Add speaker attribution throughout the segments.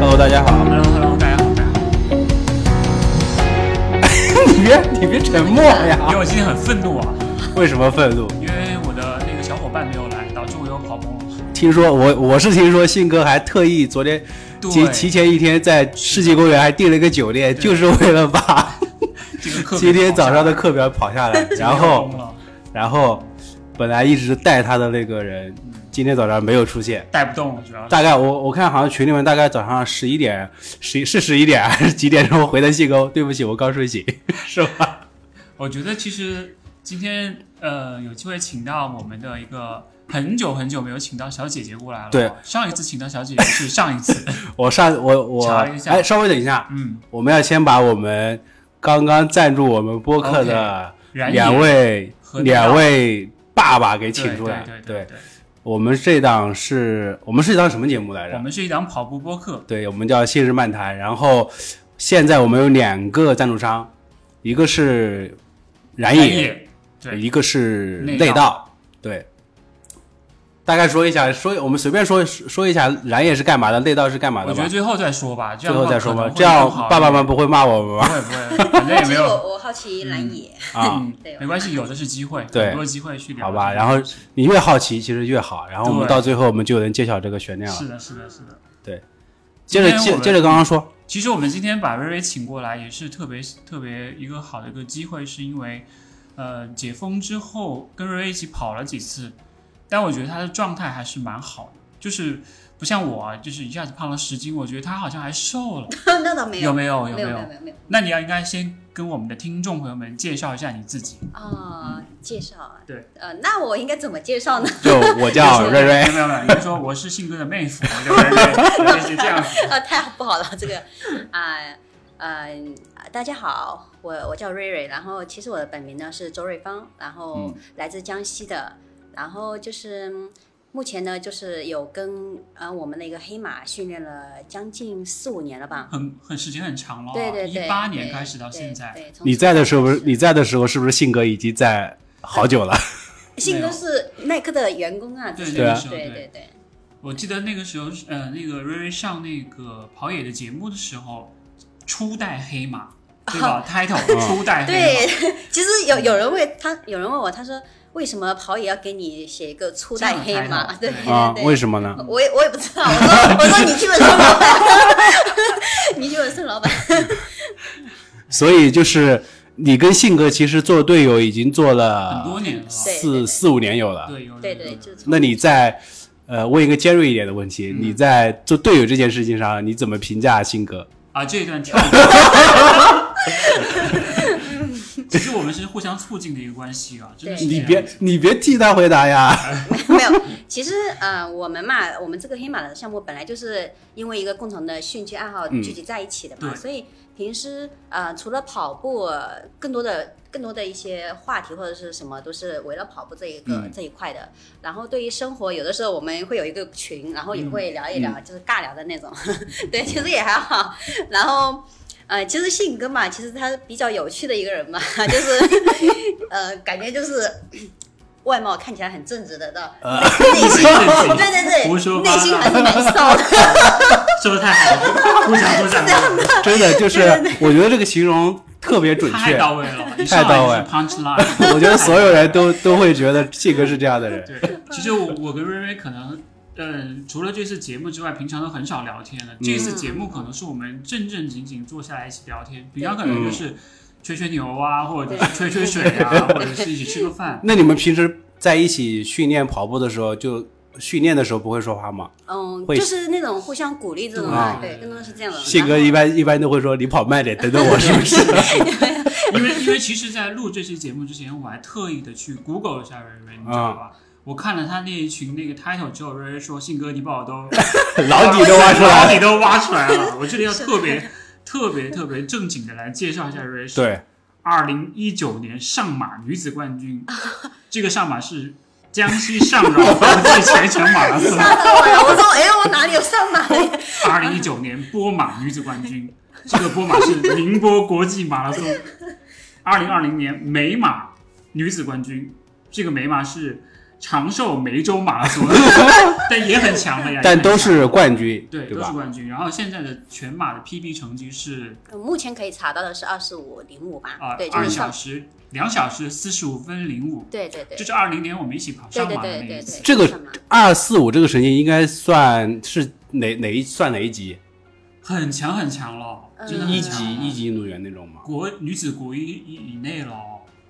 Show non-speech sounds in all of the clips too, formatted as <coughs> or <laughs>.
Speaker 1: Hello，大家好。
Speaker 2: Hello Hello，大家好，大家好。
Speaker 1: <laughs> 你别你别沉默
Speaker 2: 因为
Speaker 1: 呀！
Speaker 2: 我今天很愤怒啊，
Speaker 1: <laughs> 为什么愤怒？
Speaker 2: 因为我的那个小伙伴没有来，导致我又跑崩了。
Speaker 1: 听说我我是听说信哥还特意昨天提
Speaker 2: 对
Speaker 1: 提前一天在世纪公园还订了一个酒店，就是为了把
Speaker 2: 这个课
Speaker 1: <laughs> 今天早上的课表跑下 <laughs> 来。然后然后本来一直带他的那个人今天早上没有出现。
Speaker 2: 带不动了，主要是
Speaker 1: 大概我我看好像群里面大概早上十一点十是十一点还是几点钟回的信哥，对不起，我刚睡醒， <laughs> 是吧？
Speaker 2: 我觉得其实今天呃有机会请到我们的一个很久很久没有请到小姐姐过来了。
Speaker 1: 对，
Speaker 2: 上一次请到小姐姐是
Speaker 1: <laughs>
Speaker 2: 上一次，
Speaker 1: 我上我我
Speaker 2: 查一下
Speaker 1: 哎，稍微等一下，
Speaker 2: 嗯，
Speaker 1: 我们要先把我们刚刚赞助我们播客的
Speaker 2: 然
Speaker 1: 两
Speaker 2: 也
Speaker 1: 位
Speaker 2: 和
Speaker 1: 两位爸爸给
Speaker 2: 对
Speaker 1: 请出来。
Speaker 2: 对对对，
Speaker 1: 我们这档是我们是一档什么节目来
Speaker 2: 我
Speaker 1: 着？
Speaker 2: 们是一档跑步播客，
Speaker 1: 对，我们叫《信日漫谈》。然后现在我们有两个赞助商，一个是燃
Speaker 2: 然
Speaker 1: 野，
Speaker 2: 也对
Speaker 1: 一个是
Speaker 2: 内
Speaker 1: 内
Speaker 2: 道
Speaker 1: 道。对，大概说一下，说我们随便说说一下，燃野是干嘛的，内道是干嘛
Speaker 2: 我
Speaker 1: 的
Speaker 2: 觉得
Speaker 1: 吧？
Speaker 2: 最后再说吧，这
Speaker 1: 最
Speaker 2: 样
Speaker 1: 后再
Speaker 2: 的话
Speaker 1: 说
Speaker 2: 可
Speaker 1: 吧
Speaker 2: 能，会
Speaker 1: 这样
Speaker 2: 更好一
Speaker 1: 爸爸
Speaker 2: 点
Speaker 1: 们不会骂我们
Speaker 2: 不
Speaker 1: 吧？
Speaker 2: 会不会，反正也没
Speaker 3: <laughs> 其实
Speaker 2: 有
Speaker 3: 我我好奇蓝野，
Speaker 1: 啊，
Speaker 2: 嗯
Speaker 3: 对，
Speaker 2: 没关系，有的是机会，
Speaker 1: 对
Speaker 2: 很多机会去聊。
Speaker 1: 好吧，然后你越好奇其实越好，然后我们
Speaker 2: 对
Speaker 1: 到最后我们就能揭晓这个悬念了
Speaker 2: 是。的，是的，是的。
Speaker 1: 对，接着
Speaker 2: 今天我
Speaker 1: 接
Speaker 2: 们
Speaker 1: 接着刚刚说，
Speaker 2: 其实我们今天把瑞瑞请过来，也是特别特别一个好的一个机会，是因为，呃，解封之后跟瑞瑞一起跑了几次，但我觉得他的状态还是蛮好的，就是不像我啊，就是一下子胖了十斤，我觉得他好像还瘦了，
Speaker 3: <laughs> 那倒没
Speaker 2: 有
Speaker 3: 没
Speaker 2: 没嗯有？有
Speaker 3: 没有
Speaker 2: 有
Speaker 3: 没？有没有
Speaker 2: 那你要应该先跟我们的听众朋友们介绍一下你自己。
Speaker 3: 哦，介绍啊，
Speaker 2: 对，
Speaker 3: 呃，那我应该怎么介绍呢？ <laughs>
Speaker 1: 就我叫瑞
Speaker 2: <laughs>
Speaker 1: 瑞，
Speaker 2: 没有没有没有，你说我是信哥的妹夫，对不对？对就是这样子。
Speaker 3: 啊，太不好了，这个啊，呃，大家好，我我叫瑞瑞，然后其实我的本名呢是周瑞芳，然
Speaker 2: 嗯
Speaker 3: 后来自江西的，然后就是嗯目前呢就是有跟呃我们那个黑马训练了将近四五年了吧。
Speaker 2: 很很时间很长了、啊，
Speaker 3: 对对对，
Speaker 2: 一八年
Speaker 3: 对
Speaker 2: 开始到现在，
Speaker 3: 对，对从
Speaker 1: 你在的时候
Speaker 3: 开始
Speaker 1: 你在的时候是不是性格已经在好久了？
Speaker 3: 信哥是耐克的员工啊，
Speaker 2: 对
Speaker 3: 之前
Speaker 1: 对啊
Speaker 3: 对
Speaker 2: 对
Speaker 3: 对对，
Speaker 2: 我记得那个时候是，呃，那个瑞瑞上那个跑野的节目的时候，初代黑马，对
Speaker 3: <laughs>
Speaker 2: 吧、t i t l
Speaker 1: 嗯
Speaker 2: e 初代黑马，
Speaker 3: 对， <laughs> 其实有有人问他，有人问我，他说为什么跑野要给你写一个初代黑马？
Speaker 2: 这样的
Speaker 3: 对对
Speaker 2: 抬头
Speaker 1: 啊，
Speaker 3: 对，
Speaker 1: 为什么呢？
Speaker 3: 我也我也不知道，我说我说你去问孙老板， <laughs> 你去问孙老板。
Speaker 1: 所以就是你跟性格其实做队友已经做了
Speaker 2: 很多年了，
Speaker 3: 对
Speaker 1: 四四五年有了。
Speaker 2: 对，有
Speaker 3: 对
Speaker 2: 有
Speaker 3: 对，
Speaker 2: 有
Speaker 3: 就是从
Speaker 1: 那你在呃问一个尖锐一点的问题，
Speaker 2: 嗯
Speaker 1: 你在做队友这件事情上，你怎么评价性格？
Speaker 2: 啊，这一段
Speaker 3: <laughs>
Speaker 2: 跳过。其实我们是互相促进的一个关系啊，真的是这
Speaker 1: 你
Speaker 2: 样
Speaker 1: 别你别替他回答
Speaker 2: <laughs>
Speaker 1: 呀！
Speaker 3: <laughs> 没有，其实呃，我们嘛，我们这个黑马的项目本来就是因为一个共同的兴趣爱好
Speaker 1: 嗯
Speaker 3: 聚集在一起的嘛，
Speaker 2: 对
Speaker 3: 所以平时呃，除了跑步，呃更多的更多的一些话题或者是什么都是围绕跑步这一个、
Speaker 1: 嗯
Speaker 3: 这一块的。然后对于生活，有的时候我们会有一个群，然后也会聊一聊，
Speaker 1: 嗯
Speaker 3: 就是尬聊的那种。 <laughs> 对，其实也还好。然后。呃，其实信哥嘛，其实他比较有趣的一个人嘛， <laughs> 就是，呃，感觉就是外貌看起来很正直的，到
Speaker 1: 呃
Speaker 3: 内
Speaker 2: 正
Speaker 3: 心
Speaker 2: 直
Speaker 3: 哦对对对，
Speaker 2: 胡说八道
Speaker 3: 内心还是蛮
Speaker 1: <laughs>
Speaker 3: 骚的。 <laughs>
Speaker 2: 是不是太好了？鼓掌鼓掌，
Speaker 1: 真的就是，我觉得这个形容特别准
Speaker 2: 太
Speaker 1: 确。
Speaker 2: 到位了，一
Speaker 1: 太
Speaker 2: 上
Speaker 1: 到位
Speaker 2: 来就是 punch
Speaker 1: <laughs>
Speaker 2: line。
Speaker 1: 我觉得所有人都都会觉得性格是这样的人。
Speaker 2: 对，其实我我跟瑞瑞可能，嗯，除了这次节目之外，平常都很少聊天了。这
Speaker 1: 嗯
Speaker 2: 次节目可能是我们正正经经坐下来一起聊天，平常可能就是吹吹牛啊，或者是吹吹水啊，或者是一起吃个
Speaker 1: <laughs>
Speaker 2: 饭。
Speaker 1: 那你们平时在一起训练跑步的时候，就训练的时候不会说话吗？
Speaker 3: 嗯，
Speaker 1: 会
Speaker 3: 就是那种互相鼓励这种
Speaker 1: 啊
Speaker 2: 嗯
Speaker 3: 的，对，更多的是
Speaker 2: <laughs>
Speaker 3: 这
Speaker 2: 呃
Speaker 3: 样的。
Speaker 1: 性格一般一般都会说你跑慢点，等等我，是不是？
Speaker 2: 因为因为其实，在录这期节目之前，我还特意的去 Google 一下瑞瑞，你知道
Speaker 1: 嗯
Speaker 2: 吧？我看了他那一群那个 title 之后，瑞瑞说：“信哥，你把我都
Speaker 1: 老 <laughs> 底都挖出
Speaker 2: 老 <laughs>
Speaker 1: 来了。
Speaker 2: 底都挖出来了。”我这里要特别特别特别正经的来介绍一下瑞瑞是
Speaker 1: 对，
Speaker 2: 二零一九年上马女子冠军， <laughs> 这个上马是江西上饶国际全程马拉
Speaker 3: <laughs>
Speaker 2: 松
Speaker 3: 然，后吓到我了，我说哎，我哪里有上马 <laughs> 呀？
Speaker 2: 二零一九年波马女子冠军，这个波马是宁波国际马拉松，二零二零年美马女子冠军，这个美马是长寿梅州马
Speaker 3: <laughs>
Speaker 2: 拉松，但也很强了呀，
Speaker 1: 但都
Speaker 2: 也很强
Speaker 1: 是冠军，
Speaker 2: 对都是
Speaker 1: 吧？
Speaker 2: 冠军。然后现在的全马的 PB 成绩是
Speaker 3: 目前可以查到的是二十五零五吧？
Speaker 2: 啊
Speaker 3: 对，就
Speaker 2: 二
Speaker 3: 是
Speaker 2: 小
Speaker 3: 上，
Speaker 2: 时两小时四十五分零五，
Speaker 3: 对对对
Speaker 2: 这，是二零年我们一起跑
Speaker 3: 对
Speaker 2: 上
Speaker 3: 对
Speaker 2: 马的
Speaker 3: 对
Speaker 2: 那一
Speaker 3: 对
Speaker 2: 次
Speaker 3: 对，
Speaker 1: 这个
Speaker 3: 上马
Speaker 1: 二四五这个成绩应该算是哪哪一算哪一级？
Speaker 2: 很强很强了，真的
Speaker 3: 嗯
Speaker 2: 很
Speaker 1: 一
Speaker 2: 强
Speaker 1: 级
Speaker 2: 了
Speaker 1: 一级运动员那种吗？
Speaker 2: 国女子国一以以内了，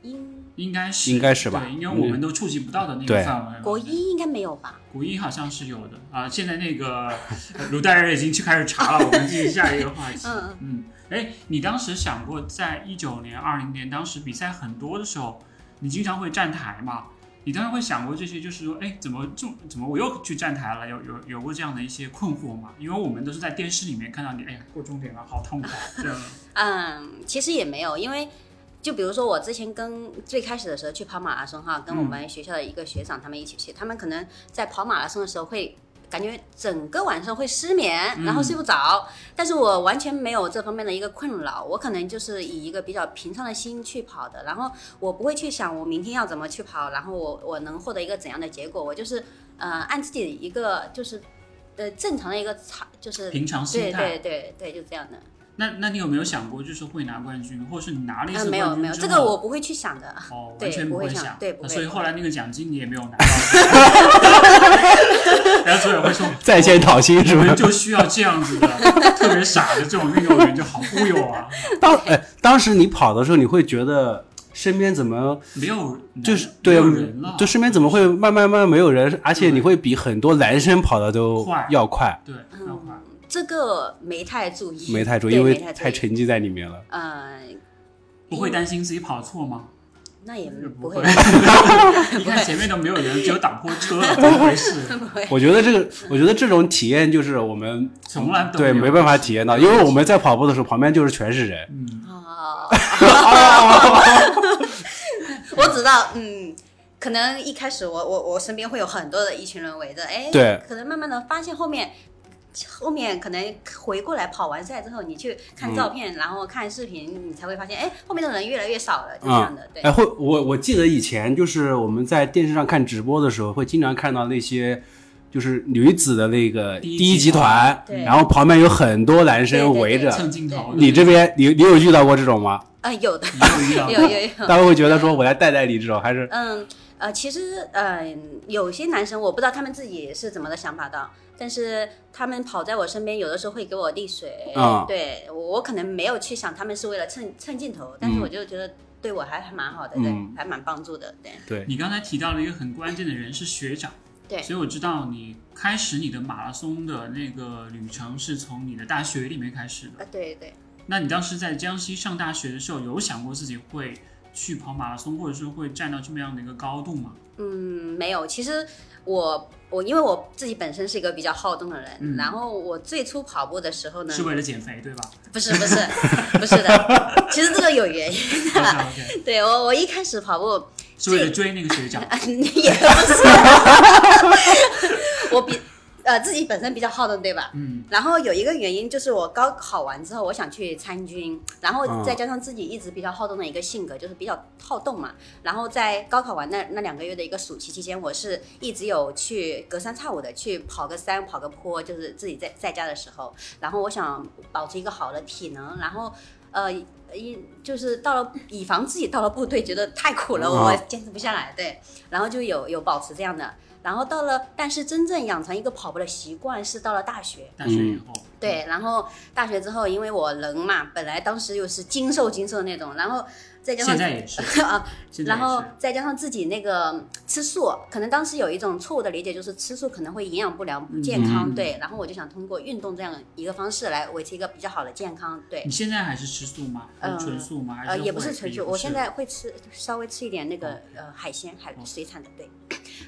Speaker 3: 英
Speaker 2: 应该是
Speaker 1: 应该是吧嗯
Speaker 2: 对，因为我们都触及不到的那个
Speaker 1: 对
Speaker 2: 范围。
Speaker 3: 国一应该没有吧？
Speaker 2: 国一好像是有的啊，现在那个呃鲁代尔已经去开始查了，我们进行下一个话题。
Speaker 3: 嗯
Speaker 2: 嗯，哎，你当时想过，在一九年、二零年，当时比赛很多的时候，你经常会站台嘛？你当时会想过这些，就是说，哎，怎么这怎么我又去站台了？有有有过这样的一些困惑吗？因为我们都是在电视里面看到你，哎呀，过终点了，好痛苦啊，这
Speaker 3: <laughs>
Speaker 2: 样。
Speaker 3: 嗯，其实也没有，因为就比如说我之前跟最开始的时候去跑马拉松哈，
Speaker 2: 嗯
Speaker 3: 跟我们学校的一个学长他们一起去，他们可能在跑马拉松的时候会。感觉整个晚上会失眠，
Speaker 2: 嗯
Speaker 3: 然后睡不着，但是我完全没有这方面的一个困扰，我可能就是以一个比较平常的心去跑的，然后我不会去想我明天要怎么去跑，然后我我能获得一个怎样的结果，我就是呃按自己的一个就是呃正常的一个操就是
Speaker 2: 平常心
Speaker 3: 对
Speaker 2: 态。
Speaker 3: 对对对就这样的。
Speaker 2: 那那你有没有想过，就是会拿冠军，或是你拿了一
Speaker 3: 啊，
Speaker 2: 次冠军
Speaker 3: 没有没有，
Speaker 2: 之
Speaker 3: 这个
Speaker 2: 后
Speaker 3: 我不会去想的。
Speaker 2: 哦，完
Speaker 3: 对
Speaker 2: 全
Speaker 3: 不
Speaker 2: 会
Speaker 3: 会想对不
Speaker 2: 那
Speaker 3: 会
Speaker 2: 所以
Speaker 3: 不
Speaker 2: 后
Speaker 3: 会
Speaker 2: 来那个奖金你也没有拿到，
Speaker 3: <laughs>
Speaker 2: 然后组委会说
Speaker 1: <laughs> 在线讨薪是
Speaker 2: 我
Speaker 1: 吧
Speaker 2: <laughs> 们？就需要这样子的特别傻的这种运动员就好忽悠啊，
Speaker 1: 当哎，当时你跑的时候，你会觉得身边怎么
Speaker 2: 没有人
Speaker 1: 就是
Speaker 2: 没
Speaker 1: 对啊
Speaker 2: 有人了，
Speaker 1: 就身边怎么会慢慢慢慢没有人，而且你会比很多男生跑的都
Speaker 2: 快
Speaker 1: 要快，
Speaker 2: 对，那会儿
Speaker 3: 嗯，这个没太注意，
Speaker 1: 没太注意，
Speaker 3: 对
Speaker 1: 因为
Speaker 3: 没太注
Speaker 1: 太
Speaker 3: 意。
Speaker 1: 沉浸在里面了。
Speaker 3: 呃，
Speaker 2: 不会担心自己跑错吗？呃
Speaker 3: 那也
Speaker 2: 不
Speaker 3: 嗯
Speaker 2: <laughs>
Speaker 3: 不
Speaker 2: 会 <laughs>
Speaker 3: 会，
Speaker 2: 你看前面都没有人，只有打破车了，怎么回
Speaker 3: <laughs>
Speaker 2: 事？
Speaker 3: 不会。
Speaker 1: 我觉得这个，我觉得这种体验就是我们
Speaker 2: 从来都
Speaker 1: 对
Speaker 2: 没
Speaker 1: 没
Speaker 2: 有
Speaker 1: 办法体验到，因为我们在跑步的时候，旁边就是全是人。
Speaker 2: 嗯，
Speaker 3: 哦，
Speaker 1: <laughs>
Speaker 2: <laughs>
Speaker 3: 我知道，嗯，可能一开始我我我身边会有很多的一群人围着，哎，
Speaker 1: 对，
Speaker 3: 可能慢慢的发现后面。后面可能回过来跑完赛之后，你去看照
Speaker 1: 嗯
Speaker 3: 片，然后看视频，你才会发现，哎，后面的人越来越少了，就这样的，对。
Speaker 1: 哎，会我我记得以前就是我们在电视上看直播的时候，会经常看到那些就是女子的那个
Speaker 2: 第一
Speaker 1: 第一
Speaker 2: 集
Speaker 1: 集团，
Speaker 3: 对
Speaker 1: 然后旁边有很多男生
Speaker 3: 对对
Speaker 1: 围着。
Speaker 3: 对
Speaker 2: 蹭镜头，
Speaker 1: 你这边你你有遇到过这种吗？
Speaker 3: 啊，有的， <laughs>
Speaker 2: 一样一
Speaker 3: 有
Speaker 2: 样，
Speaker 3: 有有，
Speaker 1: 大家会觉得说我来带带你这种，还是
Speaker 3: 嗯，呃，其实，嗯、有些男生我不知道他们自己是怎么的想法的，但是他们跑在我身边，有的时候会给我递水，
Speaker 1: 啊
Speaker 3: 对我我可能没有去想他们是为了蹭蹭镜头，但是
Speaker 1: 嗯
Speaker 3: 我就觉得对我还还蛮好的，对，
Speaker 1: 嗯
Speaker 3: 还蛮帮助的，对，
Speaker 1: 对
Speaker 2: 你刚才提到了一个很关键的人是学长，
Speaker 3: 对
Speaker 2: 所以我知道你开始你的马拉松的那个旅程是从你的大学里面开始的。
Speaker 3: 啊，对对，
Speaker 2: 那你当时在江西上大学的时候，有想过自己会去跑马拉松，或者说会站到这么样的一个高度吗？
Speaker 3: 嗯，没有，其实我我因为我自己本身是一个比较好动的人，
Speaker 2: 嗯
Speaker 3: 然后我最初跑步的时候呢
Speaker 2: 是，为了减肥，对
Speaker 3: <laughs>
Speaker 2: 吧
Speaker 3: 不是不是不是的， <laughs> 其实这个有原因，
Speaker 2: ？OK OK，
Speaker 3: 对我我一开始跑步。
Speaker 2: 是为了追那个学
Speaker 3: <laughs>
Speaker 2: 长。
Speaker 3: 也不是， <laughs> 我比呃自己本身比较好动，对吧？
Speaker 2: 嗯，
Speaker 3: 然后有一个原因就是我高考完之后，我想去参军，然后
Speaker 1: 嗯
Speaker 3: 再加上自己一直比较好动的一个性格，就是比较好动嘛。然后在高考完那那两个月的一个暑期期间，我是一直有去隔三差五的去跑个山、跑个坡，就是自己在在家的时候。然后我想保持一个好的体能，然后呃一就是到了以防自己到了部队觉得太苦了，
Speaker 1: 啊
Speaker 3: 我坚持不下来，对，然后就有有保持这样的。然后到了，但是真正养成一个跑步的习惯是到了大学，
Speaker 2: 大学以后，
Speaker 3: 嗯对，然后大学之后，因为我人嘛，本来当时又是精瘦精瘦那种，然后再加上
Speaker 2: 嗯现在也是，
Speaker 3: <laughs> 啊，
Speaker 2: 现在
Speaker 3: 然后
Speaker 2: 也是。
Speaker 3: 再加上自己那个嗯吃素，可能当时有一种错误的理解，就是吃素可能会营养不良、不健康，
Speaker 2: 嗯
Speaker 3: 对。然后我就想通过运动这样一个方式来维持一个比较好的健康，对
Speaker 2: 你。现在还是吃素吗？还是
Speaker 3: 嗯
Speaker 2: 纯素吗？还
Speaker 3: 呃，
Speaker 2: 是
Speaker 3: 也不
Speaker 2: 会
Speaker 3: 是纯素，我现在会吃稍微吃一点那个呃海鲜、海
Speaker 2: 哦
Speaker 3: 水产的，对。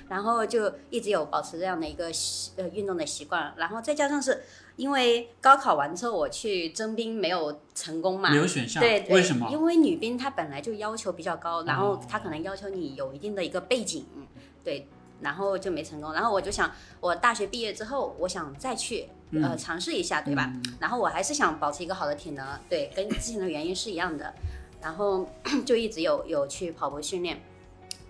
Speaker 3: 然后就一直有保持这样的一个习呃运动的习惯，然后再加上是因为高考完之后我去征兵没有成功嘛，
Speaker 2: 没有选上，
Speaker 3: 对，对
Speaker 2: 为什么？哦
Speaker 3: 因为女兵她本来就要求比较高，然后她可能要求你有一定的一个背景，对，然后就没成功。然后我就想，我大学毕业之后，我想再去呃
Speaker 2: 嗯
Speaker 3: 尝试一下，对吧？
Speaker 2: 嗯
Speaker 3: 然后我还是想保持一个好的体 <clears throat> 能，对，跟之前的原因是一样的。然后就一直有有去跑步训练，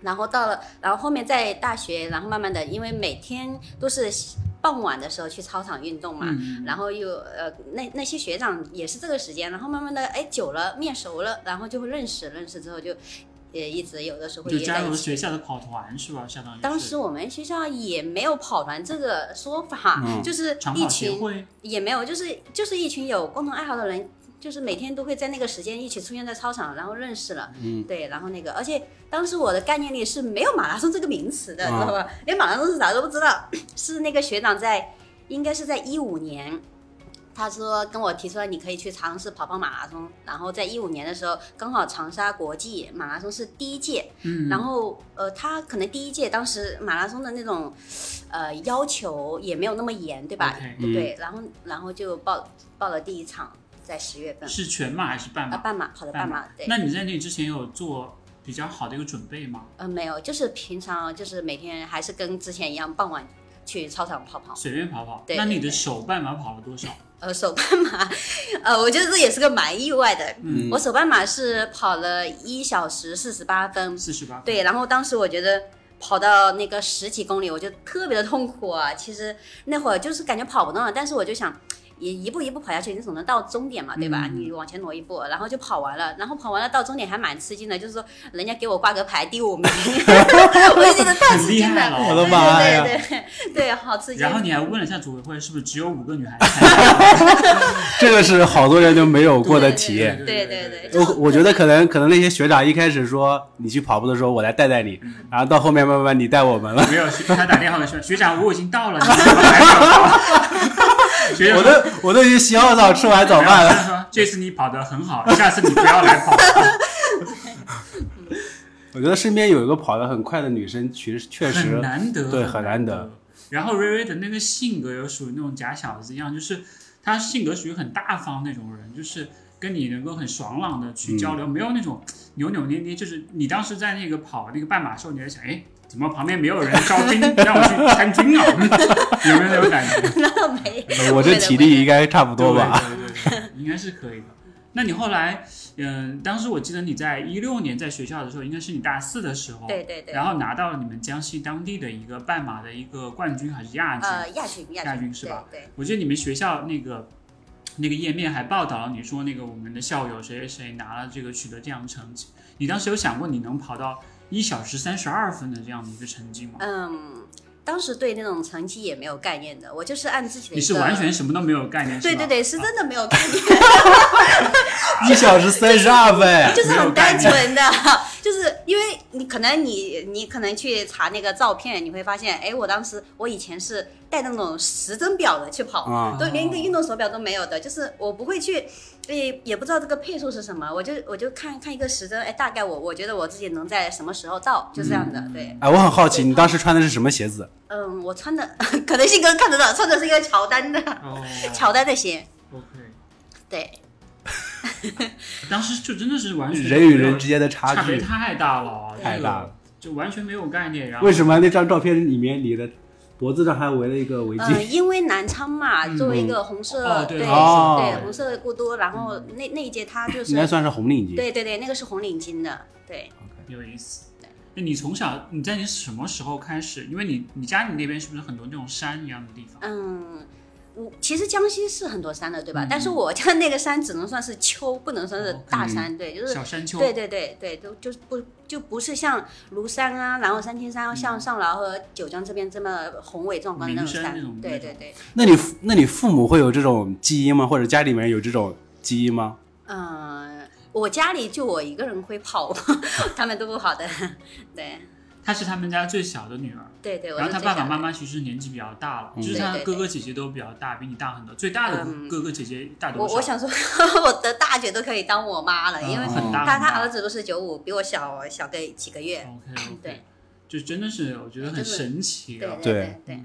Speaker 3: 然后到了，然后后面在大学，然后慢慢的，因为每天都是傍晚的时候去操场运动嘛，
Speaker 2: 嗯
Speaker 3: 然后又呃那那些学长也是这个时间，然后慢慢的哎久了面熟了，然后就会认识，认识之后就也一直有的时候会
Speaker 2: 就
Speaker 3: 约
Speaker 2: 加
Speaker 3: 在
Speaker 2: 入
Speaker 3: 一
Speaker 2: 了
Speaker 3: 起。
Speaker 2: 学校的跑团是吧？相当于是
Speaker 3: 当时我们学校也没有跑团这个说法，
Speaker 1: 嗯
Speaker 3: 就是
Speaker 2: 长
Speaker 3: 一
Speaker 2: 跑协
Speaker 3: 群
Speaker 2: 会，
Speaker 3: 也没有，就是就是一群有共同爱好的人，就是每天都会在那个时间一起出现在操场，然后认识了，
Speaker 1: 嗯，
Speaker 3: 对，然后那个，而且当时我的概念里是没有马拉松这个名词的，
Speaker 1: 啊
Speaker 3: 知道吧？连马拉松是啥都不知道， <clears throat> 是那个学长在，应该是在一五年。他说跟我提出来，你可以去尝试跑跑马拉松。然后在一五年的时候，刚好长沙国际马拉松是第一届，
Speaker 2: 嗯，
Speaker 3: 然后呃，他可能第一届当时马拉松的那种呃要求也没有那么严，对吧
Speaker 2: OK
Speaker 1: 嗯
Speaker 3: 对，然后然后就报报了第一场，在十月份
Speaker 2: 是全马还是半
Speaker 3: 啊，
Speaker 2: 马？
Speaker 3: 半马跑的
Speaker 2: 半
Speaker 3: 半马，对，
Speaker 2: 那你在那之前有做比较好的一个准备吗？
Speaker 3: 呃没有，就是平常就是每天还是跟之前一样，傍晚去操场跑跑。
Speaker 2: 随便跑跑。
Speaker 3: 对
Speaker 2: 那你
Speaker 3: 对
Speaker 2: 的
Speaker 3: 对
Speaker 2: 首半马跑了多少？
Speaker 3: 呃，手 <laughs> 半马，呃，我觉得这也是个蛮意外的。
Speaker 1: 嗯
Speaker 3: 我手半马是跑了一小时四十八分，
Speaker 2: 四十八。
Speaker 3: 对，然后当时我觉得跑到那个十几公里，我就特别的痛苦啊。其实那会儿就是感觉跑不动了，但是我就想。也一步一步跑下去，你总能到终点嘛，对吧？
Speaker 2: 嗯
Speaker 3: 你往前挪一步，然后就跑完了，然后跑完了到终点还蛮吃惊的，就是说人家给我挂个牌第五名，我就觉得太
Speaker 2: 很
Speaker 3: 吃
Speaker 2: 厉
Speaker 3: 惊
Speaker 2: 害
Speaker 3: 了，
Speaker 2: 了，哦
Speaker 1: 我的妈呀
Speaker 3: 对对对对，好吃惊。
Speaker 2: 然后你还问了一下组委会，是不是只有五个女孩子参加？
Speaker 1: 这个是好多人就没有过的
Speaker 3: 对对
Speaker 1: 体
Speaker 3: 对
Speaker 1: 验。
Speaker 3: 对
Speaker 2: 对对
Speaker 3: 对对，
Speaker 1: 我
Speaker 3: 就是
Speaker 1: 我觉得可能可能那些学长一开始说你去跑步的时候我来带带你，
Speaker 2: 嗯
Speaker 1: 然后到后面慢慢你带我们了。
Speaker 2: 没有，学他打电话给学学长，我已经到了，你怎么还没有到？ <laughs> 学长
Speaker 1: 我
Speaker 2: 说
Speaker 1: 都我都已经洗好澡吃完早饭
Speaker 2: 然
Speaker 1: 了。
Speaker 2: 后他说这次你跑得很好，下次你不要来跑。
Speaker 1: 我觉得身边有一个跑得很快的女生，其实确
Speaker 2: 很
Speaker 1: 实
Speaker 2: 难得，
Speaker 1: 对
Speaker 2: 很
Speaker 1: 很
Speaker 2: 难
Speaker 1: 难
Speaker 2: 得
Speaker 1: 得。
Speaker 2: 然后瑞瑞的那个性格又属于那种假小子一样，就是他性格属于很大方那种人，就是跟你能够很爽朗的去交
Speaker 1: 嗯
Speaker 2: 流，没有那种扭扭捏捏。就是你当时在那个跑那个半马的时候，你还想，哎，怎么旁边没有人招
Speaker 1: <laughs>
Speaker 2: 兵让我去参军啊？有没有那种感觉？
Speaker 3: 那没，
Speaker 1: 呃我这体力应该差不多吧。
Speaker 2: 对？对对对，应该是可以的。那你后来，嗯、当时我记得你在一六年在学校的时候，应该是你大四的时候，
Speaker 3: 对对对，
Speaker 2: 然后拿到了你们江西当地的一个半马的一个冠军还是亚军。
Speaker 3: 呃，亚军
Speaker 2: 亚
Speaker 3: 亚
Speaker 2: 军
Speaker 3: 军
Speaker 2: 是吧？
Speaker 3: 对，
Speaker 2: 我记得你们学校那个那个页面还报道了，你说那个我们的校友谁谁谁拿了这个取得这样的成绩，你当时有想过你能跑到一小时三十二分的这样的一个成绩吗？
Speaker 3: 嗯，当时对那种成绩也没有概念的，我就是按自己的一个。
Speaker 2: 你是完全啊什么都没有概念，
Speaker 3: 对
Speaker 2: 是吧
Speaker 3: 对对，是真的没有概念，
Speaker 2: <laughs>
Speaker 1: 一小时三十二
Speaker 3: <laughs>
Speaker 1: 分，
Speaker 3: 就是
Speaker 2: 没有
Speaker 3: 很
Speaker 2: 概
Speaker 3: 单
Speaker 2: 念
Speaker 3: 纯的， <laughs> 就是因为你可能你你可能去查那个照片，你会发现，哎，我当时我以前是带那种时针表的去跑，
Speaker 1: 啊
Speaker 3: 都连一个运动手表都没有的，就是我不会去，也也不知道这个配速是什么，我就我就看看一个时针，哎，大概我我觉得我自己能在什么时候到，就这样的，
Speaker 2: 嗯
Speaker 3: 对，
Speaker 1: 哎，我很好奇你当时穿的是什么鞋子？
Speaker 3: 嗯，我穿的 <laughs> 可能性格看得到，穿的是一个乔丹的
Speaker 2: 哦
Speaker 3: 啊乔丹的鞋，
Speaker 2: ，OK，
Speaker 3: 对，
Speaker 2: 当时就真的是完全
Speaker 1: 人与人
Speaker 2: 没有
Speaker 1: 之间的差
Speaker 2: 差别
Speaker 1: 距
Speaker 2: 太大了，啊
Speaker 1: 太大了。
Speaker 2: 这个就完全没有概念。然后
Speaker 1: 为什么那张照片里面你的脖子上还围了一个围
Speaker 3: 嗯、
Speaker 1: 巾？
Speaker 3: 因为南昌嘛，作为一个红色，
Speaker 2: 嗯哦嗯对
Speaker 3: 对
Speaker 1: 哦
Speaker 3: 对红色的故都，然后那那一届他就
Speaker 1: 应该
Speaker 3: 是，
Speaker 1: 算是红领巾。
Speaker 3: 对对对，那个是红领巾的，对，
Speaker 2: 有意思。那你从小你在你什么时候开始？因为你你家里那边是不是很多那种山一样的地方？
Speaker 3: 嗯。我其实江西是很多山的，对吧？
Speaker 2: 嗯
Speaker 3: 但是我家那个山只能算是丘，不能算是大山，对，就是
Speaker 2: 哦小山丘，
Speaker 3: 对对对对，都就是不就不是像庐山啊，然后三清山、像上饶和九江这边这么宏伟壮观的那
Speaker 2: 嗯名山
Speaker 3: 种山
Speaker 2: 那种，
Speaker 3: 对
Speaker 2: 那种
Speaker 3: 对对，
Speaker 1: 那你父那你父母会有这种基因吗？或者家里面有这种基因吗？
Speaker 3: 嗯、我家里就我一个人会跑， <laughs> 他们都不跑的， <laughs> 对
Speaker 2: 她是他们家最小的女儿，
Speaker 3: 对对，我
Speaker 2: 然后
Speaker 3: 是
Speaker 2: 她
Speaker 3: 最
Speaker 2: 爸
Speaker 3: 小
Speaker 2: 爸
Speaker 3: 的
Speaker 2: 妈妈其实年纪比较大了，
Speaker 1: 嗯
Speaker 2: 就是她
Speaker 3: 对对
Speaker 2: 哥哥姐姐都比较大，比你大很多。最大的
Speaker 3: 嗯
Speaker 2: 哥哥姐姐大多
Speaker 3: 我
Speaker 2: 少？
Speaker 3: 我想说， <laughs> 我的大姐都可以当我妈了，因为
Speaker 2: 嗯很大
Speaker 3: 她
Speaker 2: 很
Speaker 3: 她
Speaker 2: 大
Speaker 3: 儿子都是九五，比我小小个几个月。
Speaker 2: OK OK，
Speaker 3: 对，
Speaker 2: 就真的是我觉得很
Speaker 3: 就是
Speaker 2: 神奇
Speaker 3: 对
Speaker 2: 啊。
Speaker 3: 对对，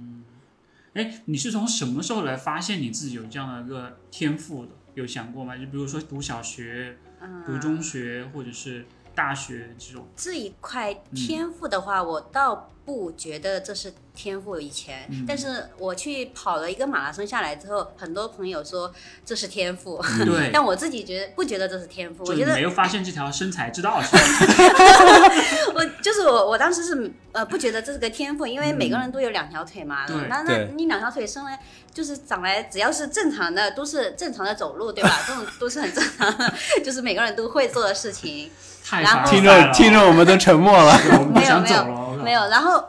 Speaker 2: 哎，你是从什么时候来发现你自己有这样的一个天赋的？有想过吗？就比如说读小学、
Speaker 3: 嗯
Speaker 2: 读中学，或者是大学这种。
Speaker 3: 这一块天赋的话，我倒不觉得这是天赋。以前，
Speaker 2: 嗯
Speaker 3: 但是我去跑了一个马拉松下来之后，很多朋友说这是天赋，
Speaker 2: 对，
Speaker 3: 但我自己觉得不觉得这是天赋。
Speaker 2: 就
Speaker 3: 我
Speaker 2: 你
Speaker 3: 觉得 <laughs>
Speaker 2: 没有发现这条生财之道是吧？
Speaker 3: 我就是我我当时是呃不觉得这是个天赋，因为每个人都有两条腿嘛。
Speaker 2: 对
Speaker 3: 那那
Speaker 1: 对
Speaker 3: 你两条腿生来就是长来，只要是正常的，都是正常的走路，对吧？ <laughs> 这种都是很正常的， <laughs> 就是每个人都会做的事情。
Speaker 2: 太
Speaker 3: 然
Speaker 2: 凡
Speaker 3: 后
Speaker 2: 尔
Speaker 1: 听
Speaker 2: 赛
Speaker 1: 着
Speaker 2: 了
Speaker 1: 听着，我们都沉默
Speaker 3: <laughs>
Speaker 1: 了。
Speaker 2: 我们都
Speaker 3: 没有
Speaker 2: 想
Speaker 3: 没有
Speaker 2: 走了我靠
Speaker 3: 没有，然后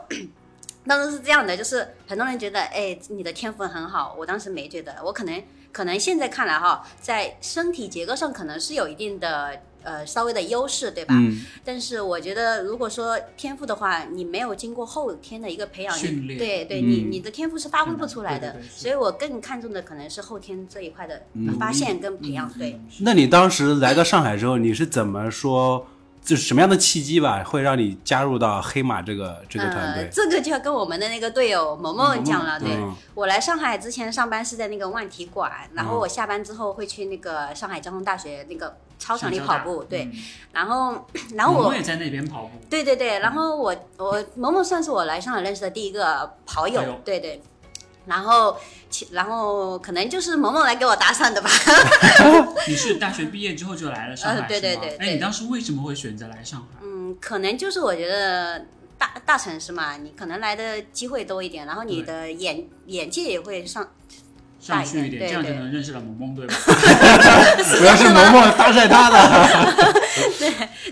Speaker 3: 当时是这样的，就是很多人觉得，哎，你的天赋很好，我当时没觉得，我可能可能现在看来哈，在身体结构上可能是有一定的呃稍微的优势，对吧？
Speaker 1: 嗯，
Speaker 3: 但是我觉得，如果说天赋的话，你没有经过后天的一个培养，
Speaker 2: 训练
Speaker 3: 对对，
Speaker 1: 嗯
Speaker 3: 你你的天赋是发挥不出来的
Speaker 2: 对对对是
Speaker 3: 所以我更看重的可能是后天这一块的
Speaker 1: 嗯
Speaker 3: 发现跟培养，
Speaker 2: 嗯
Speaker 3: 对。
Speaker 2: 嗯
Speaker 1: 那你当时来到上海之后，你是怎么说？就是什么样的契机吧，会让你加入到黑马这个这个团
Speaker 3: 呃，
Speaker 1: 队？
Speaker 3: 这个就要跟我们的那个队友萌萌讲了。
Speaker 1: 萌萌
Speaker 3: 呃对 <laughs>
Speaker 1: 嗯
Speaker 3: 我来上海之前上班是在那个万体馆，然
Speaker 1: 嗯
Speaker 3: 后我下班之后会去那个上海交通大学那个操场里跑
Speaker 2: 嗯
Speaker 3: 步。
Speaker 1: 嗯
Speaker 3: 对，，然后 <coughs> 然后
Speaker 2: 我
Speaker 3: 我
Speaker 2: 们也在那边跑步，
Speaker 3: 对对
Speaker 2: 嗯
Speaker 3: 对，然后我我萌萌算是我来上海认识的第一个跑友，
Speaker 2: 跑友
Speaker 3: 对对。然后，其然后可能就是萌萌来给我搭讪的吧。 <laughs>
Speaker 2: 你是大学毕业之后就来了上海，
Speaker 3: 呃对
Speaker 2: 是吗
Speaker 3: 对对对
Speaker 2: 哎，你当时为什么会选择来上海？
Speaker 3: 嗯，可能就是我觉得大大城市嘛，你可能来的机会多一点，然后你
Speaker 2: 对
Speaker 3: 的眼眼界也会上。
Speaker 2: 上去一点，
Speaker 3: 对
Speaker 2: 这样就
Speaker 3: 对
Speaker 2: 能认识了萌萌，对吧？
Speaker 1: 不要是萌萌搭讪他
Speaker 3: <laughs>
Speaker 1: 的。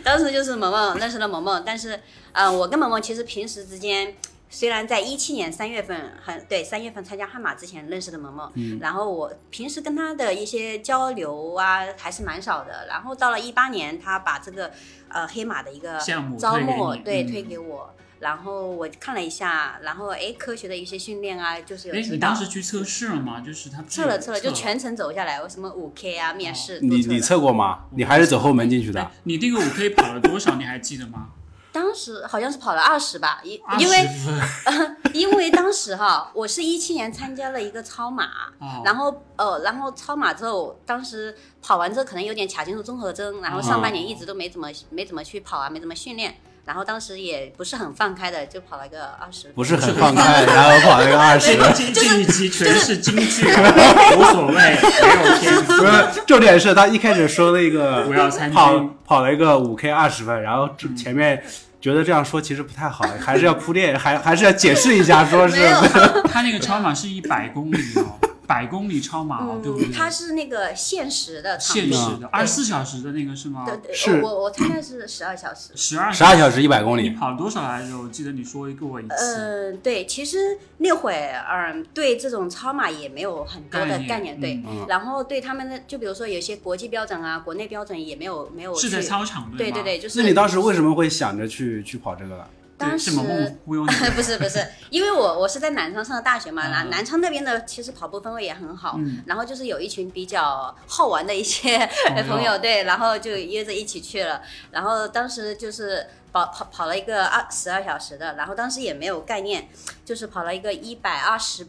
Speaker 3: 当时就是萌萌认识了萌萌，但是呃，我跟萌萌其实平时之间。虽然在一七年三月份，很对三月份参加悍马之前认识的萌萌，
Speaker 2: 嗯
Speaker 3: 然后我平时跟他的一些交流啊还是蛮少的。然后到了一八年，他把这个呃黑马的一个
Speaker 2: 项目
Speaker 3: 招
Speaker 2: 推给
Speaker 3: 募
Speaker 2: 你
Speaker 3: 对
Speaker 2: 嗯
Speaker 3: 推给我，然后我看了一下，然后哎科学的一些训练啊， <laughs> 就是有
Speaker 2: 哎，
Speaker 3: 指
Speaker 2: 你
Speaker 3: 导
Speaker 2: 当，时去测试了吗？就是他不是
Speaker 3: 测了测了，
Speaker 2: 有
Speaker 3: 就全程走下来，我什么五 K 啊面
Speaker 2: 哦
Speaker 3: 试都
Speaker 1: 你
Speaker 3: 测了
Speaker 1: 你测过吗？你还是走后门进去的
Speaker 2: 哎？你那个五 K 跑了多少？你还记得吗？
Speaker 3: 当时好像是跑了二十吧，因
Speaker 2: 二
Speaker 3: 因
Speaker 2: 十
Speaker 3: 为
Speaker 2: 分
Speaker 3: 因为当时哈，我是一七年参加了一个超马，
Speaker 2: 啊，
Speaker 3: 然后呃，然后超马之后，当时跑完之后可能有点卡进入综合征，然后上半
Speaker 2: 哦
Speaker 3: 年一直都没怎么、没怎么去跑啊，没怎么训练，然后当时也不是很放开的，就跑了个二十，
Speaker 1: 不是很放开，然后跑了个二十。
Speaker 2: 这这一集全是京剧，
Speaker 3: <laughs>
Speaker 2: 无所谓，没有天赋，
Speaker 1: <laughs> 不是，重点是他一开始说了一个
Speaker 2: 不要参军
Speaker 1: 跑跑了一个五 K 二十分，然后这前面觉得这样说其实不太
Speaker 3: <laughs>
Speaker 1: 好，还是要铺垫，还还是要解释一下，说是
Speaker 3: 没有，
Speaker 2: 他那个超马是一百公里
Speaker 3: <laughs>
Speaker 2: 哦，百公里超马哦，对不对
Speaker 3: 嗯，？它是那个限时的长
Speaker 2: 限
Speaker 3: 度，
Speaker 2: 时的，二十四小时的那个是吗？
Speaker 3: 对对，
Speaker 1: 是
Speaker 3: 我我参加是十二小时。
Speaker 2: 十二
Speaker 1: 十二小时一百公
Speaker 2: 你
Speaker 1: 里，
Speaker 2: 跑多少来着？我记得你说过我一次，
Speaker 3: 呃，对，其实那会儿，嗯，对这种超马也没有很多的
Speaker 2: 概
Speaker 3: 概
Speaker 2: 念嗯
Speaker 3: 念，对。
Speaker 1: 嗯
Speaker 3: 然后对他们的，就比如说有些国际标准啊、国内标准也没有没有
Speaker 2: 是在
Speaker 3: 去
Speaker 2: 操场
Speaker 3: 对
Speaker 2: 吗？
Speaker 3: 对对，就
Speaker 1: 那
Speaker 3: 是
Speaker 1: 你当时为什么会想着去去跑这个了？
Speaker 3: 当
Speaker 2: 是
Speaker 3: 时
Speaker 2: 萌萌忽悠
Speaker 3: <laughs>
Speaker 2: 你
Speaker 3: 不是不是，因为我我是在南昌上的大学嘛，
Speaker 2: 啊
Speaker 3: 南南昌那边的其实跑步氛围也很好，
Speaker 2: 嗯
Speaker 3: 然后就是有一群比较好玩的一些
Speaker 2: 朋友
Speaker 3: <laughs> 朋友，对，然后就约着一起去了，然后当时就是跑跑跑了一个二十二小时的，然后当时也没有概念，就是跑了一个一百二十。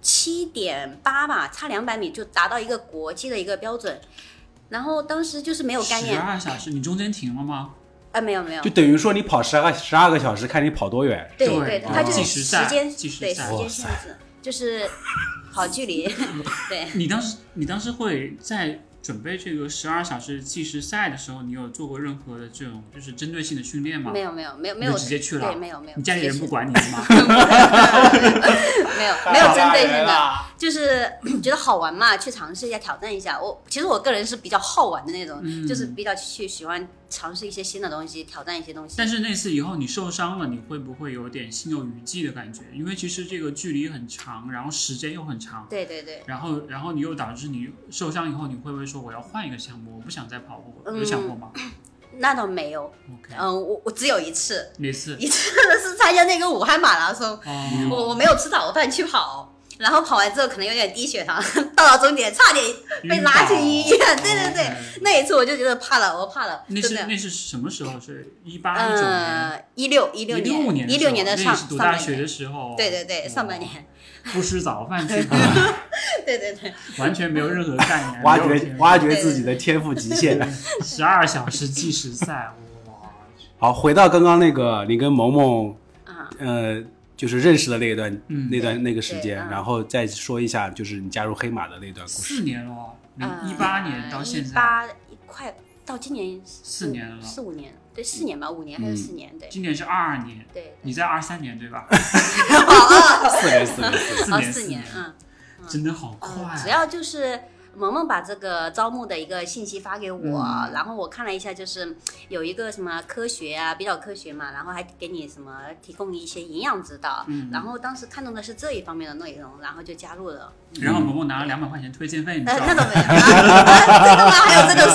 Speaker 3: 七点八吧，差两百米就达到一个国际的一个标准，然后当时就是没有概
Speaker 2: 十啊
Speaker 3: 念，
Speaker 2: 二小时，你中间停了吗？
Speaker 3: 哎，没有没有
Speaker 1: 就，等于说你跑十二十二个小时，看你跑多远。
Speaker 3: 对
Speaker 2: 对
Speaker 3: 对，
Speaker 2: 哦
Speaker 3: 它就
Speaker 2: 计
Speaker 3: 是
Speaker 2: 时
Speaker 3: 时
Speaker 2: 赛
Speaker 3: 间
Speaker 2: 计时
Speaker 3: 对时
Speaker 2: 赛
Speaker 1: 哇
Speaker 3: 间限制，就是跑距
Speaker 2: <laughs>
Speaker 3: 离，对。
Speaker 2: 你当时你当时会在准备这个十二小时计时赛的时候，你有做过任何的这种就是针对性的训练吗？
Speaker 3: 没有没有没有
Speaker 2: 你
Speaker 3: 没有
Speaker 2: 就直接去了
Speaker 3: 对，没有没有，
Speaker 2: 你家里人
Speaker 3: 直接
Speaker 2: 不
Speaker 3: 去
Speaker 2: 管你是吗？
Speaker 3: 没有没有针对性的，就是 <coughs> 觉得好玩嘛，去尝试一下挑战一下。我其实我个人是比较好玩的那种，
Speaker 2: 嗯
Speaker 3: 就是比较去喜欢尝试一些新的东西，挑战一些东西
Speaker 2: 但。是那次以后你受伤了，你会不会有点心有余悸的感觉？因为其实这个距离很长，然后时间又很长，
Speaker 3: 对对对，
Speaker 2: 然后然后你又导致你受伤以后，你会不会说我要换一个项目，我不想再跑步了？
Speaker 3: 嗯
Speaker 2: 有想过吗
Speaker 3: 那倒没有，
Speaker 2: ？OK，
Speaker 3: 嗯，我我只有一次，
Speaker 2: 那次
Speaker 3: 一次是参加那个武汉马拉松，
Speaker 2: 哦，
Speaker 3: 我我没有吃早饭去跑。然后跑完之后可能有点低血糖， <laughs> 到了终点差点被拉去医院。对对对，
Speaker 2: 对，
Speaker 3: <laughs> 那一次我就觉得怕了，我怕了，
Speaker 2: 那
Speaker 3: 真
Speaker 2: 是
Speaker 3: 的。
Speaker 2: 哦那是什么时候？是一八一九年。
Speaker 3: 嗯，一六一六
Speaker 2: 六年，
Speaker 3: 一六年的
Speaker 2: 时候那
Speaker 3: 上
Speaker 2: 也是读
Speaker 3: 上
Speaker 2: 大
Speaker 3: 半
Speaker 2: 学
Speaker 3: 年，
Speaker 2: 的时候，哦
Speaker 3: 对对对，
Speaker 2: 哇
Speaker 3: 上半年，
Speaker 2: 不吃早饭去跑，
Speaker 3: <laughs> 对对对，
Speaker 2: 完全没有任何概念，
Speaker 1: 挖掘挖掘自己的天赋极限。
Speaker 2: 十二小时计时赛，哇，
Speaker 1: 好，回到刚刚那个你跟萌萌，
Speaker 3: 啊，
Speaker 1: 呃，就是认识的那一段、
Speaker 2: 嗯
Speaker 1: 那段那个时间，
Speaker 3: 对嗯
Speaker 1: 然后再说一下就是你加入黑马的那段故事。
Speaker 2: 四年了
Speaker 3: 呃嗯
Speaker 2: 哦，零一八年到现在，
Speaker 3: 八快到今年
Speaker 2: 四年了嗯
Speaker 3: 四五年，对，四年吧，五年还是四年？对
Speaker 2: 今年是二二年，
Speaker 3: 对，
Speaker 2: 你在二三年对吧？
Speaker 3: 嗯
Speaker 1: 四年四年四年，
Speaker 2: 四
Speaker 3: 哦，
Speaker 2: 年
Speaker 3: 四年，嗯，
Speaker 2: 真的好快
Speaker 3: 呃
Speaker 2: 啊，
Speaker 3: 主要就是萌萌把这个招募的一个信息发给我，
Speaker 2: 嗯
Speaker 3: 然后我看了一下，就是有一个什么科学啊，比较科学嘛，然后还给你什么提供一些营养指导，
Speaker 2: 嗯
Speaker 3: 然后当时看中的是这一方面的内容，然后就加入了。
Speaker 2: 然后萌萌拿了两百块钱推荐费，你
Speaker 3: 呃
Speaker 2: 知，道
Speaker 3: 那
Speaker 2: 吗？
Speaker 3: 倒没有，啊这个吗？还有这个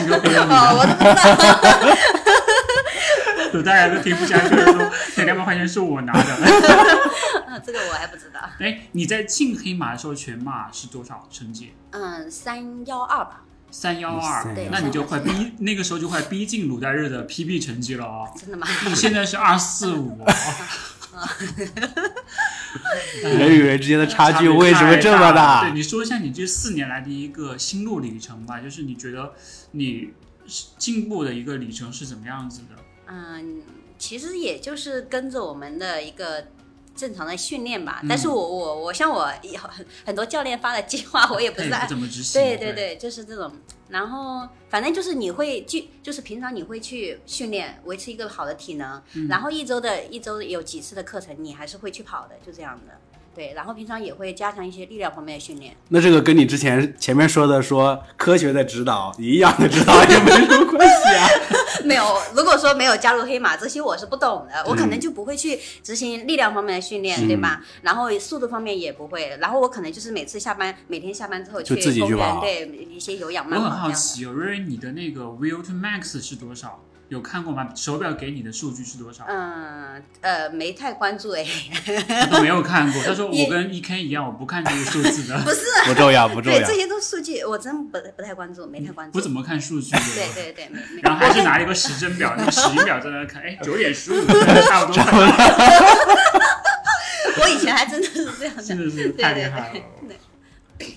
Speaker 2: <laughs> 几个朋友
Speaker 3: 哦，我都不知道。
Speaker 2: 有大家都听不下去了，说那两百块钱是我拿的。 <laughs>
Speaker 3: 啊 <laughs> 这个我还不知道。
Speaker 2: 哎，你在庆黑马的时候全马是多少成绩？
Speaker 3: 嗯，三幺二吧，
Speaker 2: 三幺二
Speaker 1: 对，
Speaker 2: 那你就快逼那个时候就快逼近鲁代日的 PB 成绩了哦。
Speaker 3: 真的吗？
Speaker 2: 你现在是二四五，哦
Speaker 1: 人与人之间的差距啊为什么这么
Speaker 2: 大？对，
Speaker 1: 大？
Speaker 2: 你说一下你这四年来的一个心路里程吧，就是你觉得你是进步的一个里程是怎么样子的？
Speaker 3: 嗯，其实也就是跟着我们的一个正常的训练吧。但是我我我像我以后很很多教练发的计划，我也 <laughs> 不
Speaker 2: 他
Speaker 3: 是
Speaker 2: 也不
Speaker 3: 按。
Speaker 2: 怎么执行。
Speaker 3: 对对
Speaker 2: 对，
Speaker 3: 对，就是这种。然后反正就是你会去，就是平常你会去训练，维持一个好的体能。然后一周的一周有几次的课程，你还是会去跑的，就这样的。对，然后平常也会加强一些力量方面的训练。
Speaker 1: 那这个跟你之前前面说的说科学的指导一样的指导也没什么关系
Speaker 2: <laughs>
Speaker 1: 啊。
Speaker 3: <laughs> 没有，如果说没有加入黑马，这些我是不懂
Speaker 2: 嗯
Speaker 3: 的，我可能就不会去执行力量方面的训练，对吧？然后速度方面也不会，然后我可能就是每次下班，每天下班之后
Speaker 1: 就自己
Speaker 3: 公
Speaker 1: 去
Speaker 3: 园，
Speaker 1: 跑
Speaker 3: 对一些有氧
Speaker 2: 我
Speaker 3: 慢
Speaker 2: 很
Speaker 3: 跑这
Speaker 2: 好
Speaker 3: 样的。
Speaker 2: 奇哦，瑞瑞，你的那个 Will to Max 是多少？有看过吗？手表给你的数据是多
Speaker 3: <laughs>
Speaker 2: 少？
Speaker 3: 嗯呃，没太关注哎，
Speaker 2: 他都没有看过。他说
Speaker 3: 也
Speaker 2: 我跟 E K 一样，我不看这个数字的，
Speaker 3: 不是，
Speaker 1: 不重要不重
Speaker 3: <laughs> 对
Speaker 1: 要
Speaker 3: 这，些都数据，我真不不太关注，没太关注。
Speaker 2: 嗯 <laughs> 不怎么看数据的。
Speaker 3: 对对对，没没。
Speaker 2: 然后还是拿了一个时针表，那个时钟表在那看，哎，九点
Speaker 3: <laughs>
Speaker 2: 十五，差不多快到了，
Speaker 3: 我以前还真的是这样
Speaker 2: 真
Speaker 3: 的。
Speaker 2: 的是太厉害
Speaker 3: 对
Speaker 2: 了。哎，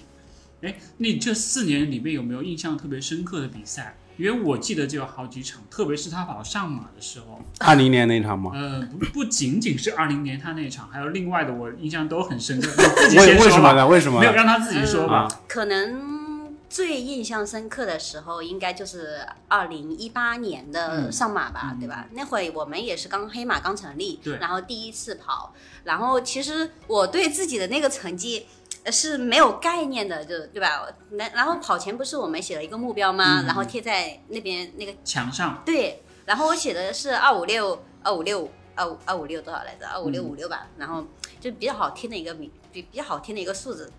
Speaker 2: 那你这四年里面有没有印象特别深刻的比赛？因为我记得就有好几场，特别是他跑上马的时候，
Speaker 1: 二零年那场吗？
Speaker 2: 呃，不不仅仅是二零年他那一场，还有另外的我印象都很深刻。你自己
Speaker 1: 为
Speaker 2: 先
Speaker 1: 为什
Speaker 2: 说
Speaker 1: 么
Speaker 2: 吧，
Speaker 1: 呢？为什么
Speaker 2: 没有
Speaker 1: 呢？
Speaker 2: 让他自己说吧。
Speaker 3: 可能最印象深刻的时候，应该就是二零一八年的上马吧，
Speaker 2: 嗯
Speaker 3: 对吧？那会我们也是刚黑马刚成立，
Speaker 2: 对
Speaker 3: 然后第一次跑，然后其实我对自己的那个成绩。呃是没有概念的，就对吧？那然后跑前不是我们写了一个目标吗？
Speaker 2: 嗯
Speaker 3: 然后贴在那边那个
Speaker 1: 嗯
Speaker 2: 墙上，
Speaker 3: 对，然后我写的是二五六二五六二五二五六多少来着？二
Speaker 2: 嗯
Speaker 3: 五六五六吧，然后就比较好听的一个名，比比较好听的一个数字。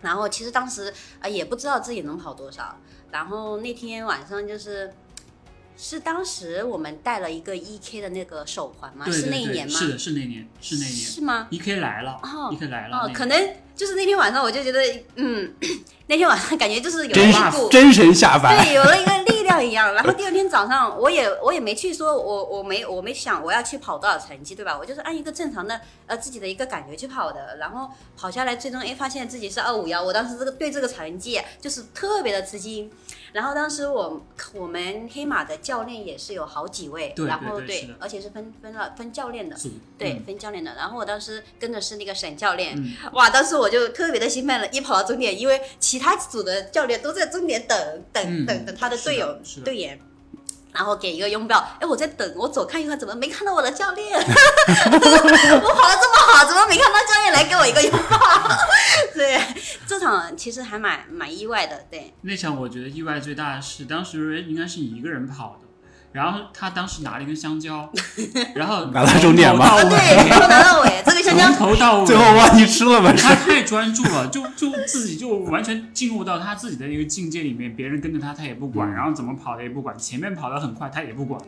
Speaker 3: 然后其实当时啊、呃也不知道自己能跑多少，然后那天晚上就是。是当时我们戴了一个 E K 的那个手环吗？
Speaker 2: 对对
Speaker 3: 啊是那一
Speaker 2: 对，
Speaker 3: 年吗？
Speaker 2: 是的，是那年，是那年
Speaker 3: 是吗？
Speaker 2: E K 来了
Speaker 3: 哦
Speaker 2: ，E K 来了，
Speaker 3: 哦
Speaker 2: 那，
Speaker 3: 可
Speaker 2: 年
Speaker 3: 能就是那天晚上我就觉得，嗯， <coughs> 那天晚上感觉就是有
Speaker 1: 真
Speaker 3: 一
Speaker 1: 是
Speaker 3: 股
Speaker 1: 真神下凡，
Speaker 3: 对，有了一个力量一样。然后第二天早上，我也我也没去说我我没我没想我要去跑多少成绩，对吧？我就是按一个正常的呃自己的一个感觉去跑的。然后跑下来，最终哎发现自己是二五幺，我当时这个对这个成绩就是特别的吃惊。然后当时我我们黑马的教练也是有好几位，
Speaker 2: 对
Speaker 3: 然
Speaker 2: 对
Speaker 3: 后
Speaker 2: 对是的
Speaker 3: 而且是分分了分教练的。
Speaker 2: 组
Speaker 3: 对，，分教练的。然后我当时跟的是那个沈教练，
Speaker 2: 嗯
Speaker 3: 哇，当时我就特别的兴奋了，一跑到终点，因为其他组的教练都在终点等
Speaker 2: 嗯
Speaker 3: 等等等他的
Speaker 2: 是
Speaker 3: 队
Speaker 2: 的
Speaker 3: 友
Speaker 2: 是的
Speaker 3: 队员。然后给一个拥抱，哎，我在等，我左看右看，怎么没看到我的教练？我 <laughs> 跑的这么好，怎么没看到教练来给我一个拥抱？ <laughs> 对，这场其实还蛮蛮意外的，对，
Speaker 2: 那场我觉得意外最大的是，当时应该是你一个人跑的，然后他当时拿了一根香蕉，然后
Speaker 1: 拿到终点吗
Speaker 2: 从
Speaker 3: 啊，
Speaker 2: 头到
Speaker 3: 对，从头到尾，这个香
Speaker 2: 尾，
Speaker 3: 蕉
Speaker 2: 从头到尾，
Speaker 1: 最后忘记吃了
Speaker 2: <laughs>
Speaker 1: 吗？
Speaker 2: 他太专注了，就就自己就完全进入到他自己的一个境界里面，别人跟着他他也不
Speaker 1: 嗯
Speaker 2: 管，然后怎么跑的也不管，前面跑得很快他也不管，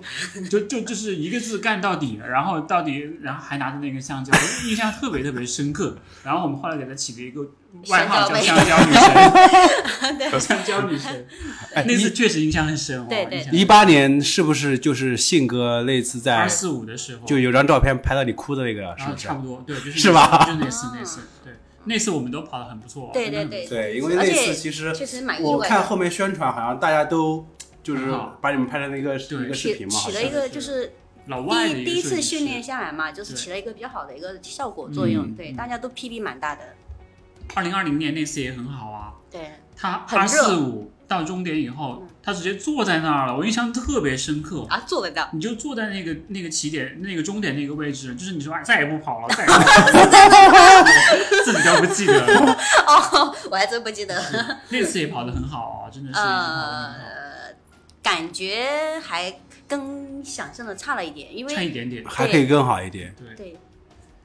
Speaker 2: 就就就是一个字干到底，然后到底然后还拿着那根香蕉，印象特别特别深刻。然后我们后来给他起了一个外号叫香
Speaker 3: 香
Speaker 2: 蕉女神， <laughs>
Speaker 3: 对
Speaker 2: 香蕉女神，
Speaker 1: 哎
Speaker 2: 那次确实印象很深哦。
Speaker 3: 对对
Speaker 1: 一八年是不是就是信哥那次在
Speaker 2: 二四五的时候
Speaker 1: 就有张照片拍到你哭的那个，是
Speaker 2: 然后
Speaker 1: 不是
Speaker 2: 差？不多，对，就是
Speaker 1: 是吧
Speaker 2: 就是那次
Speaker 3: 啊
Speaker 2: 那次，对，那次我们都跑得很不错，啊
Speaker 3: 对
Speaker 2: 真的
Speaker 3: 对
Speaker 2: 很不错
Speaker 3: 对，
Speaker 1: 嗯对，因
Speaker 3: 而
Speaker 1: 为那
Speaker 3: 且
Speaker 1: 次其实
Speaker 3: 确实蛮意
Speaker 1: 我
Speaker 3: 外的
Speaker 1: 看。后面宣传好像大家都就是
Speaker 2: 很好
Speaker 1: 把你们拍成一个
Speaker 2: 对
Speaker 1: 一个视
Speaker 3: 起
Speaker 1: 频嘛，好
Speaker 3: 起
Speaker 1: 像
Speaker 3: 了一个
Speaker 2: 是
Speaker 3: 就是
Speaker 2: 老外的
Speaker 3: 第一
Speaker 2: 个
Speaker 3: 第一
Speaker 2: 摄
Speaker 3: 次
Speaker 2: 影师
Speaker 3: 训练下来嘛，就是
Speaker 2: 对
Speaker 3: 起了一个比较好的一个效果作用，
Speaker 1: 嗯
Speaker 3: 对，
Speaker 2: 嗯
Speaker 3: 大家都霹雳蛮大的，
Speaker 2: 二零二零年那次也很好啊，
Speaker 3: 对，
Speaker 2: 他
Speaker 3: 很
Speaker 2: 二
Speaker 3: 热
Speaker 2: 四五到终点以后
Speaker 3: 嗯，
Speaker 2: 他他直接坐在那儿了，我印象特别深刻。
Speaker 3: 啊，做
Speaker 2: <laughs>
Speaker 3: 得到，
Speaker 2: 你就坐在那个那个起点、那个终点那个位置，就是你说哎，再也不跑
Speaker 3: <laughs>
Speaker 2: 了，再也不跑了，自己都不记得了。
Speaker 3: 哦，我还真不记得。
Speaker 2: 那次也跑得很好啊，真的是一直跑得很好，
Speaker 3: 呃，感觉还跟想象的差了一点，因
Speaker 2: 差
Speaker 3: 为
Speaker 2: 一点点。
Speaker 1: 还可以更好一点。
Speaker 2: 对，
Speaker 3: 对，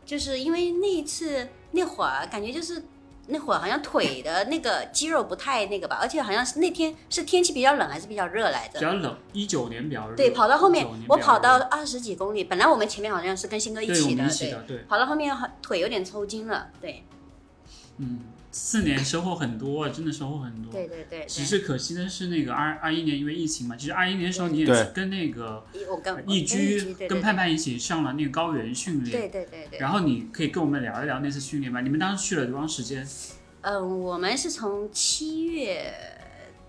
Speaker 3: 就是因为那一次那会儿感觉就是。那会儿好像腿的那个肌肉不太那个吧，而且好像是那天是天气比较冷还是比较热来
Speaker 2: 比
Speaker 3: 着？
Speaker 2: 较冷，一九年比较热。
Speaker 3: 对，跑到后面
Speaker 2: 19年比较
Speaker 3: 我跑到
Speaker 2: 热
Speaker 3: 二十几公里，本来我们前面好像是跟新哥一
Speaker 2: 对我
Speaker 3: 起的，
Speaker 2: 们一
Speaker 3: 对，
Speaker 2: 起的，对，
Speaker 3: 跑到后面好腿有点抽筋了，对，
Speaker 2: 嗯，四年收获很多，真的收获很多。
Speaker 3: 对对对
Speaker 2: 只
Speaker 3: 对，
Speaker 2: 是可惜的是，那个二二一年因为疫情嘛，其实二一年的时候你也
Speaker 1: 对
Speaker 2: 跟那个
Speaker 3: 我跟我跟
Speaker 2: 易居
Speaker 3: 居对
Speaker 2: 跟
Speaker 3: 对
Speaker 2: 盼盼一起上了那个高原训练，
Speaker 3: 对对对对，
Speaker 2: 然后你可以跟我们聊一聊那次训练吧。你们当时去了多长时间？
Speaker 3: 嗯，我们是从七月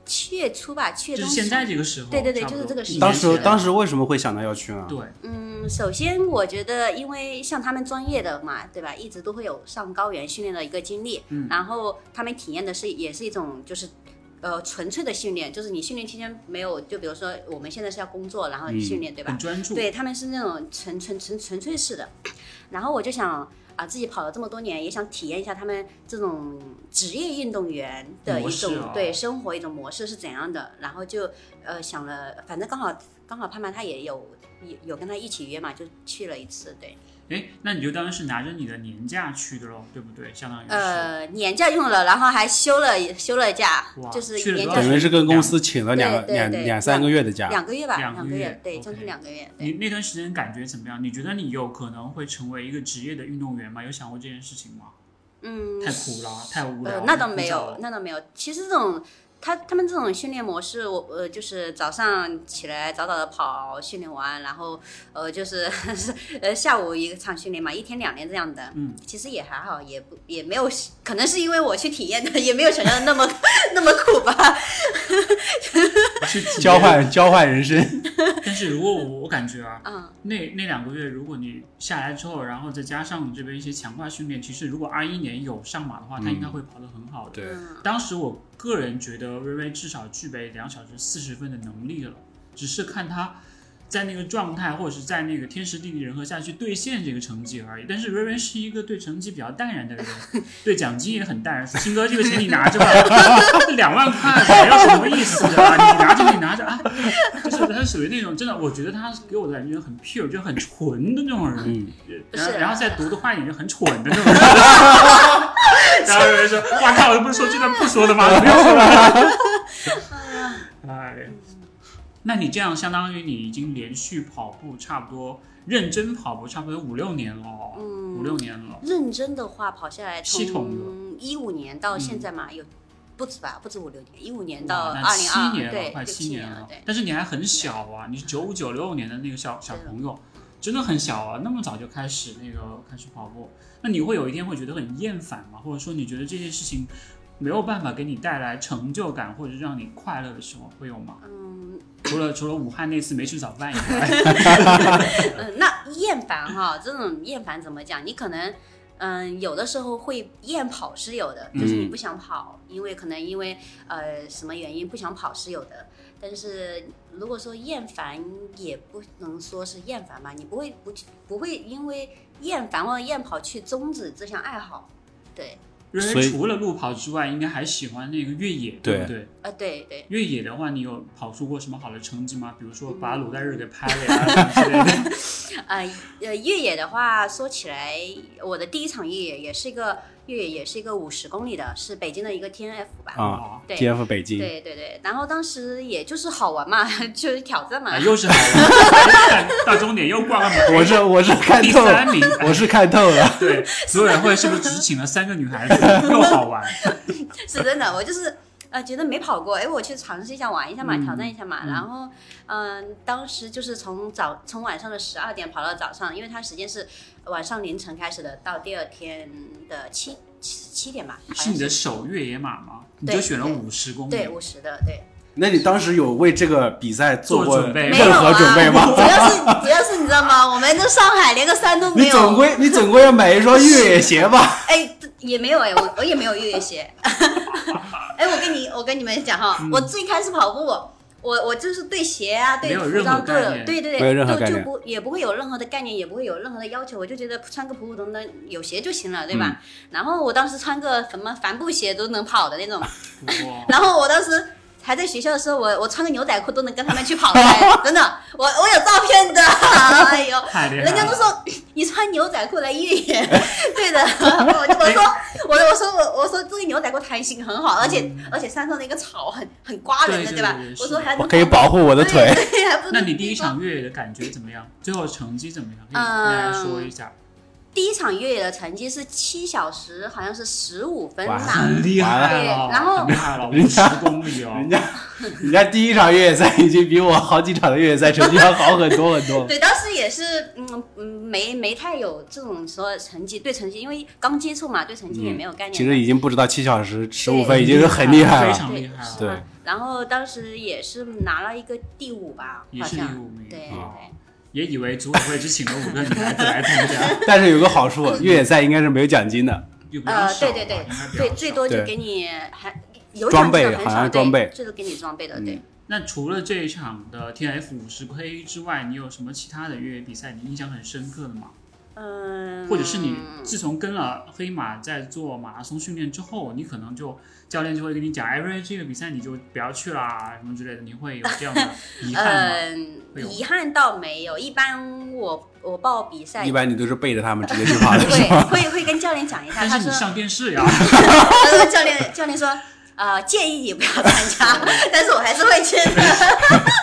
Speaker 3: 七月初吧，
Speaker 2: 就
Speaker 3: 七月
Speaker 2: 是
Speaker 3: 中
Speaker 2: 现
Speaker 3: 旬。
Speaker 2: 在这个时候，
Speaker 3: 对对对
Speaker 2: 差不多
Speaker 3: 就是这个时
Speaker 2: 一
Speaker 3: 间
Speaker 1: 当
Speaker 2: 年前
Speaker 1: 时当时为什么会想到要去呢？
Speaker 2: 对，
Speaker 3: 嗯，首先我觉得，因为像他们专业的嘛，对吧，一直都会有上高原训练的一个经历，
Speaker 2: 嗯
Speaker 3: 然后他们体验的是也是一种就是。呃，纯粹的训练就是你训练期间没有，就比如说我们现在是要工作，然后
Speaker 1: 嗯
Speaker 3: 训练，对吧
Speaker 2: 很？专注，
Speaker 3: 对，他们是那种纯纯纯纯粹式的。然后我就想啊，自己跑了这么多年，也想体验一下他们这种职业运动员的
Speaker 2: 模
Speaker 3: 一
Speaker 2: 式
Speaker 3: 种、
Speaker 2: 啊
Speaker 3: 对生活一种模式是怎样的。然后就呃想了，反正刚好刚好盼盼他也有有有跟他一起约嘛，就去了一次。对，
Speaker 2: 哎，那你就当时是拿着你的年假去的喽，对不对？相当于是，
Speaker 3: 呃，年假用了，然后还休了休了假
Speaker 2: 哇，
Speaker 3: 就是
Speaker 2: 去了
Speaker 3: 年
Speaker 2: 多少
Speaker 3: 假
Speaker 1: 等
Speaker 2: 天
Speaker 1: 于是跟公司请了两个
Speaker 3: 对对
Speaker 1: 两
Speaker 3: 对
Speaker 1: 两三个月的假。
Speaker 3: 两个月吧，
Speaker 2: 两个
Speaker 3: 两个
Speaker 2: 月
Speaker 3: 月，对，
Speaker 2: OK
Speaker 3: 将近两个月。对
Speaker 2: 你那段时间感觉怎么样？你觉得你有可能会成为一个职业的运动员吗？有想过这件事情吗？
Speaker 3: 嗯，
Speaker 2: 太苦了，太无聊
Speaker 3: 呃
Speaker 2: 了，，
Speaker 3: 那
Speaker 2: 太
Speaker 3: 倒
Speaker 2: 枯
Speaker 3: 没
Speaker 2: 燥
Speaker 3: 有
Speaker 2: 了，
Speaker 3: 那倒没有。其实这种他他们这种训练模式，我呃就是早上起来早早的跑训练完，然后呃就是 <laughs> 呃下午一个场训练嘛，一天两练这样的。
Speaker 2: 嗯，
Speaker 3: 其实也还好，也不也没有，可能是因为我去体验的，也没有想象的那么 <laughs> 那么苦吧。
Speaker 1: <laughs>
Speaker 2: 去体验
Speaker 1: 交换交换人生，
Speaker 2: 但是如果我我感觉啊，
Speaker 3: 嗯，
Speaker 2: 那那两个月如果你下来之后，然后再加上这边一些强化训练，其实如果二一年有上马的话，他
Speaker 1: 嗯
Speaker 2: 应该会跑得很好的。
Speaker 1: 对
Speaker 3: 嗯
Speaker 2: 当时我个人觉得瑞瑞至少具备两小时四十分的能力了，只是看他在那个状态或者是在那个天时地利人和下去兑现这个成绩而已。但是瑞瑞是一个对成绩比较淡然的人，对奖金也很淡然。说鑫哥，这个钱你拿着吧， <laughs> 两万块没有什么意思啊，你拿着你拿着啊，就是他属于那种真的，我觉得他给我的感觉很 pure，就很纯的那种人。
Speaker 1: 嗯，
Speaker 3: 不
Speaker 2: 然
Speaker 3: 是
Speaker 2: 后然后再读的话，你就很蠢的那种。 <laughs> 然后有人说：“哇靠，我不是说这段不说的吗？不要说了。”哎，那你这样相当于你已经连续跑步差不多，认真跑步差不多五六年了哦，
Speaker 3: 嗯
Speaker 2: 五六年了。
Speaker 3: 认真的话跑下来，
Speaker 2: 系统的
Speaker 3: 从一五年到现在嘛，有不止吧，不止五六年，一五年到
Speaker 2: 哇那
Speaker 3: 二零
Speaker 2: 七
Speaker 3: 二，
Speaker 2: 年了，
Speaker 3: 对，
Speaker 2: 快
Speaker 3: 六
Speaker 2: 七
Speaker 3: 七
Speaker 2: 年
Speaker 3: 了
Speaker 2: 了，。
Speaker 3: 对，嗯
Speaker 2: 但是你还很小啊，你是九五九六年的那个小小朋友，真的很小啊，那么早就开始那个开始跑步，那你会有一天会觉得很厌烦吗？或者说你觉得这件事情没有办法给你带来成就感或者让你快乐的时候，会有吗？
Speaker 3: 嗯，
Speaker 2: 除了除了武汉那次没吃早饭以外，
Speaker 3: 嗯，那厌烦哈，这种厌烦怎么讲？你可能，嗯，有的时候会厌跑是有的，就是你
Speaker 1: 嗯
Speaker 3: 不想跑，因为可能因为呃什么原因不想跑是有的。但是如果说厌烦，也不能说是厌烦吧，你不会不不会因为厌烦或者厌跑去终止这项爱好。对，
Speaker 2: 因
Speaker 1: 所
Speaker 2: 为
Speaker 1: 以
Speaker 2: 除了路跑之外，应该还喜欢那个越野，对不对？
Speaker 3: 呃，对对，
Speaker 2: 越野的话，你有跑出过什么好的成绩吗？比如说把鲁代日给拍了呀，什么之类的。
Speaker 3: 呃呃，越野的话，说起来，我的第一场越野也是一个越野，也是一个五十公里的，是北京的一个 T N F 吧。
Speaker 1: <laughs> 啊
Speaker 3: 对
Speaker 1: ，TF 北京，
Speaker 3: 对对对，然后当时也就是好玩嘛， <laughs> 就是挑战嘛
Speaker 1: 哎
Speaker 2: 啊，。又是好 <laughs> 玩，到终点又挂个名，
Speaker 1: 我是我是看
Speaker 2: 第
Speaker 1: 透，
Speaker 2: 三名，
Speaker 1: 我是看透了，
Speaker 2: 对，组委会是不是只请了三个女孩子，又好玩？
Speaker 3: 是真的，我就是呃觉得没跑过，哎，我去尝试一下玩一下嘛，
Speaker 2: 嗯
Speaker 3: 挑战一下嘛。
Speaker 2: 嗯
Speaker 3: 然后嗯、当时就是从早从晚上的十二点跑到早上，因为它时间是晚上凌晨开始的，到第二天的七七七点吧，好
Speaker 2: 是
Speaker 3: 像
Speaker 2: 你的首越野马吗？你
Speaker 3: 对
Speaker 2: 就选了五十公里
Speaker 3: 对，五十的对。
Speaker 1: <laughs> 那你当时有为这个比赛做
Speaker 2: 做
Speaker 1: 过
Speaker 2: 准备
Speaker 1: 哎任何准备吗？
Speaker 3: 啊主要是主要是你知道吗？我们这上海连个山都没
Speaker 1: <laughs> 你
Speaker 3: 有。啊
Speaker 1: 总归你总归要买一双越野鞋吧？
Speaker 3: 哎，这也没有哎，我
Speaker 2: 嗯
Speaker 3: 我也没有越野鞋。哎，我跟你我跟你们讲哈，我最开始跑步，我我就是对鞋啊，
Speaker 2: 没
Speaker 3: 对
Speaker 2: 有
Speaker 3: 服
Speaker 2: 任何
Speaker 3: 装各
Speaker 2: 概
Speaker 3: 种，
Speaker 2: 念
Speaker 3: 对对
Speaker 1: 没有任
Speaker 3: 对，
Speaker 1: 何概
Speaker 3: 就就
Speaker 1: 念
Speaker 3: 不也不会有任何的概念，也不会有任何的要求，我就觉得穿个普普通的有鞋就行了，对
Speaker 2: 嗯
Speaker 3: 吧？然后我当时穿个什么帆布鞋都能跑的那种，
Speaker 2: 哇，
Speaker 3: 然后我当时还在学校的时候，我我穿个牛仔裤都能跟他们去
Speaker 2: <laughs>
Speaker 3: 跑山，真的，我我有照片的，哎呦，
Speaker 2: 太厉害了！
Speaker 3: 人家都说 <clears throat> 你穿牛仔裤来越野， <laughs> 对的。我我说我我说我我说这个牛仔裤弹性很好，而且、而且山上的一个草很很刮人
Speaker 2: 嗯
Speaker 3: 的，
Speaker 2: 对对
Speaker 3: 吧
Speaker 2: 对对？
Speaker 3: 我
Speaker 2: 是
Speaker 3: 说还
Speaker 1: 我可以保护我
Speaker 3: 我
Speaker 1: 的腿。
Speaker 3: 对对还不
Speaker 2: 那
Speaker 3: 能
Speaker 2: 你第一
Speaker 3: 地方
Speaker 2: 场越野的感觉怎么样？最后成绩怎么样？可以跟大家说一下。
Speaker 3: 嗯第一场越野的成绩是七小时，好像是十五分
Speaker 1: 哇
Speaker 3: 吧。
Speaker 2: 很厉害
Speaker 3: 对
Speaker 2: 了，
Speaker 3: 然后
Speaker 2: 很厉害了，五
Speaker 1: 人
Speaker 2: 十
Speaker 1: 家
Speaker 2: 公里哦
Speaker 1: 人，家，人家第一场越野赛已经比我好几场的越野赛成绩要好很多很多。
Speaker 3: 对，当时也是，嗯嗯，没没太有这种说成绩，对成绩，因为刚接触嘛，对成绩
Speaker 2: 嗯
Speaker 3: 也没有概念。
Speaker 1: 其实已经不知道七小时十五分
Speaker 3: 对
Speaker 1: 已经是很厉害
Speaker 2: 非
Speaker 1: 了。
Speaker 2: 常
Speaker 3: 对
Speaker 2: 厉害了，
Speaker 1: 对
Speaker 3: 啊然后当时也是拿了一个第五吧，
Speaker 2: 也
Speaker 3: 好
Speaker 2: 是第
Speaker 3: 像。
Speaker 2: 五名，
Speaker 3: 对
Speaker 1: 哦
Speaker 2: 啊
Speaker 3: 对。
Speaker 2: 也以为组委会只请了五个女孩子来参
Speaker 3: <laughs> 呃
Speaker 2: 加，
Speaker 1: 但是有个好处，越野赛应该是没有奖金的，
Speaker 2: 就比较少吧，
Speaker 3: 呃对对对
Speaker 2: 应该比较
Speaker 3: 对，
Speaker 2: 少
Speaker 3: 最多就
Speaker 1: 对
Speaker 3: 给你还有
Speaker 1: 装
Speaker 3: 奖
Speaker 1: 备
Speaker 3: 金的很
Speaker 1: 好
Speaker 3: 少
Speaker 1: 像装
Speaker 3: 对
Speaker 1: 备
Speaker 3: 最多给你装备的，
Speaker 1: 嗯
Speaker 3: 对。
Speaker 2: 那除了这一场的 T F 五十 K 之外，你有什么其他的越野比赛你印象很深刻的吗？
Speaker 3: 嗯，
Speaker 2: 或者是你自从跟了黑马在做马拉松训练之后，你可能就教练就会跟你讲，哎，瑞这个比赛你就不要去啦，什么之类的，你会有
Speaker 3: <laughs>
Speaker 2: 这样
Speaker 3: 呃
Speaker 2: 的遗憾吗？
Speaker 3: 嗯，
Speaker 2: 会有吗
Speaker 3: 遗憾倒没有。一般我我报比赛
Speaker 1: 一，般你都是背着他们直接去跑的，是
Speaker 3: 对
Speaker 1: 吧？，
Speaker 3: 会会跟教练讲一下，
Speaker 2: 但
Speaker 3: 他
Speaker 2: 是
Speaker 3: 说
Speaker 2: 你上电视呀，
Speaker 3: 呃教练教练说。呃，建议你不要参
Speaker 2: <laughs>
Speaker 3: 加，但是我还是会
Speaker 1: <laughs>
Speaker 3: 去的。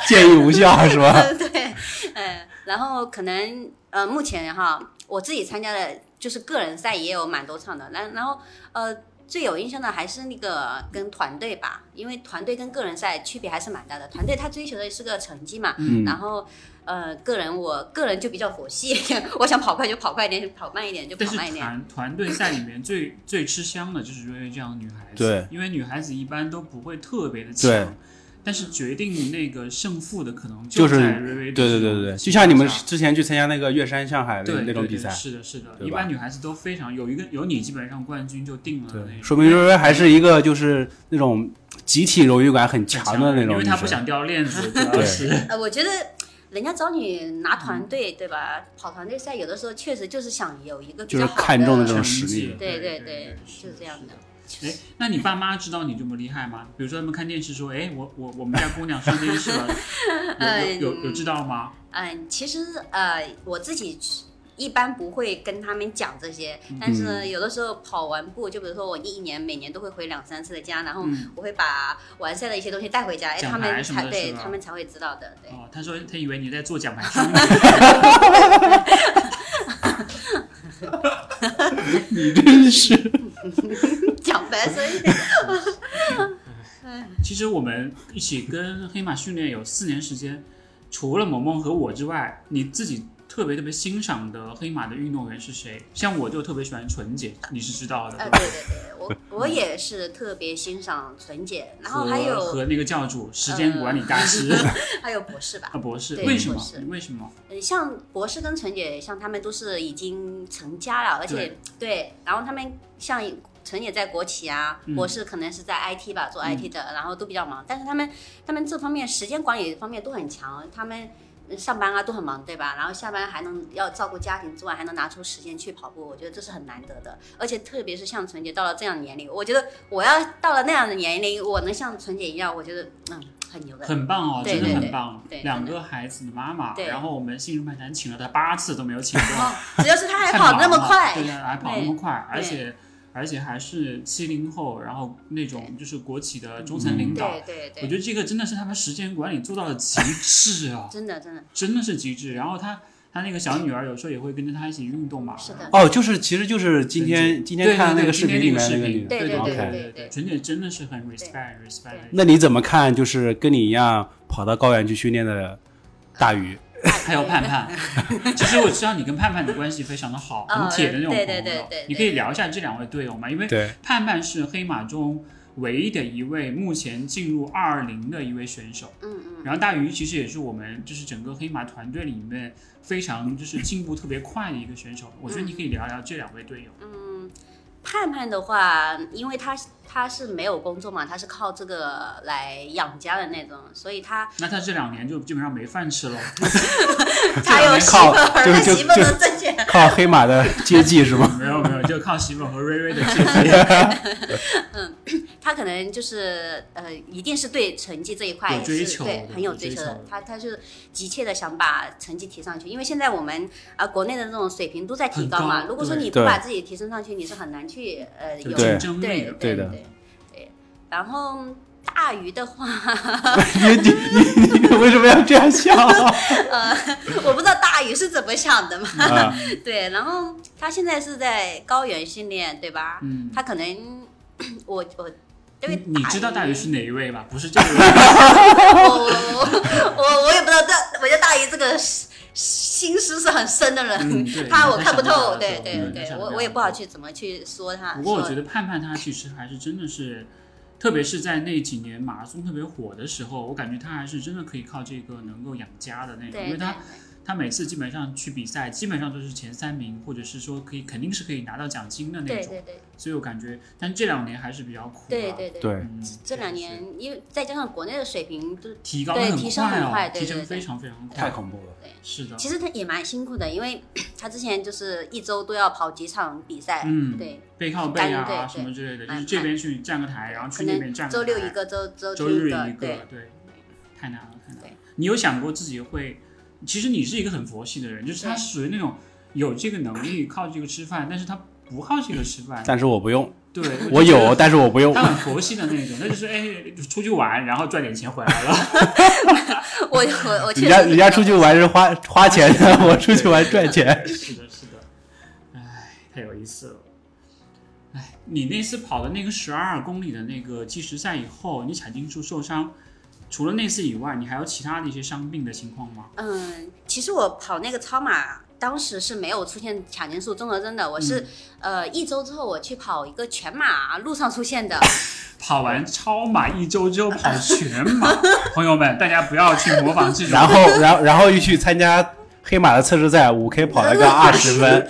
Speaker 1: 建议无效， <laughs> 是吧？
Speaker 3: <laughs> 对，嗯，然后可能呃，目前哈，我自己参加的就是个人赛也有蛮多场的，然然后呃，最有印象的还是那个跟团队吧，因为团队跟个人赛区别还是蛮大的。团队他追求的是个成绩嘛，
Speaker 1: 嗯
Speaker 3: 然后呃，个人我个人就比较佛系， <laughs> 我想跑快就跑快一点，跑慢一点就
Speaker 2: 但
Speaker 3: 跑
Speaker 2: 是
Speaker 3: 慢一点。
Speaker 2: 团团队赛里面最 <coughs> 最吃香的就是瑞瑞这样的女孩子，
Speaker 1: 对，
Speaker 2: 因为女孩子一般都不会特别的
Speaker 1: 对
Speaker 2: 强，但是决定那个胜负的可能
Speaker 1: 就是
Speaker 2: 在瑞瑞
Speaker 1: 对
Speaker 2: 的这
Speaker 1: 对
Speaker 2: 种
Speaker 1: 对对对，就像你们
Speaker 2: 情况下
Speaker 1: 之前去参加那个月山上海的
Speaker 2: 对
Speaker 1: 那种
Speaker 2: 对
Speaker 1: 比
Speaker 2: 对
Speaker 1: 赛，
Speaker 2: 是的，是的，
Speaker 1: 对
Speaker 2: 一
Speaker 1: 吧
Speaker 2: 般女孩子都非常有一个有你，基本上冠军就定了的那
Speaker 1: 对，
Speaker 2: 种。
Speaker 1: 说明瑞瑞还是一个就是那种集体荣誉感很强的那种
Speaker 2: 因为
Speaker 1: 女
Speaker 2: 她不
Speaker 1: 生。
Speaker 2: 想掉
Speaker 1: <laughs>
Speaker 2: 链子，主要
Speaker 1: 对
Speaker 2: 是
Speaker 3: 呃，我觉得人家找你拿团
Speaker 1: 嗯
Speaker 3: 队，对吧？跑团队赛有的时候确实就是想有一个比
Speaker 1: 就是
Speaker 3: 较好
Speaker 1: 看重那种
Speaker 2: 成
Speaker 1: 实力
Speaker 2: 绩。
Speaker 3: 对
Speaker 2: 对
Speaker 3: 对对，
Speaker 2: 是
Speaker 3: 是这样的。。
Speaker 2: 是哎，那你爸妈知道你这么厉害吗？比如说他们看电视说，哎，我我我们家姑娘上电视了，
Speaker 3: <laughs> 哎
Speaker 2: 有有有有知道吗？
Speaker 3: 嗯，其实呃，我自己一般不会跟他们讲这些，
Speaker 2: 嗯
Speaker 3: 但是呢，有的时候跑完步，就比如说我一年每年都会回两三次的家，然后
Speaker 2: 嗯
Speaker 3: 我会把完赛的一些东西带回家，哎，
Speaker 2: 奖
Speaker 3: 他
Speaker 2: 牌
Speaker 3: 们
Speaker 2: 什么
Speaker 3: 才
Speaker 2: 的是
Speaker 3: 对
Speaker 2: 吧
Speaker 3: 他们才会知道的，对。
Speaker 2: 哦，他说他以为你在做奖牌生意。
Speaker 3: <laughs>
Speaker 1: 你真是
Speaker 3: 讲白
Speaker 2: <laughs>
Speaker 3: 所以
Speaker 2: 其实我们一起跟黑马训练有四年时间，除了萌萌和我之外，你自己特别特别欣赏的黑马的运动员是谁？像我就特别喜欢纯姐，你是知道的，
Speaker 3: 啊，
Speaker 2: 对
Speaker 3: 对
Speaker 2: 吧？
Speaker 3: 对对，我我也是特别欣赏纯姐，然后还
Speaker 2: 和
Speaker 3: 有
Speaker 2: 和那个教主，时间管理大
Speaker 3: <laughs>
Speaker 2: 师、
Speaker 3: 还有博士吧
Speaker 2: 啊，，博士，
Speaker 3: 对
Speaker 2: 为什么
Speaker 3: 博士？
Speaker 2: 为什么？
Speaker 3: 呃像博士跟纯姐，像他们都是已经成家了，而且对，然后他们像纯姐在国企啊，
Speaker 2: 嗯
Speaker 3: 博士可能是在 IT 吧，做 IT 的，然后都比较忙，但是他们他们这方面时间管理方面都很强，他们。呃上班啊都很忙，对吧？然后下班还能要照顾家庭之外，还能拿出时间去跑步，我觉得这是很难得的。而且特别是像纯姐到了这样的年龄，我觉得我要到了那样的年龄，我能像纯姐一样，我觉得嗯很牛的。
Speaker 2: 很棒哦，
Speaker 3: 对
Speaker 2: 真的
Speaker 3: 对
Speaker 2: 很
Speaker 3: 对
Speaker 2: 棒。
Speaker 3: 对
Speaker 2: 两
Speaker 3: 真
Speaker 2: 个孩子的妈妈，
Speaker 3: 对
Speaker 2: 然后我们信任漫谈请了她八次都没有请过，
Speaker 3: 哦，只要是她还
Speaker 2: 太
Speaker 3: 跑
Speaker 2: 忙
Speaker 3: 那么
Speaker 2: 了
Speaker 3: 快，
Speaker 2: 对呀，还跑那
Speaker 3: 对
Speaker 2: 么快，而
Speaker 3: 对
Speaker 2: 且而且还是七零后，然后那种就是国企的中层
Speaker 1: 嗯
Speaker 2: 领导，
Speaker 3: 对对对，，
Speaker 2: 我觉得这个真的是他们时间管理做到了极致啊 <laughs>
Speaker 3: 真的真的，
Speaker 2: 真的是极致。然后他他那个小女儿有时候也会跟着他一起运动嘛。
Speaker 3: 是的
Speaker 1: 哦，就是其实就是今天今天看那个视频里面那
Speaker 2: 那
Speaker 1: 个女
Speaker 3: 对
Speaker 2: 对
Speaker 3: 对
Speaker 2: 对
Speaker 3: 对
Speaker 1: OK
Speaker 3: 对
Speaker 2: 对，
Speaker 3: 对
Speaker 2: 纯姐真的是很 respect respect
Speaker 3: 对。
Speaker 1: 那你怎么看？就是跟你一样跑到高原去训练的大鱼，
Speaker 2: 还有盼 <laughs> 盼，其实我知道你跟盼盼的关系非常的好，
Speaker 3: 嗯
Speaker 2: 很铁的那种朋友。
Speaker 3: 对对对对对
Speaker 2: 你可以聊一下这两位队友吗？因为
Speaker 1: 对，
Speaker 2: 盼盼是黑马中唯一的一位目前进入二二零的一位选手。
Speaker 3: 嗯嗯，
Speaker 2: 然后大鱼其实也是我们就是整个黑马团队里面非常就是进步特别快的一个选手，我觉得你可以聊聊这两位队友。
Speaker 3: 嗯，盼盼的话，因为他他是没有工作嘛，他是靠这个来养家的那种，所
Speaker 2: <laughs>
Speaker 3: 以他
Speaker 2: 那他这两年就基本上没饭
Speaker 3: <laughs>
Speaker 2: 吃了。
Speaker 3: 他有媳妇
Speaker 1: 靠
Speaker 3: 儿，
Speaker 1: 就
Speaker 3: 他
Speaker 1: 就
Speaker 3: 媳妇儿
Speaker 1: 就
Speaker 3: 能挣钱。
Speaker 1: 靠黑马的接济是 <laughs> 吗？
Speaker 2: 没有没有，就靠媳妇儿和瑞瑞的支持。
Speaker 3: <laughs> 他可能就是呃，一定是对成绩这一块
Speaker 2: 有
Speaker 3: 也
Speaker 2: 追
Speaker 3: 是
Speaker 2: 求
Speaker 3: 对
Speaker 2: 对
Speaker 3: 很有
Speaker 2: 有
Speaker 3: 追
Speaker 2: 追
Speaker 3: 求的
Speaker 2: 求。
Speaker 3: 他他就是急切的想把成绩提上去，因为现在我们啊、国内的这种水平都在提高嘛。
Speaker 2: 很高
Speaker 3: 如果说
Speaker 2: 对
Speaker 3: 你不
Speaker 1: 对
Speaker 3: 把自己提升上去，你是很难去呃有
Speaker 1: 对
Speaker 3: 对
Speaker 2: 竞争力的
Speaker 3: 对
Speaker 1: 对的
Speaker 3: 对对。然后大鱼的话， <laughs>
Speaker 1: 你你你你为什么要这样 <laughs> 笑啊？
Speaker 3: 呃，我不知道大鱼是怎么想的嘛。
Speaker 1: 啊
Speaker 3: 对，然后他现在是在高原训练，对吧？
Speaker 2: 嗯，
Speaker 3: 他可能 <coughs> 我我因为
Speaker 2: 你你知道大鱼
Speaker 3: 鱼
Speaker 2: 是哪一位吧？不是
Speaker 3: <laughs>
Speaker 2: 这个人，
Speaker 3: 我我我我也不知道大，我觉得大姨这个是心思是很深的人，
Speaker 2: 嗯
Speaker 3: <laughs>
Speaker 2: 对
Speaker 3: 他我
Speaker 2: 他
Speaker 3: 看不
Speaker 2: 想
Speaker 3: 透，
Speaker 2: 法
Speaker 3: 对
Speaker 2: 是
Speaker 3: 对
Speaker 2: 嗯他
Speaker 3: 对，
Speaker 2: 想
Speaker 3: 我
Speaker 2: 法
Speaker 3: 我也不好去怎么去说他。
Speaker 2: 不过我
Speaker 3: 说
Speaker 2: 觉得盼盼她其实还是真的是，特别是在那几年马拉松特别火的时候，我感觉她还是真的可以靠这个能够养家的那种，
Speaker 3: 对
Speaker 2: 因为
Speaker 3: 对
Speaker 2: 她她每次基本上去比赛，基本上都是前三名，或者是说可以肯定是可以拿到奖金的那
Speaker 3: 对
Speaker 2: 种。
Speaker 3: 对对
Speaker 2: 所以我感觉，但这两年还是比较苦、啊。
Speaker 3: 对对对，
Speaker 1: 对，
Speaker 2: 嗯，
Speaker 3: 这两年因为再加上国内的水平都
Speaker 2: 提高得
Speaker 3: 对
Speaker 2: 很
Speaker 3: 提升很
Speaker 2: 哦
Speaker 3: 快对
Speaker 2: 提
Speaker 3: 对
Speaker 2: 升
Speaker 3: 对
Speaker 2: 非常非常快。
Speaker 1: 太恐怖了。
Speaker 2: 是的，
Speaker 3: 其实他也蛮辛苦的，因为 <coughs> 他之前就是一周都要跑几场比赛，
Speaker 2: 嗯
Speaker 3: 对，
Speaker 2: 背靠背
Speaker 3: 干对
Speaker 2: 啊
Speaker 3: 对
Speaker 2: 什么之类的，就
Speaker 3: 蛮
Speaker 2: 是这边去站个台，然后
Speaker 3: 可
Speaker 2: 去那边
Speaker 3: 能
Speaker 2: 站个台。
Speaker 3: 周六一个，周周
Speaker 2: 周
Speaker 3: 天
Speaker 2: 日
Speaker 3: 一
Speaker 2: 一个，
Speaker 3: 对，
Speaker 2: 太难了，太难了
Speaker 3: 对。
Speaker 2: 你有想过自己会？其实你是一个很佛系的人，就是他
Speaker 3: 对
Speaker 2: 属于那种有这个能力靠这个吃饭，但是他不靠这个吃饭。
Speaker 1: 但是我不用，
Speaker 2: 对，
Speaker 1: 我
Speaker 2: 就
Speaker 1: 有，
Speaker 2: 觉得
Speaker 1: 但是我不用
Speaker 2: 他。很佛系的那种，他 <laughs> 就是哎出去玩，然后赚点钱回来了。
Speaker 3: 我我我确
Speaker 1: 人
Speaker 3: 实
Speaker 1: 家人
Speaker 3: 是这
Speaker 1: 家
Speaker 3: 样
Speaker 1: 出去玩是花花 <laughs>
Speaker 3: <laughs>
Speaker 1: 钱的，我出去玩赚钱。
Speaker 2: <laughs> 是的，是的，哎，太有意思了。哎，你那次跑的那个十二公里的那个计时赛以后，你髂胫处受伤，除了那次以外，你还有其他的一些伤病的情况吗？
Speaker 3: 嗯，其实我跑那个超马，当时是没有出现髂胫束综合征的，我是、
Speaker 2: 嗯
Speaker 3: 呃一周之后我去跑一个全马，路上出现的。
Speaker 2: 跑完超马一周之后跑全马，
Speaker 1: <laughs>
Speaker 2: 朋友们，大家不要去模仿这种。
Speaker 1: 然
Speaker 3: <laughs>
Speaker 1: 后，然后，然后又去参加黑马的测试赛，五 K 跑了
Speaker 3: <laughs>
Speaker 1: 个二十分，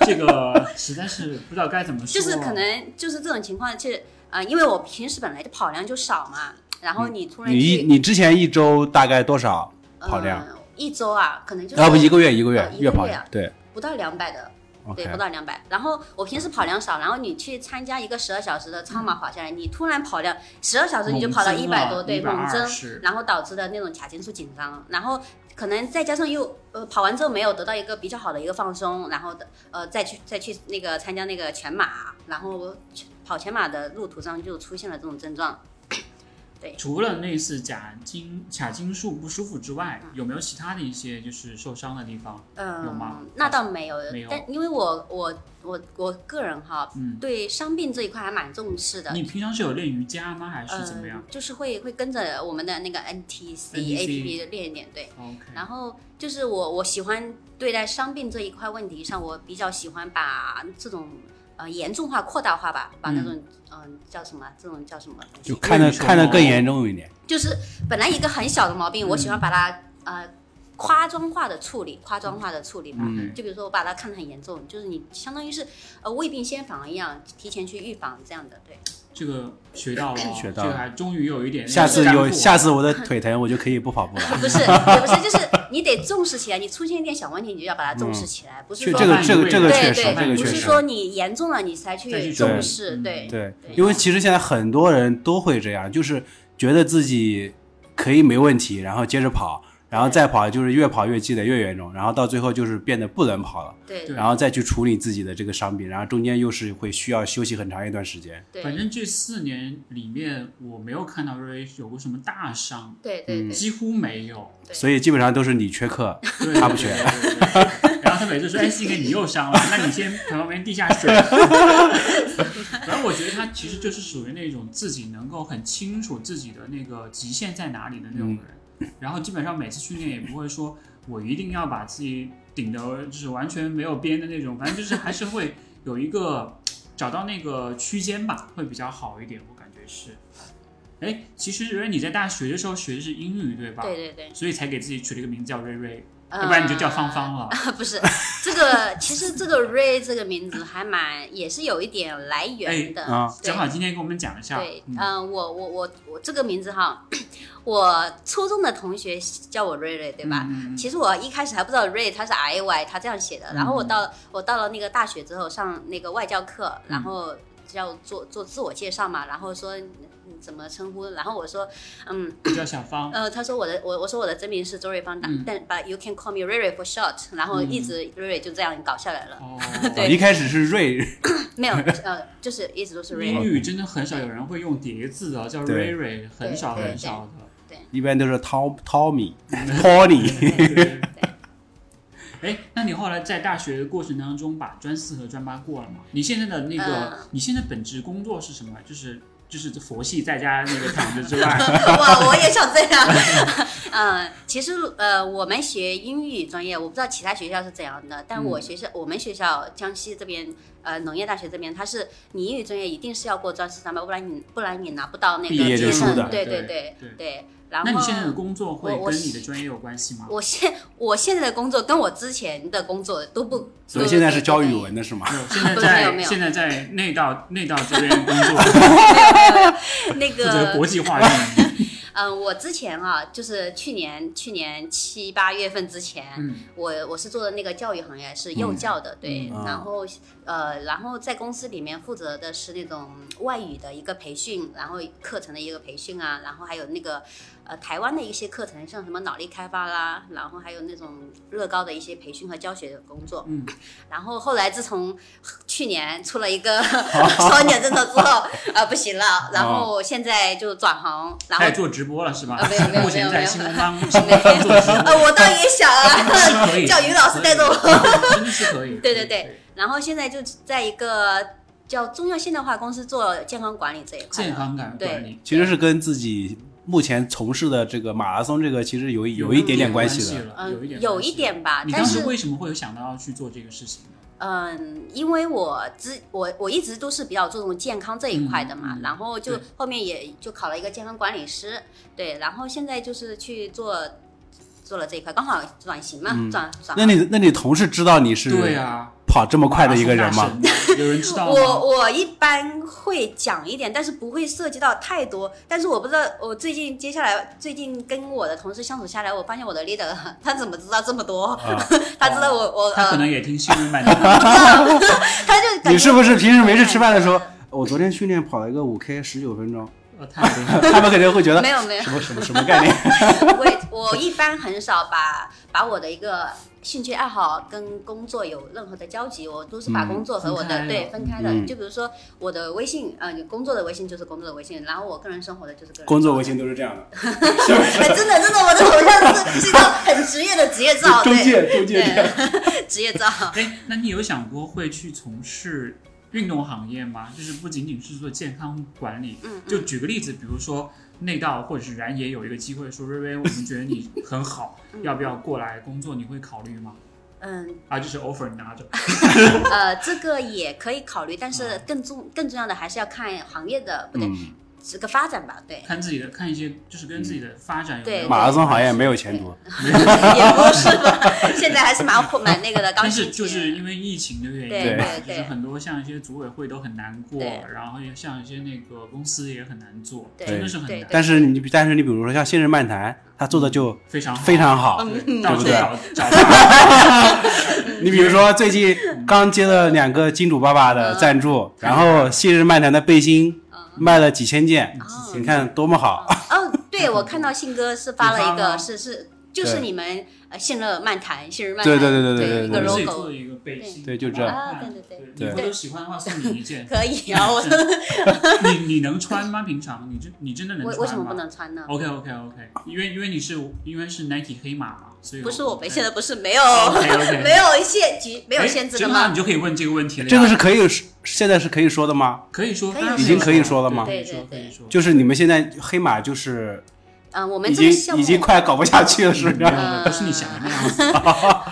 Speaker 2: 这个实在是哦不知道该怎么说，
Speaker 3: 就是可能就是这种情况，其实呃，因为我平时本来就跑量就少嘛，然后你突然
Speaker 1: 嗯你一
Speaker 3: 去、
Speaker 1: 你之前一周大概多少跑量？
Speaker 3: 呃、一周啊，可能就是
Speaker 1: 要不一个月一个月
Speaker 3: 哦一个
Speaker 1: 月跑
Speaker 3: 月啊
Speaker 1: 对
Speaker 3: 不到两百的。
Speaker 1: ，OK
Speaker 3: 对，不到两百。然后我平时跑量少，然后你去参加一个十二小时的超马跑下来，你突然跑量十二
Speaker 2: 啊
Speaker 3: 小时你就跑到一百多，对，猛增，
Speaker 2: 120
Speaker 3: 然后导致的那种髂胫束紧张，然后可能再加上又呃跑完之后没有得到一个比较好的一个放松，然后的呃再去再去那个参加那个全马，然后跑全马的路途上就出现了这种症状。
Speaker 2: 除了那次髂胫髂胫束不舒服之外，有没有其他的一些就是受伤的地方？有吗
Speaker 3: 嗯，那倒没有，
Speaker 2: 没有
Speaker 3: 但因为我我我我个人哈，
Speaker 2: 嗯
Speaker 3: 对伤病这一块还蛮重视的，
Speaker 2: 你平常是有练瑜伽吗？还是怎么样
Speaker 3: 嗯、就是会会跟着我们的那个 NTC
Speaker 2: NTC
Speaker 3: APP 的练一点，对。
Speaker 2: ？OK，
Speaker 3: 呃然后就是我我喜欢对待伤病这一块问题上，我比较喜欢把这种呃严重化、扩大化吧，把那种嗯、叫什么这种叫什么东西，
Speaker 1: 就看得看得更严重一点。
Speaker 3: 就是本来一个很小的毛病，
Speaker 2: 嗯
Speaker 3: 我喜欢把它呃夸张化的处理，夸张化的处理吧。
Speaker 2: 嗯
Speaker 3: 就比如说我把它看得很严重，就是你相当于是呃未病先防一样，提前去预防这样的，对。
Speaker 2: 这个学到了
Speaker 3: <coughs>
Speaker 2: 哦，
Speaker 1: 学到了
Speaker 2: 这个还终于有一点那个啊
Speaker 1: 下次
Speaker 2: 干货
Speaker 1: 有下次我的腿疼，我就可以不跑步了。
Speaker 3: <laughs> 不是，也不是，就是你得重视起来。你出现一点小问题，你就要把它重视起来，不是
Speaker 2: 确
Speaker 3: 说
Speaker 1: 嗯这个
Speaker 2: 防范
Speaker 1: 这
Speaker 2: 于
Speaker 1: 个
Speaker 2: 未
Speaker 1: 这个
Speaker 2: 然
Speaker 1: 确
Speaker 3: 对
Speaker 1: 实，
Speaker 2: 防范
Speaker 1: 这
Speaker 2: 于
Speaker 1: 个
Speaker 3: 对，
Speaker 1: 确
Speaker 3: 不
Speaker 2: 未
Speaker 3: 是
Speaker 1: 实
Speaker 2: 然
Speaker 3: 说你严重了你才
Speaker 2: 再去
Speaker 3: 去
Speaker 2: 重视
Speaker 3: 重视，
Speaker 2: 嗯
Speaker 3: 对
Speaker 1: 对
Speaker 3: 对，
Speaker 1: 因为其实现在很多人都会这样，就是觉得自己可以没问题，然后接着跑，然后再跑，就是越跑越积累越严重，然后到最后就是变得不能跑了。
Speaker 3: 对
Speaker 2: 对
Speaker 1: 然后再去处理自己的这个伤病，然后中间又是会需要休息很长一段时间。
Speaker 3: 对
Speaker 2: 反正这四年里面，我没有看到瑞瑞有过什么大伤，
Speaker 3: 对
Speaker 1: 嗯
Speaker 3: 对对
Speaker 2: 几乎没有。
Speaker 3: 对
Speaker 1: 所以基本上都是你缺课，
Speaker 2: 对
Speaker 1: 他不缺。
Speaker 2: 对对对 <laughs> 然后他每次说：“哎，C K，你
Speaker 1: <laughs>
Speaker 2: 又伤了，那你先旁边递下水。”然后我觉得他其实就是属于那种自己能够很清楚自己的那个极限在哪里的那种
Speaker 1: 嗯
Speaker 2: 人，然后基本上每次训练也不会说我一定要把自己顶得就是完全没有边的那种，反正就是还是会有一个找到那个区间吧，会比较好一点，我感觉是。哎，其实因为你在大学的时候学的是英语，对吧？
Speaker 3: 对对对
Speaker 2: 所以才给自己取了一个名字叫瑞瑞。要不然你就叫芳芳了。
Speaker 3: 啊，不是这个，其实这个 Ray 这个名字还蛮，也是有一点来源的。
Speaker 1: 哎啊
Speaker 3: 对
Speaker 2: <laughs> 正好今天给我们讲一下，
Speaker 3: 对，
Speaker 2: 嗯
Speaker 3: 嗯、我我我我这个名字哈， <coughs> 我初中的同学叫我瑞瑞，对吧？
Speaker 2: 嗯嗯嗯
Speaker 3: 其实我一开始还不知道瑞他是 I Y，他这样写的。然
Speaker 2: 嗯
Speaker 3: 后我到、我到了那个大学之后上那个外教课，
Speaker 2: 嗯
Speaker 3: 然后要做做自我介绍嘛，然后说嗯怎么称呼，然后我
Speaker 2: 哦
Speaker 3: 说嗯
Speaker 2: 就叫小芳。
Speaker 3: 呃，他说我的我我说我的真名是周瑞芳，但、
Speaker 2: 嗯
Speaker 3: 但 but you can call me 瑞瑞 for short，然后一直瑞瑞就这样搞下来了， <laughs>
Speaker 2: 哦，
Speaker 1: 哦一开始是瑞，
Speaker 3: 没有呃，就是一直都
Speaker 2: <laughs>
Speaker 3: 是瑞
Speaker 2: 英
Speaker 3: 瑞，
Speaker 2: 语真的很少有人会用叠字啊，叫
Speaker 1: 对
Speaker 2: Ray Ray，很少
Speaker 3: 对对
Speaker 2: 很
Speaker 3: <laughs>
Speaker 2: 少的。
Speaker 1: 一般都是 Tom Tommy Tony。
Speaker 2: <laughs> 对哎，那你后来在大学的过程当中，把专四和专八过了吗？你现在的
Speaker 3: 嗯
Speaker 2: 那个，你现在本职工作是什么？就是就是佛系在家那个躺着之
Speaker 1: <laughs>
Speaker 2: 外，
Speaker 3: <laughs> 哇，我也想这 <laughs> 样，嗯、其实呃，我们学英语专业，我不知道其他学校是怎样的，但
Speaker 1: 嗯
Speaker 3: 我学校、我们学校江西这边呃农业大学这边，它是你英语专业一定是要过专四三八，不然你不然你拿不到那
Speaker 2: 毕
Speaker 3: 个
Speaker 1: 业证
Speaker 3: 签
Speaker 1: 书
Speaker 3: 证
Speaker 1: 的，
Speaker 3: 对
Speaker 2: 对
Speaker 3: 对
Speaker 2: 对
Speaker 3: 对，然后
Speaker 2: 那你现在的工作会
Speaker 3: 我我
Speaker 2: 跟你的专业有关
Speaker 3: <laughs>
Speaker 2: 系吗？
Speaker 3: 我现我现在的工作跟我之前的工作都不，
Speaker 1: 所以现在是教语文的是吗？
Speaker 2: 没有，现在
Speaker 3: 没有没
Speaker 2: 在
Speaker 3: 有
Speaker 2: 现在在内道内道这边工
Speaker 3: <laughs>
Speaker 2: 作，
Speaker 3: 那
Speaker 2: 负责
Speaker 3: 个，
Speaker 2: 国际化运营。
Speaker 3: 嗯、我之前啊，就是去年去年七八月份之前，
Speaker 2: 嗯，
Speaker 3: 我我是做的那个教育行业是幼教的，对，
Speaker 1: 嗯
Speaker 3: 然后呃，然后在公司里面负责的是那种外语的一个培训，然后课程的一个培训啊，然后还有那个呃台湾的一些课程，像什么脑力开发啦，然后还有那种乐高的一些培训和教学的工作，
Speaker 2: 嗯，
Speaker 3: 然后后来自从去年出了一
Speaker 1: <laughs>
Speaker 3: 个双减政策之后，啊不行了，然
Speaker 1: 哦
Speaker 3: 后现在就转行，然后
Speaker 2: 他也做直播了是吧
Speaker 3: 啊没有没有没？有
Speaker 2: 目前在新东方新
Speaker 3: <laughs> 没有
Speaker 2: 东方做直
Speaker 3: <laughs>
Speaker 2: 播，
Speaker 3: 呃我倒也想啊，
Speaker 2: 可以
Speaker 3: 叫于老师带着我。
Speaker 2: 我，真的是
Speaker 3: <laughs>
Speaker 2: 可以。
Speaker 3: 对对对，然后现在就在一个叫中药现代化公司做健康管理这一块
Speaker 2: 健
Speaker 3: 了。
Speaker 2: 康感管理
Speaker 1: 其实是跟自己目前从事的这个马拉松这个其实有有一点点关系的。
Speaker 2: 了，
Speaker 3: 嗯
Speaker 2: 有一，点
Speaker 3: 有
Speaker 2: 关系
Speaker 3: 一点吧，
Speaker 2: 你
Speaker 3: 但
Speaker 2: 当
Speaker 3: 是
Speaker 2: 时为什么会有想到要去做这个事情呢？
Speaker 3: 嗯，因为我之我我一直都是比较注重健康这一块的嘛，
Speaker 2: 嗯嗯
Speaker 3: 然后就
Speaker 2: 对
Speaker 3: 后面也就考了一个健康管理师，对，然后现在就是去做做了这一块，刚好转型嘛，
Speaker 1: 嗯
Speaker 3: 转转
Speaker 1: 那你那你同事知道你
Speaker 2: 对啊
Speaker 1: 是
Speaker 2: 呀，
Speaker 1: 跑这么快的一个人吗？
Speaker 2: 马拉松大神啊有人知道吗？
Speaker 3: 我我一般会讲一点，但是不会涉及到太多。但是我不知道，我最近接下来最近跟我的同事相处下来，我发现我的 leader 他怎么知道这么多？
Speaker 1: 啊，
Speaker 3: <laughs> 他知道我我
Speaker 2: 他可
Speaker 3: 呃，
Speaker 2: 能也听新闻版的，
Speaker 3: 他就感觉
Speaker 1: 你是不是平时没事吃饭的时候，我昨天训练跑了一个五 K 十九分钟，
Speaker 2: 呃太厉
Speaker 3: <laughs>
Speaker 2: 害了。
Speaker 1: 他们肯定会觉得
Speaker 3: 没有没有
Speaker 1: 什，么什么什么概念？
Speaker 3: 我也我一般很少把把我的一个兴趣爱好跟工作有任何的交集，我都是把
Speaker 1: 嗯
Speaker 3: 工作和我的、
Speaker 2: 分开
Speaker 3: 对
Speaker 2: 了
Speaker 3: 分开的。
Speaker 1: 嗯
Speaker 3: 就比如说我的微信，呃，你工作的微信就是工作的微信，然后我个人生活的就是个人
Speaker 1: 工作微信都是这样的，
Speaker 3: 哎真的真的，我的头像是是一张很职业的职业照，
Speaker 1: 中
Speaker 3: 啊对
Speaker 1: 介中介这样
Speaker 3: 对，职业照。
Speaker 2: 哎，那你有想过会去从事运动行业吗？就是不仅仅是做健康管理，
Speaker 3: 嗯，
Speaker 2: 就举个例子，比如说内道或者是然也有一个机会说，瑞瑞，我们觉得你很
Speaker 3: <laughs>
Speaker 2: 好，要不要过来工作？你会考虑吗？
Speaker 3: 嗯
Speaker 2: 啊，就是 offer 你拿着，，
Speaker 3: 呃，这个也可以考虑，但是更重更重要的还是要看行业的不对、
Speaker 1: 嗯，
Speaker 3: 这个发展吧，对 <laughs>
Speaker 2: 看自己的，看一些就是跟自己的发展有没
Speaker 3: 对
Speaker 2: 有
Speaker 1: 马拉松行业没有前途。
Speaker 3: 也不是吧，现在还是蛮火蛮那个的，刚
Speaker 2: 但
Speaker 3: 起
Speaker 2: 是就是因为疫情的原因
Speaker 1: 对
Speaker 2: 嘛，
Speaker 3: 对
Speaker 2: 就
Speaker 3: 对
Speaker 2: 是很多像一些组委会都很难过
Speaker 3: 对，
Speaker 2: 然后也像一些那个公司也很难做，
Speaker 3: 对
Speaker 2: 真的是很
Speaker 3: 对
Speaker 2: 难，
Speaker 1: 但是你但是你比如说像信任漫谈，他做的就
Speaker 2: 非常好
Speaker 1: 非常好。
Speaker 2: 对
Speaker 3: 嗯
Speaker 2: 到处
Speaker 1: 对
Speaker 2: 找
Speaker 3: <laughs>
Speaker 2: 找大佬，
Speaker 1: 你比如说最近刚接了两个金主爸爸的赞助，然后信任漫谈的背心
Speaker 3: 嗯
Speaker 1: 卖了几千件，
Speaker 3: 哦
Speaker 1: 你看多么好。
Speaker 3: 哦，对我看到信哥是发了一
Speaker 2: 你发吗
Speaker 3: 个是是就是
Speaker 1: 对
Speaker 3: 你们呃信乐漫谈信任漫谈
Speaker 1: 对对对对对
Speaker 3: 对一
Speaker 2: 我
Speaker 3: 个
Speaker 1: 对
Speaker 2: 们自己
Speaker 3: logo
Speaker 2: 做一个背心，
Speaker 1: 对就这
Speaker 3: 样啊对对
Speaker 2: 对
Speaker 1: 对
Speaker 2: 你
Speaker 1: 对
Speaker 2: 回头喜欢的话送你一件，
Speaker 3: 可以啊，我
Speaker 2: 你你能穿吗？平常你真你真的能穿
Speaker 3: 我
Speaker 2: 吗？哦
Speaker 3: 为什么不能穿呢？
Speaker 2: ？OK OK OK，因为因为你是因为是 Nike 黑马嘛，所以哦
Speaker 3: 不是我们现在不是没有
Speaker 2: OK OK
Speaker 3: <laughs> 没有限局没有限制的吗？
Speaker 2: 哎你就可以问这个问
Speaker 3: 嗯
Speaker 2: 题了呀。
Speaker 1: 这个是可以说，现在是可以说的吗？
Speaker 2: 可以说，
Speaker 3: 可以
Speaker 2: 当然
Speaker 3: 已
Speaker 1: 经可以说
Speaker 2: 说
Speaker 1: 了吗
Speaker 2: 可以
Speaker 3: 对
Speaker 2: 说
Speaker 3: 对
Speaker 2: 可以
Speaker 3: 对
Speaker 2: 说。
Speaker 1: 就是你们现在黑马就是
Speaker 3: 嗯，我们
Speaker 1: 已
Speaker 3: 这个
Speaker 1: 经
Speaker 3: 项目
Speaker 1: 已经快搞不下去了，是
Speaker 2: 没
Speaker 1: 不
Speaker 2: 有
Speaker 1: 是？
Speaker 2: 没有不是你想的那样子，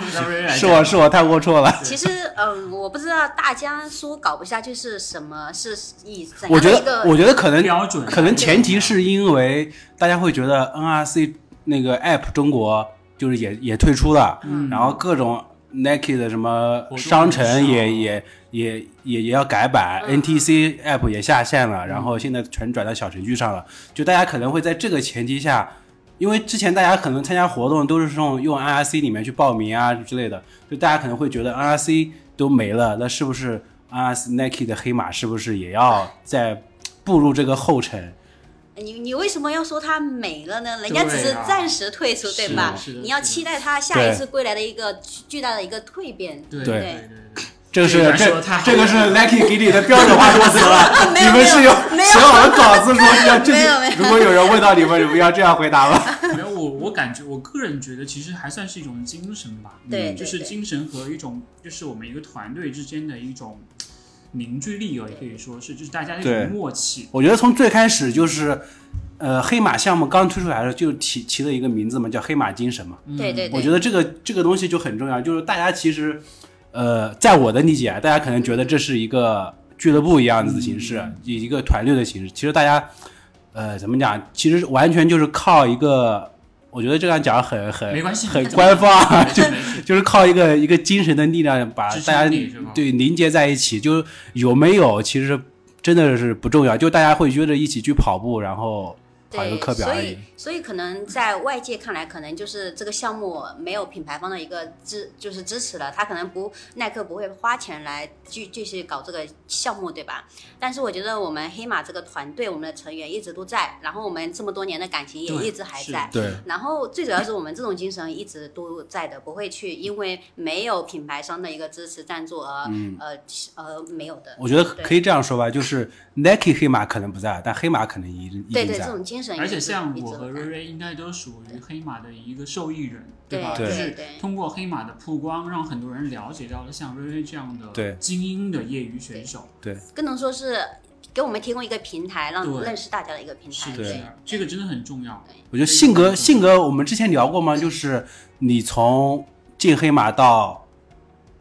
Speaker 2: <laughs> 让瑞瑞来
Speaker 1: 是我
Speaker 2: 讲
Speaker 1: 是我太龌龊
Speaker 2: <laughs>
Speaker 1: 了。
Speaker 3: 其实，嗯，我不知道大家说搞不下去是什么，是以怎
Speaker 1: 我
Speaker 3: 样
Speaker 1: 觉
Speaker 3: 的一
Speaker 1: 得
Speaker 3: 个
Speaker 1: 我觉得可能
Speaker 2: 标准，
Speaker 1: 可能前提是因为大家会觉得 NRC 那个 app 中国就是也也退出了，
Speaker 2: 嗯
Speaker 1: 然后各种 Nike 的什么
Speaker 4: 活动
Speaker 1: 商城
Speaker 4: 很少
Speaker 1: 也也也也也要改版、
Speaker 3: 嗯
Speaker 1: n t c App 也下线了，然后现在全转到小程序上了。就大家可能会在这个前提下，因为之前大家可能参加活动都是用用 IRC 里面去报名啊之类的，就大家可能会觉得 IRC 都没了，那是不是 IRC Nike 的黑马是不是也要再步入这个后尘？
Speaker 3: 你你为什么要说它美了呢？人家
Speaker 4: 对
Speaker 3: 只是
Speaker 4: 啊
Speaker 3: 暂时退出，对
Speaker 4: 是
Speaker 3: 吧
Speaker 4: 是？的
Speaker 3: 你要
Speaker 4: 是的
Speaker 3: 期待它下一次归来的一个巨巨大的一个蜕变。
Speaker 4: 对
Speaker 1: 对
Speaker 4: 对对，
Speaker 1: 这是
Speaker 2: 这个说
Speaker 1: 这
Speaker 2: 得太好
Speaker 1: 这个是 Nike 给你的标准化说辞了，
Speaker 3: <laughs> 没
Speaker 1: 你
Speaker 3: 有
Speaker 1: 们是有
Speaker 3: 没有
Speaker 1: 写我的稿子说
Speaker 3: <laughs>
Speaker 1: 要这
Speaker 3: 没有没有
Speaker 1: 如果有人问到你们，你们要这样回答吗？ <laughs>
Speaker 2: <laughs> 没有我我感觉我个人觉得其实还算是一种精神吧，嗯
Speaker 3: 对，对
Speaker 2: 就是
Speaker 3: 对
Speaker 2: 精神和一种就是我们一个团队之间的一种凝聚力哦，也可以说是就是大家的一
Speaker 1: 对
Speaker 2: 种默契。
Speaker 1: 我觉得从最开始就是，呃，黑马项目刚推出来的时候就提提了一个名字嘛，叫黑马精神嘛。
Speaker 4: 嗯
Speaker 3: 对对对，
Speaker 1: 我觉得这个这个东西就很重要，就是大家其实，呃，在我的理解，啊，大家可能觉得这是一个俱乐部一样子的形式，
Speaker 3: 嗯
Speaker 1: 以一个团队的形式。其实大家，呃，怎么讲？其实完全就是靠一个，我觉得这样讲很很
Speaker 2: 没关系
Speaker 1: 很官方啊，就
Speaker 2: 没事
Speaker 1: 就是靠一个一个精神的力量把
Speaker 2: 支撑
Speaker 1: 大家
Speaker 2: 力是吗
Speaker 1: 对凝结在一起。就是有没有，其实真的是不重要，就大家会约着一起去跑步，然后跑一个
Speaker 3: 对，
Speaker 1: 课表
Speaker 3: 所
Speaker 1: 而已
Speaker 3: 以。所以可能在外界看来，可能就是这个项目没有品牌方的一个支，就是支持了，他可能不耐克不会花钱来继继续搞这个项目，对吧？但是我觉得我们黑马这个团队，我们的成员一直都在，然后我们这么多年的感情也
Speaker 2: 对
Speaker 3: 一直还
Speaker 2: 是
Speaker 3: 在。
Speaker 1: 对，
Speaker 3: 然后最主要是我们这种精神一直都在的，不会去因为没有品牌商的一个支持赞助而、呃而没有的。
Speaker 1: 嗯我觉得可以这样说吧，就是 Nike 黑马可能不在，但黑马可能一一
Speaker 3: 对
Speaker 1: 定
Speaker 3: 对，这
Speaker 1: 在。
Speaker 3: 种精神一直，
Speaker 2: 而且像
Speaker 3: 一直
Speaker 2: 我
Speaker 3: 都
Speaker 2: 和
Speaker 3: 在
Speaker 2: 瑞瑞应该都属于黑马的一个受益人，
Speaker 3: 对
Speaker 2: 吧？
Speaker 1: 对
Speaker 2: 就是
Speaker 3: 对
Speaker 2: 通过黑马的曝光，让很多人了解到了像瑞瑞这样
Speaker 1: 对
Speaker 2: 的精英的业余选手。
Speaker 3: 更能说是给我们提供一个平台，让
Speaker 2: 对
Speaker 3: 认识大家的一个平台。
Speaker 2: 是
Speaker 1: 对
Speaker 2: 是
Speaker 3: 对，
Speaker 2: 这个真的很重要。
Speaker 1: 我觉得性格
Speaker 3: 嗯
Speaker 2: 对
Speaker 1: 性格，我们之前聊过吗？就是你从进黑马到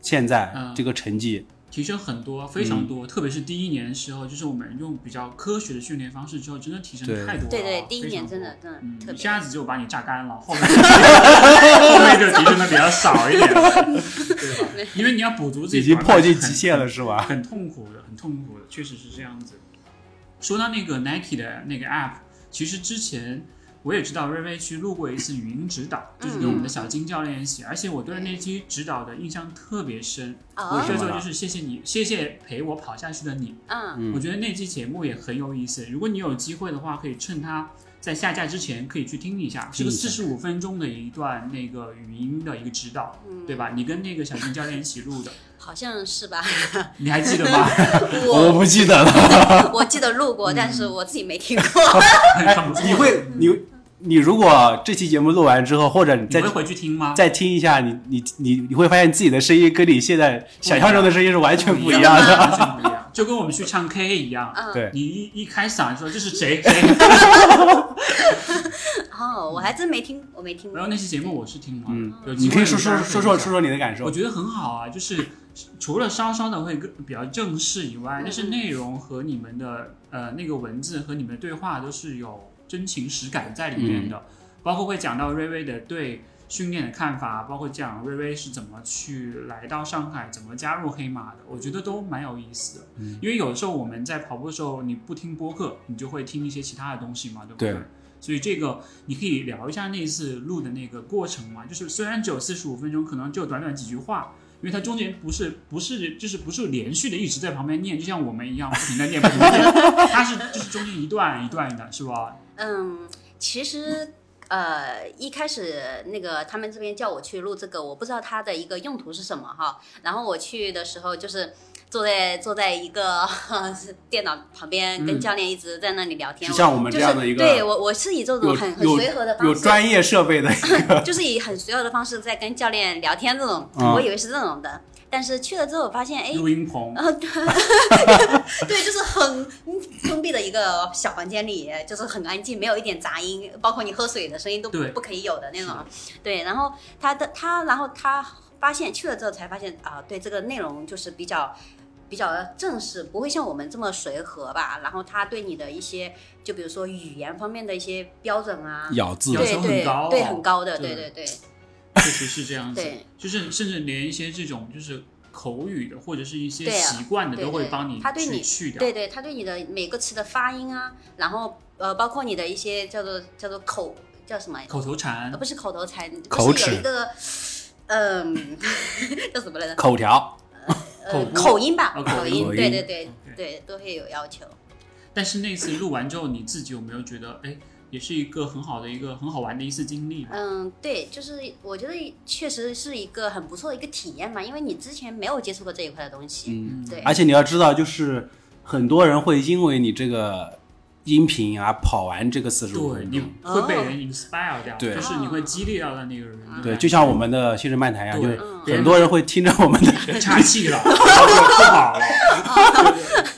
Speaker 1: 现在
Speaker 2: 嗯
Speaker 1: 这个成绩，
Speaker 2: 提升很多，非
Speaker 1: 嗯
Speaker 2: 常多，特别是第一年的时候，就是我们用比较科学的训练方式之后，真的提升
Speaker 1: 对
Speaker 2: 太多了。
Speaker 3: 对对，第一年
Speaker 2: 哦非常
Speaker 3: 真
Speaker 2: 多
Speaker 3: 的真的特
Speaker 2: 嗯，一
Speaker 3: 别
Speaker 2: 下子就把你榨干了，后面 <laughs> 后面就提升的比较少一
Speaker 3: <laughs>
Speaker 2: 点，对吧？因为你要补足自己
Speaker 1: 已经
Speaker 2: 短板
Speaker 1: 迫近
Speaker 2: 是很
Speaker 1: 极限了，是吧？
Speaker 2: 很痛苦的，很痛苦的，确实是这样子。说到那个 Nike 的那个 App，其实之前我也知道瑞瑞去录过一次语音指导，就是给
Speaker 3: 嗯
Speaker 2: 我们的小金教练一起，而且我对那期指导的印象特别深。
Speaker 3: 啊
Speaker 1: 什
Speaker 2: 叫
Speaker 1: 么
Speaker 2: 做
Speaker 1: 呢
Speaker 2: 就是谢谢你，谢谢陪我跑下去的你。
Speaker 3: 嗯，
Speaker 1: 嗯
Speaker 2: 我觉得那期节目也很有意思，如果你有机会的话，可以趁它在下架之前可以去听一下，是
Speaker 1: 听一
Speaker 2: 个
Speaker 1: 下
Speaker 2: 四十五分钟的一段那个语音的一个指导，对吧？你跟那个小金教练一起录的，
Speaker 3: 好像
Speaker 2: <laughs>
Speaker 3: 是吧？
Speaker 2: 你还记得
Speaker 1: <laughs>
Speaker 2: 吗？
Speaker 1: 我
Speaker 3: <laughs> 我
Speaker 1: 不记得了。
Speaker 3: 我记得录过，但是我自己没听过。
Speaker 2: 很不错
Speaker 1: 哎
Speaker 2: 嗯
Speaker 1: 你会
Speaker 3: 嗯
Speaker 1: 你你如果这期节目录完之后，或者你
Speaker 2: 你
Speaker 1: 再
Speaker 2: 会回去听吗？
Speaker 1: 再听一下，你你你你会发现自己的声音跟你现在想象中的声音是完全不一样
Speaker 3: 啊
Speaker 1: 的。
Speaker 2: 嗯完全不一样，就跟我们去唱 K 一样。
Speaker 3: 嗯，
Speaker 1: 对
Speaker 2: 你一一开嗓说这是
Speaker 1: <laughs>
Speaker 2: 谁谁，
Speaker 3: 哦，我还真没听，我没听
Speaker 2: 然后
Speaker 3: 过。
Speaker 2: 那期节目我是听
Speaker 1: <laughs>
Speaker 2: 完
Speaker 1: 嗯
Speaker 2: 了，有机
Speaker 1: 你
Speaker 2: 会
Speaker 1: 可以说
Speaker 2: 大
Speaker 1: 说
Speaker 2: 家可
Speaker 1: 说
Speaker 2: 以
Speaker 1: 说
Speaker 2: 去
Speaker 1: 说说你的感受
Speaker 2: 我。觉得很好啊，就是除了稍稍的会更比较正式以外，
Speaker 3: 嗯
Speaker 2: 但是内容和你们的呃那个文字和你们的对话都是有真情实感在里面的，包括会讲到瑞瑞的对训练的看法，包括讲瑞瑞是怎么去来到上海，怎么加入黑马的，我觉得都蛮有意思的。
Speaker 1: 嗯
Speaker 2: 因为有时候我们在跑步的时候，你不听播客，你就会听一些其他的东西嘛，对不
Speaker 1: 对
Speaker 2: 所以这个你可以聊一下那次录的那个过程嘛，就是虽然只有四十五分钟，可能就短短几句话，因为它中间不是不是就是不是连续的一直在旁边念，就像我们一样不停的念不停的念，它是就是中间一段一段的，是吧？
Speaker 3: 嗯，其实呃，一开始那个他们这边叫我去录这个，我不知道它的一个用途是什么哈。然后我去的时候就是坐在坐在一个 <laughs> 电脑旁边，跟
Speaker 2: 嗯
Speaker 3: 教练一直在那里聊天。
Speaker 1: 就像我们这样的一个
Speaker 3: 就是、对我我是以这种
Speaker 1: 有
Speaker 3: 很很
Speaker 1: 有
Speaker 3: 随和的
Speaker 1: 有
Speaker 3: 方式，
Speaker 1: 专业设备的，
Speaker 3: 就是以很随和的方式在跟教练聊天这种，
Speaker 1: 嗯
Speaker 3: 我以为是这种的。但是去了之后发现，哎，
Speaker 2: 录音棚，
Speaker 3: 对，就是很封闭的一个小房间里，就是很安静，没有一点杂音，包括你喝水的声音都不
Speaker 2: 对
Speaker 3: 不可以有的那种。对，然后他的他，然后他发现去了之后才发现啊、对这个内容就是比较。比较正式，不会像我们这么随和吧？然后他对你的一些，就比如说语言方面的一些标准啊，
Speaker 1: 咬字
Speaker 2: 要求很高哦
Speaker 3: 对对对，很高的，
Speaker 2: 对
Speaker 3: 对对对。
Speaker 2: 确实是这样子
Speaker 3: 对，
Speaker 2: 就是甚至连一些这种就是口语的或者是一些
Speaker 3: 对啊
Speaker 2: 习惯的
Speaker 3: 对
Speaker 2: 都会
Speaker 3: 对
Speaker 2: 帮你
Speaker 3: 他对
Speaker 2: 去
Speaker 3: 你
Speaker 2: 去掉。
Speaker 3: 对对，他对你的每个词的发音啊，然后呃，包括你的一些叫做叫做口叫什么，
Speaker 2: 口头禅
Speaker 3: 呃，不是口头禅，
Speaker 1: 口
Speaker 3: 不是
Speaker 1: 齿
Speaker 3: 有一个嗯 <laughs> 叫什么来着？
Speaker 1: 口条，
Speaker 2: 播
Speaker 3: 呃，口音吧
Speaker 2: 啊，口
Speaker 3: 口音
Speaker 1: 音，
Speaker 3: 对对对
Speaker 2: OK
Speaker 3: 对，都会有要求。
Speaker 2: 但是那次录完之后，你自己有没有觉得，哎，也是一个很好的一个很好玩的一次经历吧？
Speaker 3: 嗯，对，就是我觉得确实是一个很不错的一个体验嘛，因为你之前没有接触过这一块的东西。
Speaker 1: 嗯
Speaker 3: 对
Speaker 1: 而且你要知道，就是很多人会因为你这个音频啊跑完这个四十五
Speaker 2: 对，
Speaker 1: 分
Speaker 2: 你
Speaker 1: 钟。
Speaker 2: 会
Speaker 3: 哦
Speaker 2: 被人 inspire 掉，
Speaker 1: 嗯对
Speaker 2: 就是你会激励到的那个人。
Speaker 3: 啊
Speaker 1: 对，就像我们的新人漫谈一样，就
Speaker 2: 对
Speaker 1: 是
Speaker 3: 嗯
Speaker 2: 别
Speaker 1: 很
Speaker 2: 人
Speaker 1: 多人会听着我们的，
Speaker 2: 岔气了，然后就不好了。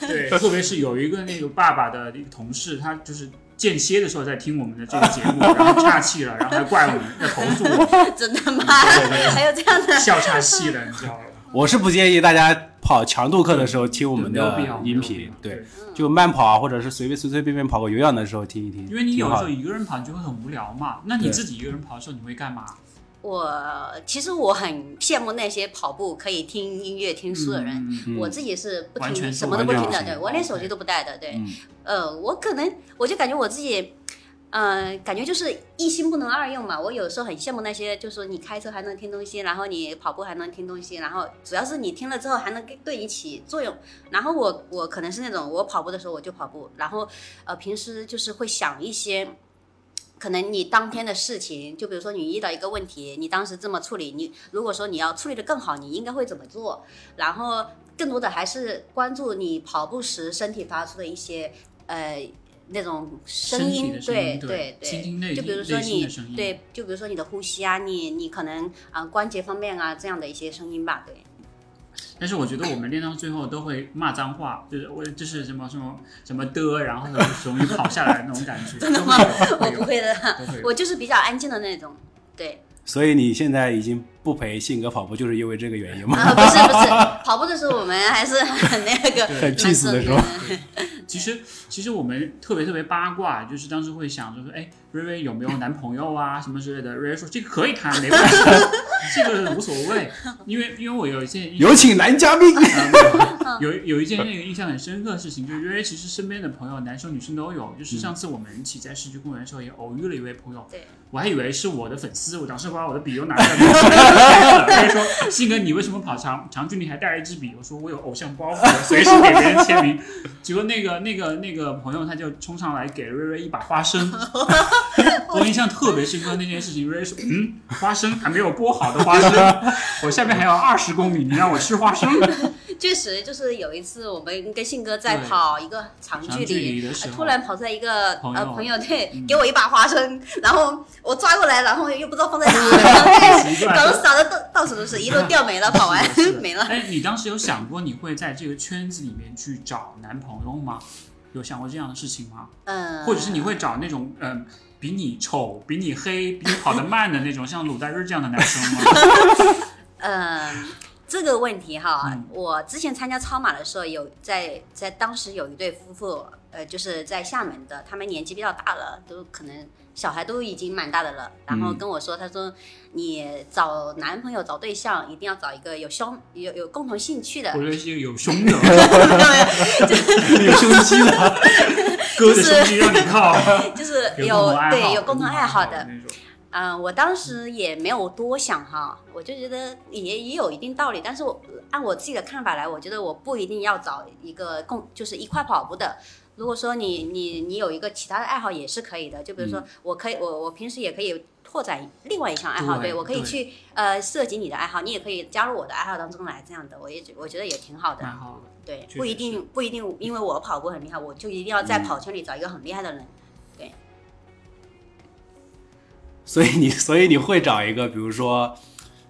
Speaker 2: 对，对特别是有一个那个爸爸的一个同事，他就是间歇的时候在听我们的这个节目，然后岔气了，然后还怪我们，要投诉我们，
Speaker 3: 真的吗？
Speaker 2: 对对对
Speaker 3: <laughs> 还有这样的？
Speaker 2: <laughs> 笑岔气了，你知道吗？
Speaker 1: 我是不建议大家跑强度课的时候听我
Speaker 2: 我
Speaker 1: 们的音频，对，，
Speaker 3: 嗯
Speaker 1: 就慢跑啊，或者是随便随随便便跑个有氧的时候听一听，
Speaker 2: 因为你有
Speaker 1: 挺
Speaker 2: 的
Speaker 1: 好
Speaker 2: 时候
Speaker 1: 的。
Speaker 2: 一个人跑，你就会很无聊嘛。那你
Speaker 1: 对
Speaker 2: 自己一个人跑的时候，你会干嘛？
Speaker 3: 我其实我很羡慕那些跑步可以听音乐、听书的人。
Speaker 2: 嗯，
Speaker 1: 嗯
Speaker 3: 我自己是不
Speaker 2: 完全
Speaker 3: 听，
Speaker 2: 是
Speaker 3: 什么都不听
Speaker 1: 完
Speaker 3: 的，
Speaker 1: 全
Speaker 3: 对
Speaker 2: 不
Speaker 3: 我连
Speaker 2: 听
Speaker 3: 手机都不带的，对，
Speaker 1: 嗯
Speaker 3: 呃，我可能我就感觉我自己，呃，感觉就是一心不能二用嘛。我有时候很羡慕那些，就是你开车还能听东西，然后你跑步还能听东西，然后主要是你听了之后还能给对你起作用。然后我我可能是那种，我跑步的时候我就跑步，然后呃平时就是会想一些。可能你当天的事情，就比如说你遇到一个问题，你当时这么处理，你如果说你要处理的更好，你应该会怎么做？然后更多的还是关注你跑步时身体发出的一些呃那种声
Speaker 2: 身体
Speaker 3: 音
Speaker 2: 的，声
Speaker 3: 对
Speaker 2: 音
Speaker 3: 对
Speaker 2: 倾听内
Speaker 3: 就比如说
Speaker 2: 内心
Speaker 3: 你
Speaker 2: 的声音，，
Speaker 3: 对，就比如说你的呼吸啊，你你可能啊、呃关节方面啊这样的一些声音吧，
Speaker 2: 哎
Speaker 3: 对，
Speaker 2: 但是我觉得我们练到最后都会骂脏话，就是我就是什么什么什么的，然后容易跑下来那种感
Speaker 3: <laughs>
Speaker 2: 觉。真的吗？
Speaker 3: 我不会的，
Speaker 2: 都会有
Speaker 3: 我就是比较安静的那种，对。
Speaker 1: 所以你现在已经不陪信哥跑步，就是因为这个原因吗？ <laughs>
Speaker 3: 啊，不是
Speaker 2: <laughs>
Speaker 3: 不是，跑步的时候我们还是很那个，
Speaker 2: 对
Speaker 1: 很 peace 的时候，
Speaker 2: 其实其实我们特别特别八卦，就是当时会想就是哎，瑞瑞有没有男朋友啊什么之类的。瑞瑞说这个可以谈，没关系， <laughs> 这个无所谓，因为因为我有一件印象
Speaker 1: 有请男嘉宾。 <laughs>
Speaker 2: 有有一件那个印象很深刻的事情，就是因为其实身边的朋友，男生女生都有。就是上次我们一起在市区公园的时候，也偶遇了一位朋友。
Speaker 3: 对，
Speaker 2: 我还以为是我的粉丝，我当时把我的笔又拿出来了。他就说：“信哥，你为什么跑长长距离还带了一支笔？”我说：“我有偶像包袱，随时给别人签名。” <laughs> 结果那个那个那个朋友他就冲上来给瑞瑞一把花生，我印象特别深刻那件事情。瑞瑞说：“嗯，花生还没有剥好的花生，我下面还有二十公米，你让我吃花生。”
Speaker 3: 确实就是有一次我们跟信哥在
Speaker 2: 对
Speaker 3: 跑一个长
Speaker 2: 长
Speaker 3: 距
Speaker 2: 距
Speaker 3: 离，
Speaker 2: 离的
Speaker 3: 呃
Speaker 2: 时候
Speaker 3: 突然跑出来一个
Speaker 2: 朋
Speaker 3: 呃
Speaker 2: 友
Speaker 3: 朋友，对，
Speaker 2: 嗯
Speaker 3: 给我一把花生，然后我抓过来，然后又不知道
Speaker 2: <laughs>
Speaker 3: 放在哪儿
Speaker 2: 奇
Speaker 3: 对，
Speaker 2: 怪
Speaker 3: 搞得撒的到到处都是，一路掉没了，跑完没了。
Speaker 2: 哎，你当时有想过你会在这个圈子里面去找男朋友吗？有想过这样的事情吗？
Speaker 3: 嗯，
Speaker 2: 或者是你会找那种嗯、比你丑、比你黑、比你跑得慢的那种，像鲁代日这样的男生
Speaker 3: <laughs>
Speaker 2: 吗？
Speaker 3: 嗯，这个问题哈，
Speaker 2: 嗯
Speaker 3: 我之前参加超马的时候，有在在当时有一对夫妇，呃，就是在厦门的，他们年纪比较大了，都可能小孩都已经蛮大的了，然后
Speaker 1: 嗯
Speaker 3: 跟我说，他说你找男朋友找对象一定要找一个有相有有共同兴趣的
Speaker 2: <laughs>
Speaker 3: <laughs>
Speaker 2: 我，觉得是有胸的，有胸肌的，哥的胸肌让你
Speaker 3: <laughs>
Speaker 2: 靠，
Speaker 3: 就是有
Speaker 2: 有共同爱好
Speaker 3: 对有共同爱好的。
Speaker 2: 那种。
Speaker 3: 嗯、我当时也没有多想哈，我就觉得也也有一定道理，但是我按我自己的看法来，我觉得我不一定要找一个共就是一块跑步的。如果说你你你有一个其他的爱好也是可以的，就比如
Speaker 2: 嗯
Speaker 3: 说我可以、我我平时也可以拓展另外一项爱好，
Speaker 2: 对
Speaker 3: 对我可以
Speaker 2: 对
Speaker 3: 去呃涉及你的爱好，你也可以加入我的爱好当中来，这样的我也觉我觉得也挺好的。
Speaker 2: 蛮好的。
Speaker 3: 对
Speaker 2: 确，实嗯
Speaker 3: 不一定不一定，因为我跑步很厉害，我就一定要在跑圈里找一个很厉害的人。
Speaker 1: 所以你 <laughs> 所以你会找一个，比如说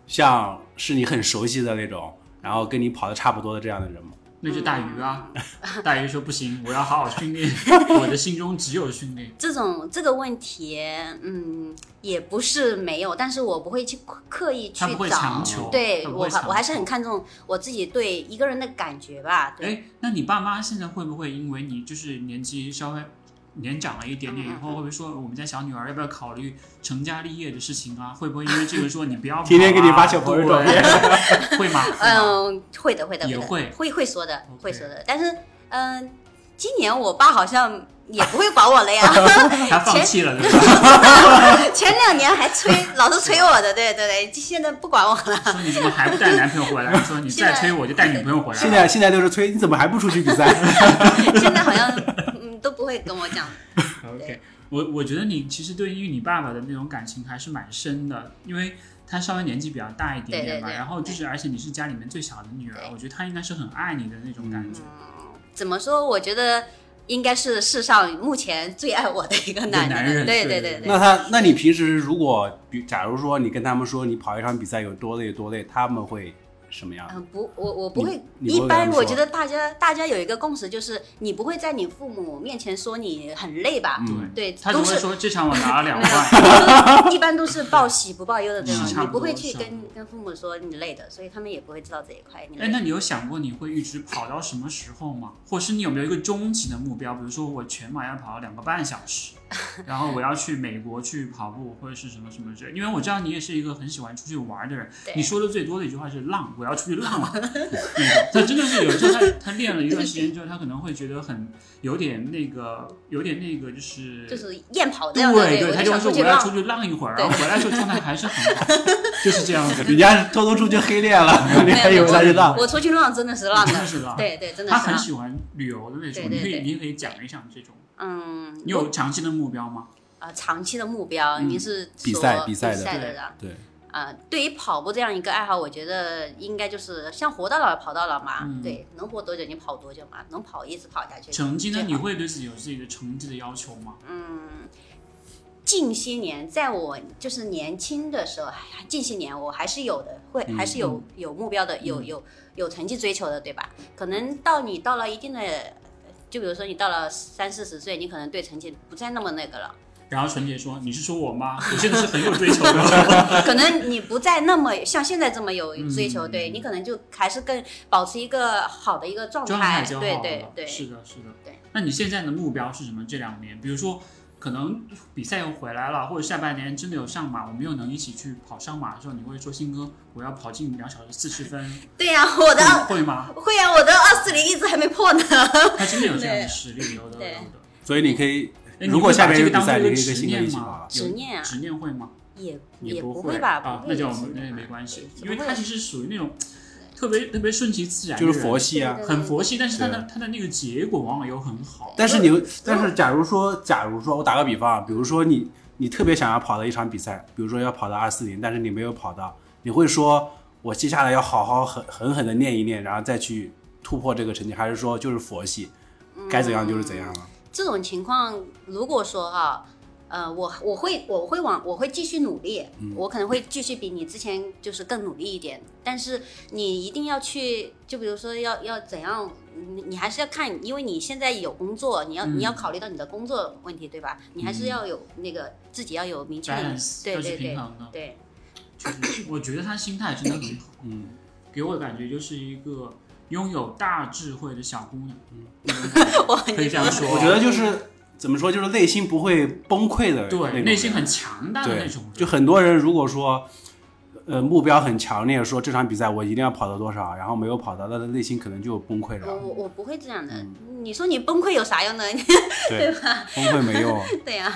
Speaker 1: 像是你很熟悉的那种，然后跟你跑的差不多的这样的人吗？
Speaker 2: 那就大鱼啊，
Speaker 3: 嗯
Speaker 2: <laughs> 大鱼说不行，我要好好训
Speaker 3: <laughs>
Speaker 2: 练，我的心中只有训练。
Speaker 3: 这种这个问题，嗯，也不是没有，但是我不会去刻刻意去
Speaker 2: 他不会强
Speaker 3: 找。
Speaker 2: 求，
Speaker 3: 对
Speaker 2: 他不
Speaker 3: 我
Speaker 2: 会强
Speaker 3: 还，我还是
Speaker 2: 求
Speaker 3: 很看重我自己对一个人的感觉吧。对，
Speaker 2: 哎，那你爸妈现在会不会因为你就是年纪稍微年长了一点点以
Speaker 3: 嗯嗯
Speaker 2: 后，会不会说我们家小女儿要不要考虑成家立业的事情啊？会不会因为这个说你不要
Speaker 1: <laughs> 天天给你
Speaker 2: 跑啊
Speaker 1: 发小朋友照片
Speaker 2: 对 <laughs> 会吗？会吗
Speaker 3: 嗯，会的，会的，
Speaker 2: 也
Speaker 3: 会的
Speaker 2: 会
Speaker 3: 会会说的
Speaker 2: OK，
Speaker 3: 会说的。但是，嗯，今年我爸好像也不会管我了呀。
Speaker 2: <laughs> 他放弃了，对
Speaker 3: <laughs>
Speaker 2: 吧？
Speaker 3: 前两年还催，老是催我的，对对对，现在不管我了。
Speaker 2: 说你怎么还不带男朋友回
Speaker 3: <laughs>
Speaker 2: 来？说你再催我就带女朋友回来。
Speaker 1: 现在现在都是催，你怎么还不出去比赛？ <laughs>
Speaker 3: 现在好像嗯都不会跟我讲。
Speaker 2: <laughs> OK，我我觉得你其实对于你爸爸的那种感情还是蛮深的，因为他稍微年纪比较大一点点吧，
Speaker 3: 对对对
Speaker 2: 然后就是而且你是家里面最小的女儿，
Speaker 3: 对
Speaker 2: 我觉得他应该是很爱你的那种感觉。
Speaker 3: 怎么说？我觉得应该是世上目前最爱我的一个男
Speaker 2: 一个男人
Speaker 3: 对
Speaker 2: 对
Speaker 3: 对
Speaker 2: 对
Speaker 1: 那他，那你平时如果，比假如说你跟他们说你跑一场比赛有多累多累，他们会什么样？
Speaker 3: 嗯，不，我我不
Speaker 1: 你
Speaker 3: 会。
Speaker 1: 你
Speaker 3: 一
Speaker 1: 不会跟他
Speaker 3: 般
Speaker 1: 们
Speaker 3: 我
Speaker 1: 说
Speaker 3: 觉得大家大家有一个共识，就是你不会在你父母面前说你很累吧？
Speaker 1: 嗯，
Speaker 3: 对，
Speaker 2: 他只
Speaker 3: 都
Speaker 2: 会
Speaker 3: 是
Speaker 2: 说这场我拿了两
Speaker 3: <laughs>
Speaker 2: 万，
Speaker 3: 一般都是报喜不报忧的这
Speaker 2: 嗯
Speaker 3: 种，
Speaker 2: 差
Speaker 3: 你
Speaker 2: 不多
Speaker 3: 不会去
Speaker 2: 差不多
Speaker 3: 跟跟父母说你累的，所以他们也不会知道这一块你
Speaker 2: 哎，
Speaker 3: 累。
Speaker 2: 那你有想过你会一直跑到什么时候吗？或是你有没有一个终极的目标？比如说我全马要跑到两个半小
Speaker 3: <laughs>
Speaker 2: 时，然后我要去美国去跑步或者是什么什么之类。因为我知道你也是一个很喜欢出去玩的人
Speaker 3: 对，
Speaker 2: 你说的最多的一句话是“浪”，我要出去浪
Speaker 3: <laughs>
Speaker 2: 了。那他真的是有时候他他练了一段时间之后，他可能会觉得很有点那个，有点那个就是。
Speaker 3: 就是厌跑这
Speaker 2: 对
Speaker 3: 样的，
Speaker 2: 对，
Speaker 3: 我
Speaker 2: 他
Speaker 3: 就
Speaker 2: 就会
Speaker 3: 想
Speaker 2: 说
Speaker 3: 出
Speaker 2: 我
Speaker 3: 去
Speaker 2: 要出
Speaker 3: 浪。
Speaker 2: 去浪一会儿，
Speaker 3: 对
Speaker 2: 然后回来时候状态还是很好，就是这样子。
Speaker 1: 人家偷偷出去黑练了， <laughs> 你还以为他是浪？
Speaker 3: 我出去浪真的是 <laughs> 浪
Speaker 2: 真的 <laughs>
Speaker 3: 的，
Speaker 2: 是浪。
Speaker 3: 对对，真的
Speaker 2: 他
Speaker 3: 是
Speaker 2: 很
Speaker 3: 浪。
Speaker 2: 喜欢旅游的那种，
Speaker 3: 对对
Speaker 2: 你可以
Speaker 3: 对
Speaker 2: 你可以讲一讲这种。
Speaker 3: 嗯，
Speaker 2: 你有长期的目标吗？
Speaker 3: 啊、长期的目标，
Speaker 2: 嗯
Speaker 3: 你是
Speaker 1: 比
Speaker 3: 说
Speaker 1: 赛比
Speaker 3: 比
Speaker 1: 赛的
Speaker 3: 的啊、
Speaker 1: 对，
Speaker 3: 对于跑步这样一个爱好，我觉得应该就是像活到老跑到老嘛，
Speaker 2: 嗯
Speaker 3: 对，能活多久你跑多久嘛，能跑一直跑下去。
Speaker 2: 成绩呢？
Speaker 3: 最好
Speaker 2: 你会对自己有自己的成绩的要求
Speaker 3: <laughs>
Speaker 2: 吗？
Speaker 3: 嗯，近些年，在我就是年轻的时候，还近些年我还是有的，会
Speaker 1: 嗯
Speaker 3: 还是有有目标的，有有有成绩追求的，对吧？可能到你到了一定的，就比如说你到了三四十岁，你可能对成绩不再那么那个了，
Speaker 2: 然后纯洁说：“你是说我吗？ <laughs> 我现在是很有追求
Speaker 3: <laughs>
Speaker 2: 的。
Speaker 3: 可能你不再那么像现在这么有追求，
Speaker 2: 嗯
Speaker 3: 对你可能就还是更保持一个好的一个”状
Speaker 2: 状态就好
Speaker 3: 对
Speaker 2: 了。
Speaker 3: 对对，
Speaker 2: 是的，是的。
Speaker 3: 对。
Speaker 2: 那你现在的目标是什么？这两年，比如说，可能比赛又回来了，或者下半年真的有上马，我们又能一起去跑上马的时候，你会说：“新哥，我要跑进两小时四十分。
Speaker 3: 对呀、 <laughs> 我的”
Speaker 2: 会
Speaker 3: <laughs>
Speaker 2: 吗？
Speaker 3: 会呀、我的二四零一直还没破呢。
Speaker 2: 他真的有这样的
Speaker 3: 对
Speaker 2: 实力，有的有
Speaker 3: 对
Speaker 2: 的。
Speaker 1: 所以你可以，
Speaker 2: 哎
Speaker 1: 如果下面有
Speaker 2: 你会
Speaker 1: 比
Speaker 2: 把这个
Speaker 1: 赛，
Speaker 2: 当
Speaker 1: 你可
Speaker 2: 做
Speaker 1: 以跟
Speaker 2: 一个执
Speaker 1: 新哥
Speaker 2: 念
Speaker 1: 一起跑
Speaker 2: 吗
Speaker 1: 啊？。
Speaker 3: 执念啊
Speaker 2: 执念会吗？
Speaker 3: 也
Speaker 2: <laughs> 也
Speaker 3: 不
Speaker 2: 会
Speaker 3: 吧，
Speaker 2: 啊，
Speaker 3: 不
Speaker 2: 那
Speaker 3: 会
Speaker 2: 就
Speaker 3: 的
Speaker 2: 那也没关系，
Speaker 3: 对
Speaker 2: 因为
Speaker 3: 不会
Speaker 2: 他其实属于那种特别特别顺其自然的
Speaker 1: 就
Speaker 2: 人，
Speaker 1: 是佛系啊。
Speaker 3: 对对
Speaker 2: 很佛系，但是他的他的那个结果往往又很好。
Speaker 1: 但是你，但是假如说，假如说我打个比方啊，比如说你，你特别想要跑到一场比赛，比如说要跑到二四零，但是你没有跑到，你会说我接下来要好好狠狠狠的练一练，然后再去突破这个成绩，还是说就是佛系，该怎样就是怎样啊了？
Speaker 3: 这种情况，如果说哈、呃，我我会我会往我会继续努力，
Speaker 2: 嗯
Speaker 3: 我可能会继续比你之前就是更努力一点。但是你一定要去，就比如说要要怎样，你你还是要看，因为你现在有工作，你要、
Speaker 2: 嗯
Speaker 3: 你要考虑到你的工作问题，对吧？你还是要有那个自己要有明确的
Speaker 2: balance，，
Speaker 3: 对
Speaker 2: 要去
Speaker 3: 对
Speaker 2: 平
Speaker 3: 对
Speaker 2: 衡的，
Speaker 3: 对，
Speaker 2: 就是 <coughs> 我觉得他心态真的很好，
Speaker 1: 嗯，
Speaker 2: 给我的感觉就是一个拥有大智慧的小姑娘，
Speaker 3: 我
Speaker 2: 可以这样说。
Speaker 1: 嗯我觉得就是怎么说，就是内心不会崩溃的那种
Speaker 2: 对，
Speaker 1: 人，
Speaker 2: 内心很强大的
Speaker 1: 对
Speaker 2: 那种人，
Speaker 1: 就很多人如果说，呃，目标很强烈，说这场比赛我一定要跑到多少，然后没有跑到，他的内心可能就崩溃
Speaker 2: 啊
Speaker 3: 我
Speaker 1: 了，
Speaker 3: 我我不会这样的。
Speaker 2: 嗯
Speaker 3: 你说你崩溃有啥用呢？ <laughs>
Speaker 1: 对，崩溃没用。
Speaker 3: 对呀、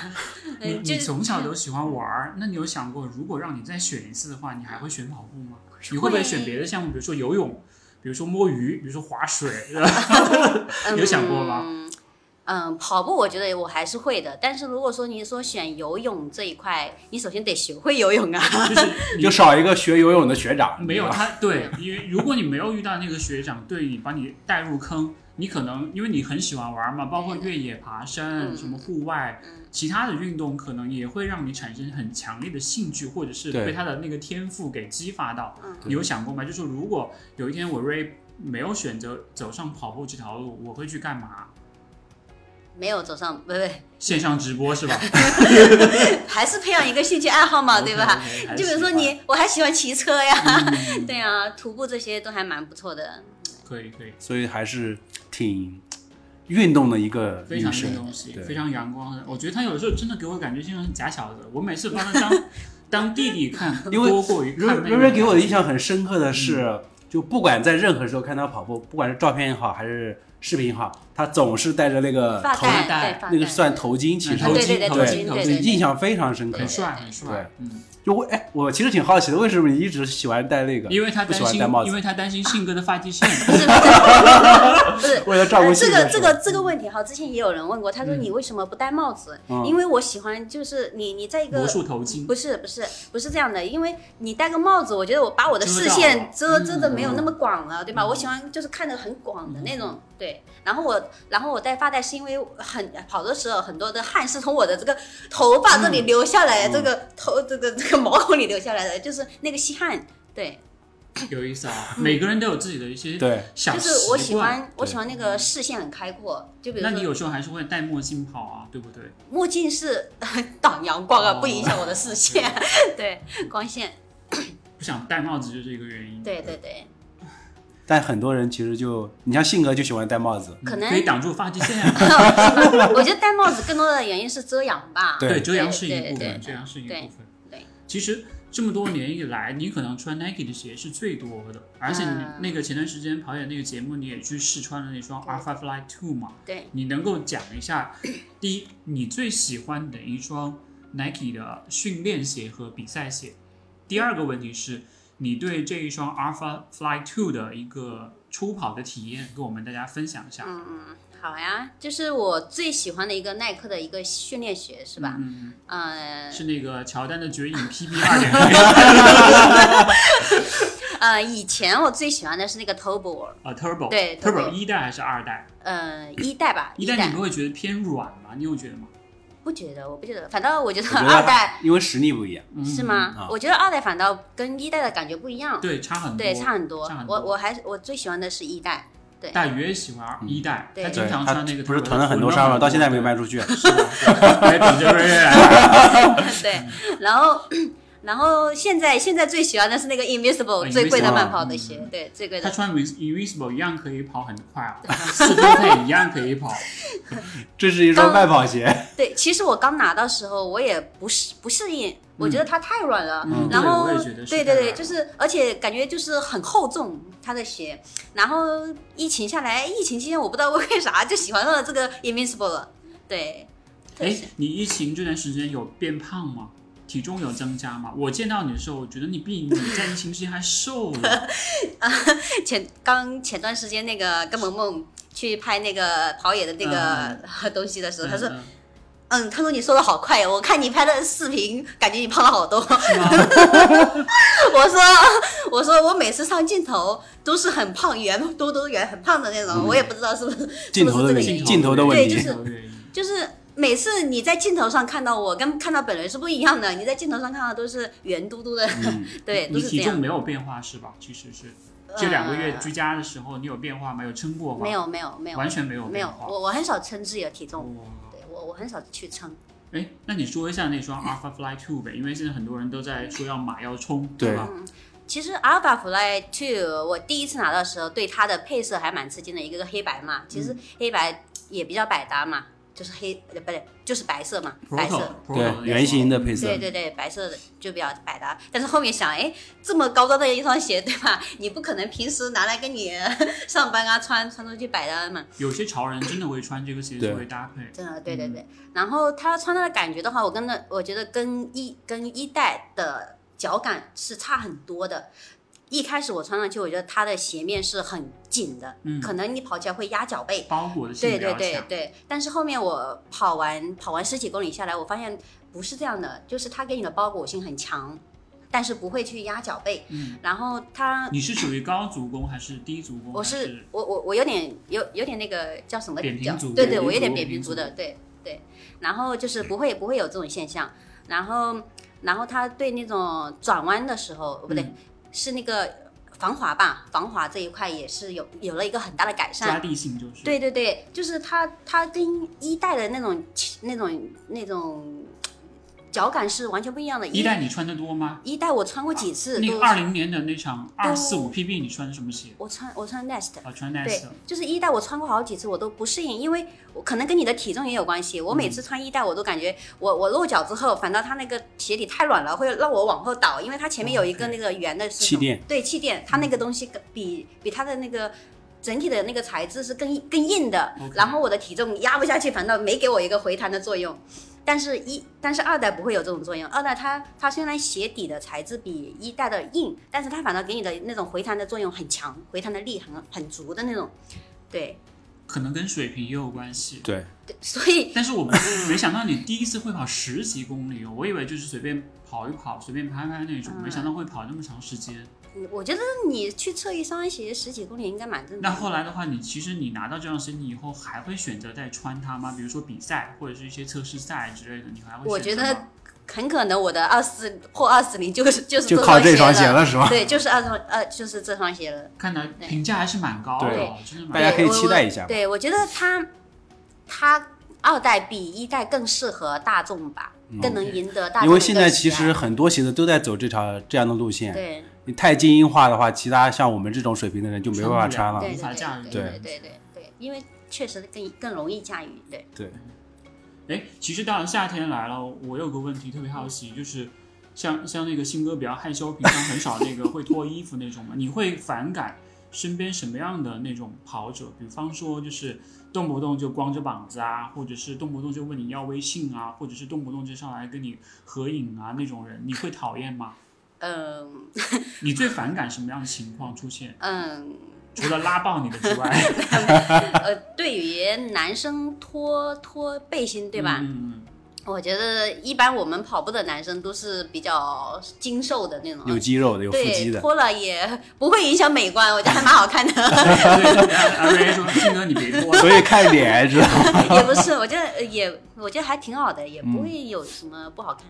Speaker 2: 你
Speaker 3: <laughs> 嗯，就
Speaker 2: 你
Speaker 3: 是
Speaker 2: 从小都喜欢玩儿，那你有想过，如果让你再选一次的话，你还会选跑步吗？你会不会选别的项目，比如说游泳，比如说摸鱼，比如说划
Speaker 3: <laughs>
Speaker 2: 水？有想过吗
Speaker 3: 嗯嗯，跑步我觉得我还是会的，但是如果说你说选游泳这一块，你首先得学会游泳啊。
Speaker 2: 就是
Speaker 1: 你就少一个学游泳的学长，
Speaker 2: 没有
Speaker 1: 对吧
Speaker 2: 他，对，因为如果你没有遇到那个学长对你把你带入坑，你可能因为你很喜欢玩嘛，包括越野、爬山、
Speaker 3: 嗯
Speaker 2: 什么户外，其他的运动可能也会让你产生很强烈的兴趣，或者是
Speaker 1: 对
Speaker 2: 被他的那个天赋给激发到
Speaker 3: 嗯。
Speaker 2: 你有想过吗？就是如果有一天我瑞没有选择走上跑步这条路，我会去干嘛？
Speaker 1: 嗯
Speaker 3: 没有走上，不对，
Speaker 2: 线上直播
Speaker 1: <laughs>
Speaker 2: 是吧？
Speaker 3: 还是培养一个兴趣爱好
Speaker 1: <laughs>
Speaker 3: 嘛，对
Speaker 2: <laughs>
Speaker 3: 吧？
Speaker 2: OK，OK，还
Speaker 3: 你
Speaker 2: 是
Speaker 3: 就比如说
Speaker 2: 喜
Speaker 3: 你，我还喜欢骑车呀，
Speaker 2: 欢，嗯
Speaker 3: <laughs> 对
Speaker 1: 呃
Speaker 3: 啊，徒步这些都还蛮不错的。
Speaker 2: 可以可以。
Speaker 1: 所以还是挺运动的一个
Speaker 2: 非
Speaker 1: 女
Speaker 2: 常运
Speaker 1: 神，
Speaker 2: 动系，
Speaker 1: 对
Speaker 2: 非常阳光的。我觉得他有的时候真的给我感觉像是假小子。我每次把他
Speaker 1: <laughs>
Speaker 2: 当当弟弟看，
Speaker 1: 因为
Speaker 2: 多过于
Speaker 1: 瑞
Speaker 2: 看
Speaker 1: 瑞
Speaker 2: 那个嗯
Speaker 1: 瑞给我的印象很深刻的是，就不管在任何时候看她跑步，不管是照片也好还是视频也好，她总是戴着那个
Speaker 3: 发
Speaker 1: 头
Speaker 2: 带
Speaker 3: 带，对发
Speaker 1: 那个
Speaker 3: 带
Speaker 1: 算头巾，其实
Speaker 2: 嗯头
Speaker 3: 对
Speaker 2: 巾
Speaker 3: 对对
Speaker 2: 头
Speaker 3: 头
Speaker 1: 巾
Speaker 3: 巾
Speaker 2: 头
Speaker 3: 对
Speaker 2: 巾
Speaker 3: 对
Speaker 1: 印
Speaker 3: 对
Speaker 1: 象非常深刻
Speaker 2: 很。帅很帅，嗯，
Speaker 1: 就我哎，我其实挺好奇的，为什么你一直喜欢戴那个？
Speaker 2: 因为他
Speaker 1: 不喜
Speaker 2: 担
Speaker 1: 欢
Speaker 2: 心
Speaker 1: 戴帽，
Speaker 2: 因
Speaker 1: 子，
Speaker 2: 为他担心信哥的发际线。
Speaker 3: 不
Speaker 1: <laughs>
Speaker 3: 是不是不是
Speaker 1: 为了照顾
Speaker 3: 呃这
Speaker 1: 性
Speaker 3: 个
Speaker 1: 格是
Speaker 3: 这
Speaker 1: 吧
Speaker 3: 个这个问题哈，之前也有人问过，他说你为什么不戴帽子？
Speaker 1: 嗯
Speaker 3: 因为我喜欢，就是你你在一
Speaker 2: 魔
Speaker 3: 个
Speaker 2: 术头巾，
Speaker 3: 不是不是不是这样的，因为你戴个帽子，我觉得我把我的
Speaker 2: 遮
Speaker 3: 视
Speaker 2: 到
Speaker 3: 线
Speaker 2: 了
Speaker 3: 遮
Speaker 2: 嗯
Speaker 3: 遮的没有那么广了，对吧？我喜欢就是看得很广的那种，对。然后我然后我戴发带是因为很跑的时候很多的汗是从我的这个头发
Speaker 2: 嗯
Speaker 3: 这里流下来，这个头这个这个毛孔里流下来的，就是那个吸汗，对，
Speaker 2: 有意思啊！每个人都有自己的一些
Speaker 1: 对
Speaker 2: 小
Speaker 3: 嗯就
Speaker 2: 习
Speaker 3: 是我喜
Speaker 2: 惯。
Speaker 3: 欢我喜欢那个视线很开阔，就比如
Speaker 2: 那
Speaker 3: 说
Speaker 2: 你有时候还是会戴墨镜跑啊，对不对？
Speaker 3: 墨镜是 <laughs> 挡阳光啊，
Speaker 2: 哦
Speaker 3: 不影响我的视线， <laughs> 对光线，
Speaker 2: 不想戴帽子就是一个原因。
Speaker 3: 对对对，
Speaker 1: 但很多人其实就，你像性格就喜欢戴
Speaker 3: <laughs>
Speaker 1: 帽子，
Speaker 2: 嗯，
Speaker 3: 可能
Speaker 2: 可以挡住发际线啊。
Speaker 3: 我觉得戴帽子更多的原因是遮阳吧，
Speaker 1: 对
Speaker 2: 遮阳是一
Speaker 3: <laughs> 对
Speaker 2: 部
Speaker 3: 对
Speaker 2: 分，遮阳是一部
Speaker 3: 对
Speaker 2: 分。
Speaker 3: 对，
Speaker 2: 其实这么多年以来，你可能穿 Nike 的鞋是最多的，而且你
Speaker 3: 嗯
Speaker 2: 那个前段时间跑野那个节目，你也去试穿了那双
Speaker 3: 对
Speaker 2: Alpha Fly Two 嘛，
Speaker 3: 对，
Speaker 2: 你能够讲一下， <coughs> 第一，你最喜欢的一双 Nike 的训练鞋和比赛鞋？第二个问题是，你对这一双 Alpha Fly Two 的一个初跑的体验，跟我们大家分享一下，
Speaker 3: 嗯嗯，好呀，就是我最喜欢的一个耐克的一个训练鞋是吧？
Speaker 2: 嗯，
Speaker 3: 嗯
Speaker 2: 是那个乔丹的
Speaker 3: <laughs>
Speaker 2: 绝影 PB 二点零
Speaker 3: 呃，以前我最喜欢的是那个 Turbo，
Speaker 2: 啊 Turbo，
Speaker 3: 对
Speaker 2: Turbo
Speaker 3: Turbo
Speaker 2: 一代还是二代？
Speaker 3: 呃，一代吧，
Speaker 2: 一
Speaker 3: 一
Speaker 2: 代你不会觉得偏软吗？你有觉得吗？
Speaker 3: 不觉得，我不觉得，反倒我觉得
Speaker 1: 我觉得
Speaker 3: 二代
Speaker 1: 因为实力不一样。
Speaker 2: 嗯
Speaker 3: 是
Speaker 1: 啊
Speaker 3: 吗？我觉得二代反倒跟一代的感觉不一样，
Speaker 2: 对，差很多。
Speaker 3: 对，差很多
Speaker 2: 差很。多
Speaker 3: 我我还是我最喜欢的是一代。
Speaker 2: <laughs>
Speaker 3: 对
Speaker 2: 大宇也喜欢一代，
Speaker 3: 对
Speaker 2: 他经
Speaker 1: 嗯对，
Speaker 2: 常
Speaker 1: 他
Speaker 2: 穿那个 Turbo，
Speaker 1: 不是囤了很多伤吗？到现在没卖出 <laughs> 去。
Speaker 2: <laughs> 是的。是的来比这瑞瑞。
Speaker 3: 对，然后然后现在现在最喜欢的是那个 Invisible
Speaker 2: Invisible，
Speaker 3: 最贵的慢跑的鞋
Speaker 2: 哦嗯，
Speaker 3: 对，最贵
Speaker 2: 他
Speaker 3: 的。
Speaker 2: 穿 Invisible 一样可以跑很快啊，四分配一样可以跑。
Speaker 1: 这是一双慢跑鞋，
Speaker 3: 对，其实我刚拿到时候我也不适不适应，我觉得它太软了。
Speaker 2: 嗯，
Speaker 3: 然后
Speaker 2: 对，我也觉得是。
Speaker 3: 对对对，就是而且感觉就是很厚重它的鞋，然后疫情下来，疫情期间我不知道为啥就喜欢上了这个 Invisible 了， <laughs> 对，
Speaker 2: 哎，你疫情这段时间有变胖吗？体重有增加吗？我见到你的时候，我觉得你比你在疫情期间还瘦
Speaker 3: <laughs>
Speaker 2: 了。
Speaker 3: 前刚前段时间那个跟萌萌去拍那个跑野的那个 <laughs> 东西的时候，他说
Speaker 2: 嗯
Speaker 3: 嗯，他说你瘦的好快，我看你拍的视频，感觉你胖了好多。
Speaker 2: 嗯是吗？
Speaker 3: <laughs> 我说，我说我每次上镜头都是很胖，圆嘟嘟圆，很胖的那
Speaker 2: 嗯
Speaker 3: 种，我也不知道是不是，
Speaker 1: 镜头的问
Speaker 3: 是不是这
Speaker 1: 题，
Speaker 3: 个
Speaker 1: 镜头的问
Speaker 3: 对就
Speaker 1: 题
Speaker 3: 是。就是每次你在镜头上看到我跟看到本人是不一样的，你在镜头上看到都是圆嘟嘟的， <laughs> 对，都
Speaker 2: 嗯你
Speaker 3: 是这
Speaker 2: 体重
Speaker 3: 样。
Speaker 2: 没有变化是吧？其实是这两个月
Speaker 3: 呃
Speaker 2: 居家的时候，你有变化吗？有称过吗？
Speaker 3: 没，有没有没有
Speaker 2: 完全没有
Speaker 3: 没
Speaker 2: 变
Speaker 3: 有，
Speaker 2: 化。
Speaker 3: 我我很少称自己的体重，
Speaker 2: 哇
Speaker 3: 对我我很少去称。
Speaker 2: 哎，那你说一下那双 Alpha Fly Two 呗，因为现在很多人都在说要买要冲，
Speaker 1: 对
Speaker 2: 吧？
Speaker 3: 嗯其实 Alpha Fly Two，我第一次拿到的时候，对它的配色还蛮吃惊的，一个黑白嘛，
Speaker 1: 嗯
Speaker 3: 其实黑白也比较百搭嘛，就是黑呃不对，就是白色嘛，白色。
Speaker 1: 对，圆形的配色
Speaker 3: 对，对对，白色的就比较百搭。但是后面想，哎，这么高端的一双鞋，对吧？你不可能平时拿来跟你 <laughs> 上班啊穿穿出去百搭嘛。
Speaker 2: 有些潮人真的会穿这个鞋
Speaker 1: 对
Speaker 2: 作为搭配，
Speaker 3: 真的，对对对。然后它穿它的感觉的话，我跟那我觉得跟一跟一代的脚感是差很多的。一开始我穿上去，我觉得它的鞋面是很紧的，
Speaker 2: 嗯
Speaker 3: 可能你跑起来会压脚背。
Speaker 2: 包裹的性
Speaker 3: 对
Speaker 2: 比
Speaker 3: 对
Speaker 2: 较
Speaker 3: 对
Speaker 2: 强。
Speaker 3: 对，但是后面我跑完跑完十几公里下来，我发现不是这样的，就是它给你的包裹性很强，但是不会去压脚背。
Speaker 2: 嗯，
Speaker 3: 然后它，
Speaker 2: 你是属于高足弓还是低足弓？
Speaker 3: 我
Speaker 2: 还嗯是
Speaker 3: 是我我我有点有有点那个叫什么
Speaker 2: 扁平
Speaker 3: 脚
Speaker 2: 足
Speaker 3: 对对，
Speaker 2: 扁
Speaker 3: 我有
Speaker 2: 平
Speaker 3: 点
Speaker 2: 足
Speaker 3: 扁
Speaker 2: 扁平
Speaker 3: 平足
Speaker 2: 足
Speaker 3: 的，对对。然后就是不会不会有这种现象，然后然后它对那种转弯的时候，不对，
Speaker 2: 嗯
Speaker 3: 是那个防滑吧，防滑这一块也是有有了一个很大的改善
Speaker 2: 抓。地性就是。
Speaker 3: 对对对，就是它它跟一代的那种那种那种脚感是完全不一样的。
Speaker 2: 一代你穿的多吗？
Speaker 3: 一代我穿过几次，
Speaker 2: 那
Speaker 3: 都
Speaker 2: 二零年的那场二四五 PB 你穿什么鞋？
Speaker 3: 我穿我穿 Nest，
Speaker 2: 啊，穿
Speaker 3: 对
Speaker 2: Nest，的，
Speaker 3: 就是一代我穿过好几次我都不适应，因为我可能跟你的体重也有关系。我每次穿一代我都感觉我我露脚之后，反倒它那个鞋底太软了，会让我往后倒，因为它前面有一个那个圆的是
Speaker 1: 气垫，
Speaker 3: 对气垫，它那个东西比比它的那个。整体的那个材质是更更硬的
Speaker 2: OK
Speaker 3: 然后我的体重压不下去，反倒没给我一个回弹的作用。但是一，但是二代不会有这种作用。二代它它虽然鞋底的材质比一代的硬，但是它反倒给你的那种回弹的作用很强，回弹的力很很足的那种。对，
Speaker 2: 可能跟水平也有关系。
Speaker 1: 对，
Speaker 3: 对所以
Speaker 2: 但是我没想到你第一次会跑十几公里，哦我以为就是随便跑一跑、随便拍拍那种，
Speaker 3: 嗯
Speaker 2: 没想到会跑那么长时间。
Speaker 3: 嗯我觉得你去测一双鞋十几公里应该蛮正常
Speaker 2: 那
Speaker 3: 的。
Speaker 2: 后来的话，你其实你拿到这双鞋，你以后还会选择再穿它吗？比如说比赛或者是一些测试赛之类的，你还会
Speaker 3: 我
Speaker 2: 选择
Speaker 3: 觉得
Speaker 2: 吗
Speaker 3: 很可能我的二四或二四零就是就是
Speaker 1: 就靠这双鞋
Speaker 3: 了，
Speaker 1: 了是吧？
Speaker 3: 对，就是二双呃就是这双鞋了。
Speaker 2: 看来评价还是蛮高的哦，真的蛮
Speaker 1: 大家可以
Speaker 3: 对我
Speaker 1: 期待一下吧
Speaker 3: 对，我觉得它它二代比一代更适合大众吧，更能赢得大众的喜
Speaker 1: 嗯
Speaker 3: 爱。
Speaker 1: 因为现在其实很多鞋子都在走这条这样的路线，
Speaker 3: 对
Speaker 1: 你太精英化的话，其他像我们这种水平的人就没办法穿
Speaker 2: 啊
Speaker 1: 了。
Speaker 3: 对
Speaker 2: 无法驾驭
Speaker 3: 对对对对对，因为确实更更容易驾驭。对，
Speaker 2: 哎，其实到了夏天来了，我有个问题特别好奇，就是像像那个新哥比较害羞，平常很少那个会脱衣服那种嘛，你会反感身边什么样的那种跑者？比方说就是动不动就光着膀子啊，或者是动不动就问你要微信啊，或者是动不动就上来跟你合影啊那种人，你会讨厌吗？
Speaker 3: 嗯
Speaker 2: 你最反感什么样的情况出现？
Speaker 3: 嗯，
Speaker 2: 除了拉爆你的之外，
Speaker 3: 呃，对于男生脱脱背心， <laughs> 对吧？
Speaker 2: 嗯，
Speaker 3: 我觉得一般我们跑步的男生都是比较精瘦的那种，
Speaker 1: 有肌肉的，有腹肌
Speaker 3: 对，
Speaker 1: 的，
Speaker 3: 脱了也不会影响美观，我觉得还蛮好看的。
Speaker 2: 嗯嗯对，阿瑞说：“新哥，你别脱了。
Speaker 1: 所以看 <laughs> 脸知道吗？
Speaker 3: <laughs> 也不是，我觉得呃也，我觉得还挺好的，也不会有什么不好看、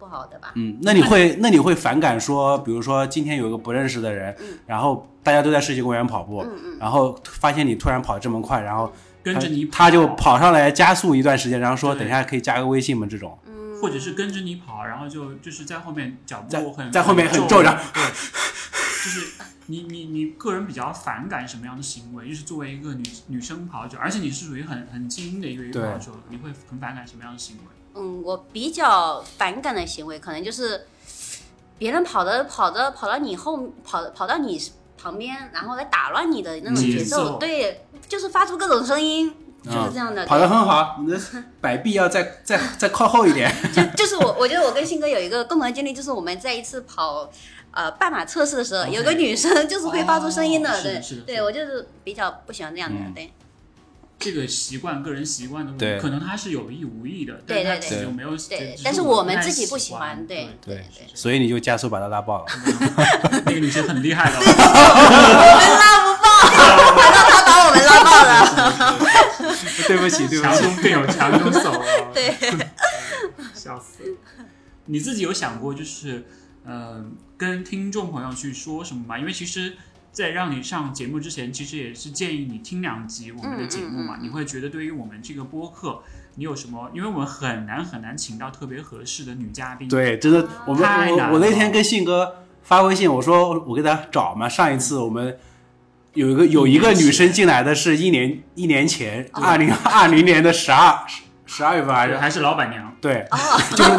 Speaker 3: 不好的吧。
Speaker 1: 嗯，那你会那你会反感说，比如说今天有一个不认识的人，然后大家都在世纪公园跑步，然后发现你突然跑这么快，然后”
Speaker 2: 跟
Speaker 1: 他
Speaker 2: 着你跑，
Speaker 1: 他就跑上来加速一段时间，然后说
Speaker 2: 对
Speaker 1: 等一下可以加个微信吗？这种
Speaker 2: 或者是跟着你跑，然后就就是在后面脚步很
Speaker 1: 在在后面很
Speaker 2: 皱
Speaker 1: 皱着，
Speaker 2: 对，就是你你你个人比较反感什么样的行为？就是作为一个女女生跑者，而且你是属于很很精英的一个一个
Speaker 1: 对
Speaker 2: 跑者，你会很反感什么样的行为？
Speaker 3: 嗯，我比较反感的行为，可能就是别人跑的跑着跑到你后跑跑到你旁边，然后来打乱你的那种
Speaker 2: 节
Speaker 3: 节奏，
Speaker 2: 奏啊
Speaker 3: 对，就是发出各种声音，就是这样的。
Speaker 1: 跑得很好，你的摆臂要再再再靠后一点。
Speaker 3: 就就是我，我觉得我跟信哥有一个共同的经历，就是我们在一次跑呃半马测试的时候
Speaker 2: OK
Speaker 3: 有个女生就是会发出声音的，
Speaker 2: 哦是的
Speaker 3: 对
Speaker 2: 是的，是
Speaker 3: 对
Speaker 2: 的
Speaker 3: 我就是比较不喜欢这样的，
Speaker 1: 嗯
Speaker 3: 对
Speaker 2: 这个习惯，个人习惯的问
Speaker 1: 对
Speaker 2: 题，可能他是有意无意的，
Speaker 3: 对
Speaker 2: 但是他
Speaker 3: 对
Speaker 2: 自己
Speaker 1: 对
Speaker 2: 就没有，
Speaker 3: 对
Speaker 2: 只，
Speaker 3: 但是
Speaker 2: 是
Speaker 3: 我们
Speaker 2: 太
Speaker 3: 自己不喜
Speaker 2: 喜
Speaker 3: 欢，
Speaker 2: 对
Speaker 3: 对对对。
Speaker 1: 所以你就加速把他拉
Speaker 2: <laughs>
Speaker 1: 爆了。
Speaker 2: 那个女生很厉害的哦，
Speaker 3: 我们拉不爆，难道他把我们拉爆了？
Speaker 1: 对不 <laughs> 起，对不
Speaker 2: 强
Speaker 1: 起。
Speaker 2: 中更有强中手哦。
Speaker 3: 对，
Speaker 2: 笑死！你自己有想过就是，呃，跟听众朋友去说什么吗？因为其实，在让你上节目之前，其实也是建议你听两集我们的节目嘛，
Speaker 3: 嗯嗯嗯嗯
Speaker 2: 你会觉得对于我们这个播客，你有什么？因为我们很难很难请到特别合适的女嘉宾。，
Speaker 1: 对，真的，我们
Speaker 2: 太难
Speaker 1: 我我那
Speaker 2: 了
Speaker 1: 天跟信哥发微信，我说我给他找嘛。上一次我们有一个有一个女生进来的是一年一年前，二零二零年的十二十二月份还是
Speaker 2: 还是老板娘、
Speaker 1: 对， <laughs>
Speaker 2: <laughs>
Speaker 1: 就是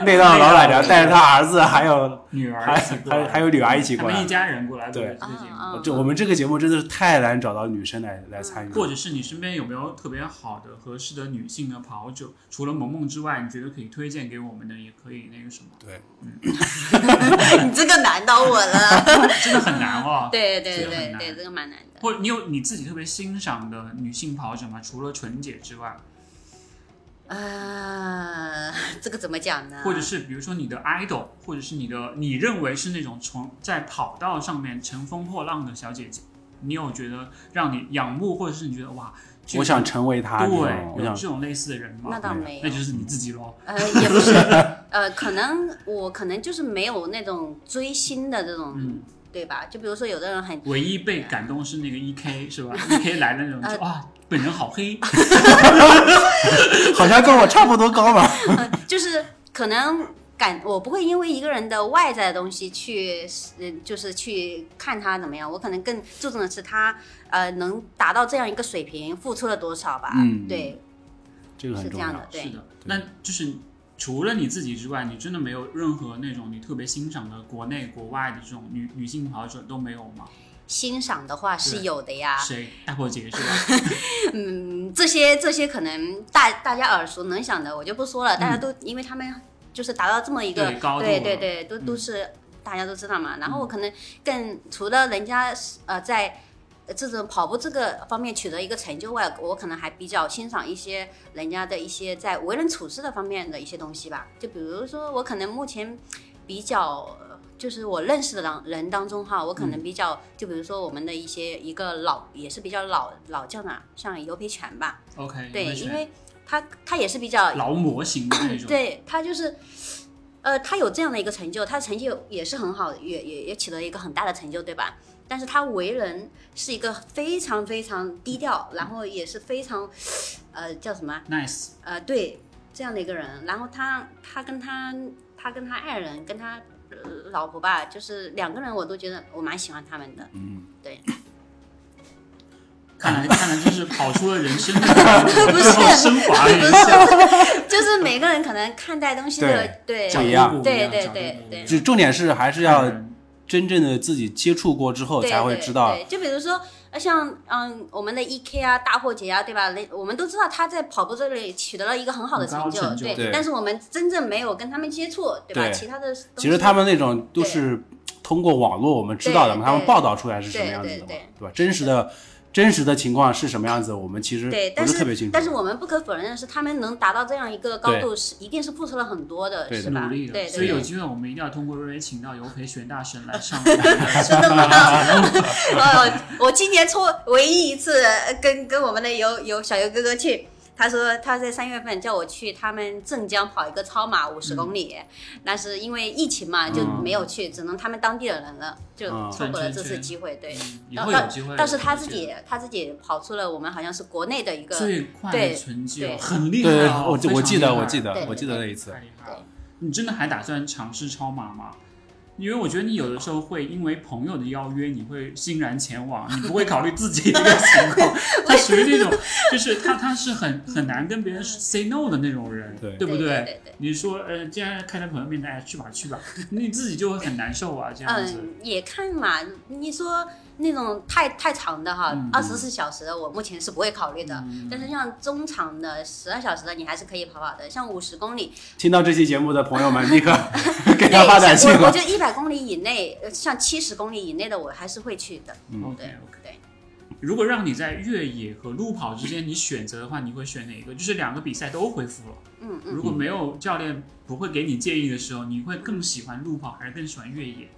Speaker 1: 那那档老板娘带着她儿子还有
Speaker 2: 女儿
Speaker 1: 还
Speaker 2: 一起过
Speaker 1: 还
Speaker 2: 来，
Speaker 1: 还有女儿一起
Speaker 2: 他
Speaker 1: 过
Speaker 2: 们一
Speaker 1: 来。
Speaker 2: 家人过来录
Speaker 1: 对
Speaker 2: 的这个
Speaker 3: 哦
Speaker 2: 节目。
Speaker 1: 这我们这个节目真的是太难找到女生来来参与了，
Speaker 2: 或者是你身边有没有特别好的、合适的女性的跑者？除了萌萌之外，你觉得可以推荐给我们的，也可以那个什么， <laughs>
Speaker 3: <laughs> 你这个难到我
Speaker 2: <laughs>
Speaker 3: 了。
Speaker 2: 真的很难哦。
Speaker 3: <laughs> 对对
Speaker 2: 这个很
Speaker 3: 对
Speaker 2: 难
Speaker 3: 对，这个蛮难的。
Speaker 2: 或者你有你自己特别欣赏的女性跑者吗？除了纯姐之外，
Speaker 3: 呃，这个怎么讲呢？
Speaker 2: 或者是比如说你的 idol，或者是你的你认为是那种从在跑道上面乘风破浪的小姐姐，你有觉得让你仰慕，或者是你觉得哇，这个
Speaker 1: 我想成为她，
Speaker 2: 对
Speaker 1: 你知道吗我
Speaker 2: 有
Speaker 1: 想
Speaker 2: 这种类似的人吗？
Speaker 3: 那倒没
Speaker 2: 那
Speaker 3: 有
Speaker 2: 就，是你自己喽。
Speaker 3: 呃，也不是，
Speaker 2: <laughs>
Speaker 3: 呃，可能我可能就是没有那种追星的这种
Speaker 2: 嗯，
Speaker 3: 对吧？就比如说有的人很
Speaker 2: 唯一被感动是那个 E K 是
Speaker 3: <laughs>
Speaker 2: 吧？E K 来的那种
Speaker 3: 呃
Speaker 2: 就哇，本人好黑， <laughs>
Speaker 1: 好像跟我差不多高吧。
Speaker 3: 就是可能感我不会因为一个人的外在的东西去，呃，就是去看他怎么样，我可能更注重的是他呃能达到这样一个水平，付出了多少吧。
Speaker 1: 嗯
Speaker 3: 对，
Speaker 1: 这个很
Speaker 3: 是这
Speaker 1: 重
Speaker 3: 样
Speaker 1: 要
Speaker 3: 的。，对
Speaker 2: <laughs> 是。的，那就是除了你自己之外，你真的没有任何那种你特别欣赏的国内国外的这种女女性跑者都没有吗？
Speaker 3: 欣赏的话是
Speaker 2: 对
Speaker 3: 有的呀，
Speaker 2: 谁？大破节是
Speaker 3: <laughs>
Speaker 2: 吧？
Speaker 3: 嗯，这些这些可能大大家耳熟能详的，我就不说了，大家都、因为他们就是达到这么一个
Speaker 2: 嗯对高度
Speaker 3: 对
Speaker 2: 了嗯
Speaker 3: 对对，都、都是大家都知道嘛。然后我可能更除了人家呃在这种跑步这个方面取得一个成就外，我可能还比较欣赏一些人家的一些在为人处事的方面的一些东西吧。就比如说，我可能目前比较。呃就是我认识的当人当中哈，我可能比较，就比如说我们的一些一个老也是比较老老将啊，像尤培全吧，
Speaker 2: OK，
Speaker 3: 对，
Speaker 2: 没事
Speaker 3: 因为他他也是比较
Speaker 2: 劳模型的那种，
Speaker 3: 对他就是，呃，他有这样的一个成就，他成绩也是很好，也也也取得一个很大的成就，对吧？但是他为人是一个非常非常低调，然后也是非常，呃，叫什么啊？
Speaker 2: ，nice，
Speaker 3: 呃，对这样的一个人。然后他他跟他他跟他爱人跟他呃老婆吧，就是两个人，我都觉得我蛮喜欢他们的。
Speaker 1: 嗯，
Speaker 3: 对，
Speaker 2: 看
Speaker 3: <laughs>
Speaker 2: 来看来真是跑出了人生的不
Speaker 3: 是
Speaker 2: 升华了一下，
Speaker 3: 就是每个人可能看待东西的对
Speaker 1: 不一样
Speaker 2: 角度不
Speaker 3: 对
Speaker 2: 一样
Speaker 3: 对
Speaker 2: 角度
Speaker 3: 对
Speaker 2: 不一
Speaker 3: 对
Speaker 2: 样
Speaker 1: 就重点是还是
Speaker 2: 看
Speaker 1: 要
Speaker 2: 人
Speaker 1: 真正的自己接触过之后
Speaker 3: 对
Speaker 1: 才会
Speaker 3: 对
Speaker 1: 知道
Speaker 3: 对，就比如说，呃，像嗯，我们的 E K 啊，大破节啊，对吧？那我们都知道他在跑步这里取得了一个很好的
Speaker 2: 很高
Speaker 3: 成就，
Speaker 2: 成就
Speaker 1: 对
Speaker 3: 但是我们真正没有跟他们接触，对吧？
Speaker 1: 对
Speaker 3: 其他的东西
Speaker 1: 其实他们那种都是通过网络我们知道的嘛，
Speaker 3: 对
Speaker 1: 他们报道出来是什么
Speaker 3: 对
Speaker 1: 样子的嘛，
Speaker 3: 对对
Speaker 1: 对吧？真实的真实的情况是什么样子，嗯我们其实
Speaker 3: 对，
Speaker 1: 不
Speaker 3: 但
Speaker 1: 特别清楚。
Speaker 3: 但是我们不可否认的是，他们能达到这样一个高度，是一定是付出了很多的，
Speaker 1: 对的
Speaker 3: 是吧？
Speaker 2: 努
Speaker 3: 对
Speaker 2: 力
Speaker 3: 对
Speaker 2: 的，所以有
Speaker 3: 对，
Speaker 2: 机会我们一定要通过瑞瑞请到尤培玄大神来 <laughs> 上
Speaker 3: 真 <laughs> 的吗？呃，我今年初唯一一次呃跟跟我们的游游小游哥哥去。他说他在三月份叫我去他们镇江跑一个超马五十公里，但是因为疫情嘛就
Speaker 1: 嗯
Speaker 3: 没有去，只能他们当地的人了，就
Speaker 1: 嗯
Speaker 3: 错过了
Speaker 2: 转
Speaker 3: 这
Speaker 2: 圈
Speaker 3: 次
Speaker 2: 圈
Speaker 3: 机会。对，
Speaker 2: 嗯以
Speaker 3: 然
Speaker 2: 后
Speaker 3: 后
Speaker 2: 有机会，
Speaker 3: 但是他自己他自己跑出了我们好像是国内的一个
Speaker 2: 最快的
Speaker 3: 对
Speaker 2: 成就，
Speaker 3: 对
Speaker 2: 很厉
Speaker 1: 对对，
Speaker 2: 害哦，
Speaker 1: 我记我记得我记
Speaker 2: 得
Speaker 1: 得
Speaker 3: 对
Speaker 1: 我记得那一次
Speaker 2: 太，厉害了。你真的还打算尝试超马吗？因为我觉得你有的时候会因为朋友的邀约，你会欣然前往，你不会考虑自己的情
Speaker 3: <laughs>
Speaker 2: 况。他属于那种，就是他他是很很难跟别人 say no 的那种人，
Speaker 1: 对
Speaker 2: 不对？
Speaker 3: 对对对。
Speaker 2: 你说，呃，既然看在朋友面前，哎，去吧去吧，你自己就会很难受啊，这样子。
Speaker 3: 嗯，也看嘛。你说那种太太长的哈
Speaker 2: 嗯，
Speaker 3: 二十四小时的我目前是不会考虑的。
Speaker 2: 嗯
Speaker 3: 但是像中长的十二小时的，你还是可以跑跑的。像五十公里，
Speaker 2: <laughs>
Speaker 1: 听到这期节目的朋友
Speaker 3: <laughs>
Speaker 1: 们，立刻 <laughs> 给
Speaker 3: 对，
Speaker 1: 他发短信
Speaker 3: 我我
Speaker 1: 了。
Speaker 3: 觉得一百公里以内，呃像七十公里以内的，我还是会去的。对
Speaker 2: OK OK。
Speaker 3: 对，
Speaker 2: 哦如果让你在越野和路跑之间你选择的话，你会选哪一个？就是两个比赛都恢复了。
Speaker 3: 嗯嗯，
Speaker 2: 如果没有教练不会给你建议的时候，你会更喜欢路跑还是更喜欢越野？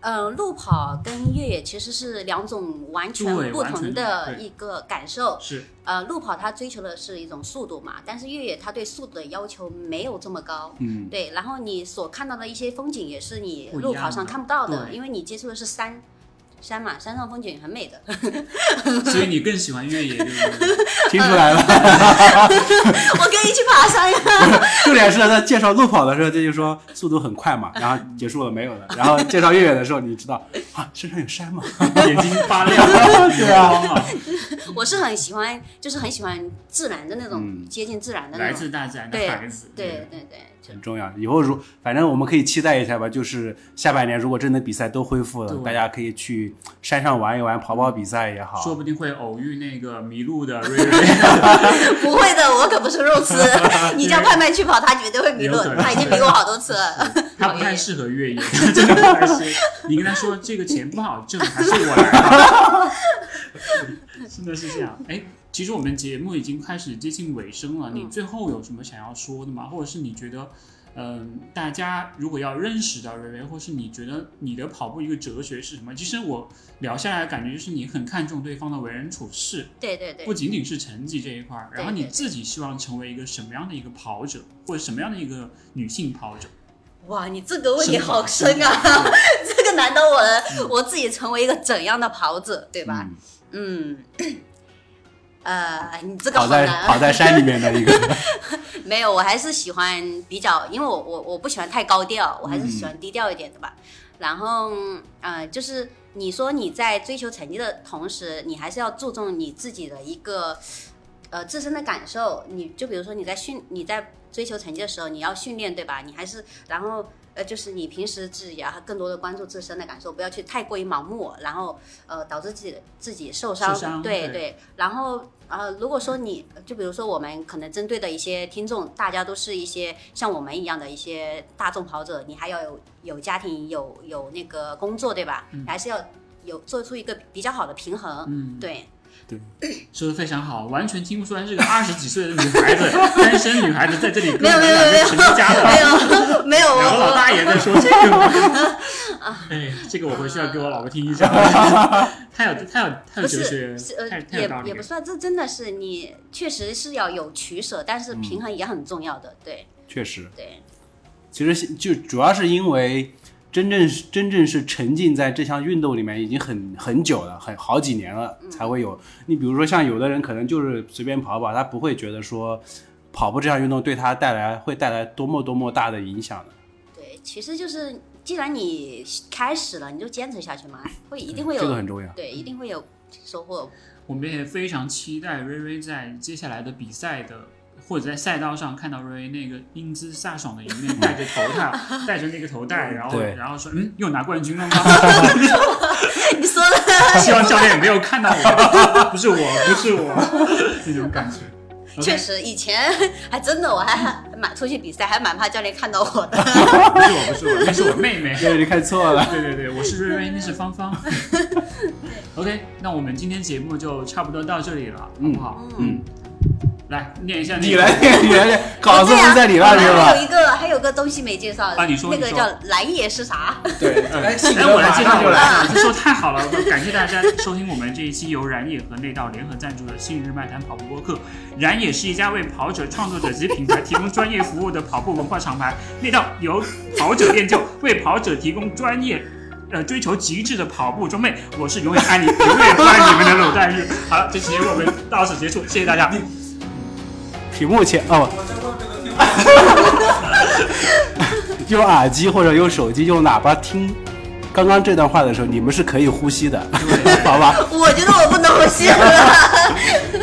Speaker 3: 嗯，路跑跟越野其实是两种完
Speaker 2: 对
Speaker 3: 全不
Speaker 2: 完全
Speaker 3: 同
Speaker 2: 对
Speaker 3: 的一个感受。
Speaker 2: 是
Speaker 3: 呃，路跑它追求的是一种速度嘛，但是越野它对速度的要求没有这么高。
Speaker 1: 嗯，
Speaker 3: 对，然后你所看到的一些风景也是你
Speaker 2: 不一
Speaker 3: 路跑
Speaker 2: 样
Speaker 3: 上
Speaker 2: 的
Speaker 3: 看不到的，
Speaker 2: 对
Speaker 3: 因为你接触的是山，山嘛，山上风景很美的。 <laughs>
Speaker 2: 所以你更喜欢越野，对不对？
Speaker 1: 听出来了。
Speaker 3: 我跟你去爬山呀！ <laughs>
Speaker 1: <laughs> 重点是他介绍路跑的时候，他就说速度很快嘛，然后结束了没有了。然后介绍越野的时候，你知道啊，身上有山
Speaker 3: <laughs>
Speaker 1: 嘛，
Speaker 2: 眼睛发亮，
Speaker 1: 对啊
Speaker 2: 有光啊，
Speaker 3: 我是很喜欢，就是很喜欢自然的那种，接近自然的
Speaker 2: 嗯
Speaker 3: 那
Speaker 2: 来
Speaker 3: 种。
Speaker 2: 自大自然的
Speaker 3: <laughs> 对
Speaker 2: 孩子。
Speaker 3: 对对对， <laughs> 就
Speaker 1: 很重要。以后如反正我们可以期待一下吧，就是下半年如果真的比赛都恢复了，
Speaker 2: 对
Speaker 1: 大家可以去山上玩一玩，跑跑比赛也
Speaker 2: 说
Speaker 1: 好。
Speaker 2: 不定会偶遇那个迷路的瑞瑞，
Speaker 3: 不会的，我可不是
Speaker 2: <laughs>
Speaker 3: 肉吃。你叫派派去跑，他绝对会迷
Speaker 2: 有
Speaker 3: 路
Speaker 2: 可能，
Speaker 3: 他已经迷过好多次了。
Speaker 2: <laughs> 他不太适合越野， <laughs> 真的不太适合。你跟他说这个钱不好挣，还是我来吧。 <laughs> 真的是这样。哎，其实我们节目已经开始接近尾声
Speaker 3: 嗯
Speaker 2: 了，你最后有什么想要说的吗？或者是你觉得，嗯、大家如果要认识到瑞瑞，或是你觉得你的跑步一个哲学是什么？其实我聊下来的感觉就是你很看重对方的为人处事，
Speaker 3: 对对对
Speaker 2: 不，仅仅是成绩这一块儿，然后
Speaker 3: 对对
Speaker 2: 你自己希望成为一个什么样的一个跑者，或者什么样的一个女性跑者？
Speaker 3: 哇，你这个问题
Speaker 2: 深嗯跑
Speaker 3: 好深啊！ <laughs>
Speaker 2: 深跑 <laughs>
Speaker 3: 这个难道我我自己成为一个怎样的跑者，对吧？
Speaker 1: 嗯
Speaker 3: 嗯， <coughs> 呃，你这个
Speaker 1: 跑
Speaker 3: 好
Speaker 1: 在
Speaker 3: 难啊
Speaker 1: 跑在山里面的一个， <laughs>
Speaker 3: 没有，我还是喜欢比较，因为我我我不喜欢太高调，我还是喜欢低调一点的吧。然后，嗯呃，就是你说你在追求成绩的同时，你还是要注重你自己的一个呃自身的感受。你就比如说你在训你在追求成绩的时候，你要训练对吧？你还是然后呃，就是你平时自己要更多的关注自身的感受，不要去太过于盲目，然后呃导致自己自己受伤。
Speaker 2: 受伤
Speaker 3: 对
Speaker 2: 对
Speaker 3: 对，然后。呃，如果说你就比如说我们可能针对的一些听众，大家都是一些像我们一样的一些大众跑者，你还要有有家庭，有有那个工作，对吧？还是要有做出一个比较好的平衡。
Speaker 2: 嗯，
Speaker 3: 对， <laughs>
Speaker 2: 说的非常好，完全听不出来是个二十几岁的女孩子，单身女孩子在这里跟
Speaker 3: 没有
Speaker 2: 我们两
Speaker 3: 没有
Speaker 2: 个
Speaker 3: 没有
Speaker 2: 什么家
Speaker 3: 没
Speaker 2: 的。
Speaker 3: 有 <laughs> 没有
Speaker 2: 两个
Speaker 3: 我
Speaker 2: 老
Speaker 3: 我
Speaker 2: 大爷在说这个吗， <laughs> 哎，这个我回去要给我老婆听一
Speaker 3: <laughs>
Speaker 2: 下。太有太有太有哲
Speaker 3: 不
Speaker 2: 学
Speaker 3: 是是，呃
Speaker 2: 嗯太太有道
Speaker 3: 也
Speaker 2: 理
Speaker 3: 也
Speaker 2: 了
Speaker 3: 不。算，这真的是你确实是要有取舍，但
Speaker 2: 嗯
Speaker 3: 是平衡也很重要的。对
Speaker 1: 确实，
Speaker 3: 对，
Speaker 1: 其实就主要是因为真正是真正是沉浸在这项运动里面已经很很久了，很好几年了才会有。你比如说像有的人可能就是随便跑跑，他不会觉得说跑步这项运动对他带来会带来多么多么大的影响的。
Speaker 3: 对，其实就是既然你开始了，你就坚持下去嘛，会一定会有
Speaker 1: 这个很重要。
Speaker 3: 对，一定会有收获。
Speaker 2: <laughs> 我们也非常期待瑞瑞在接下来的比赛的或者在赛道上看到瑞瑞那个英姿飒爽的一
Speaker 3: <laughs>
Speaker 2: 面，戴着头套，戴着那个头带，然后
Speaker 1: 对
Speaker 2: 然后说嗯又拿冠军了吗？
Speaker 3: 你说的
Speaker 2: 希望教练没有看到我， <laughs> 不是我，不是 <laughs> 我，那种感觉。OK
Speaker 3: 确实，以前还真的我还蛮出去比赛，还蛮怕教练看到我的。
Speaker 2: 不是我，不是我，那是我妹 <laughs> 妹。
Speaker 1: 对，你看错了。
Speaker 2: 对对对，我是瑞瑞，那是芳 <laughs> 芳。OK，那我们今天节目就差不多到这里了，好不好？
Speaker 1: 嗯，
Speaker 2: 来念一下那个
Speaker 1: 你来念，你来念，稿子
Speaker 3: 对啊
Speaker 1: 不
Speaker 3: 呀
Speaker 1: 是在你那
Speaker 3: 我
Speaker 1: 里
Speaker 3: 们还有
Speaker 1: 了
Speaker 3: 一个还有个东西没介绍，
Speaker 2: 啊你说
Speaker 3: 那
Speaker 2: 你
Speaker 3: 个
Speaker 2: 说
Speaker 3: 叫蓝野是啥？ <laughs>
Speaker 1: 对，嗯
Speaker 2: 哎，
Speaker 1: 性格
Speaker 2: 我来介绍
Speaker 1: 马上就
Speaker 2: 我
Speaker 1: 来
Speaker 2: 来，这说太好了， <laughs> 感谢大家收听我们这一期由燃野和内道联合赞助的《新日漫谈跑步播客》。燃野是一家为跑者、创作者及品牌提供专业服务的跑步文化厂牌，内道由跑者练就，为跑者提供专业。呃，追求极致的跑步装备，我是永远爱你，永远欢迎你们的冷战日。好了，这期节目我们到此结束，谢谢大家。
Speaker 1: 屏幕前哦， <laughs> 用耳机或者用手机用喇叭听刚刚这段话的时候，你们是可以呼吸的，好吧？
Speaker 3: 我觉得我不能
Speaker 2: <laughs>
Speaker 3: 呼吸了。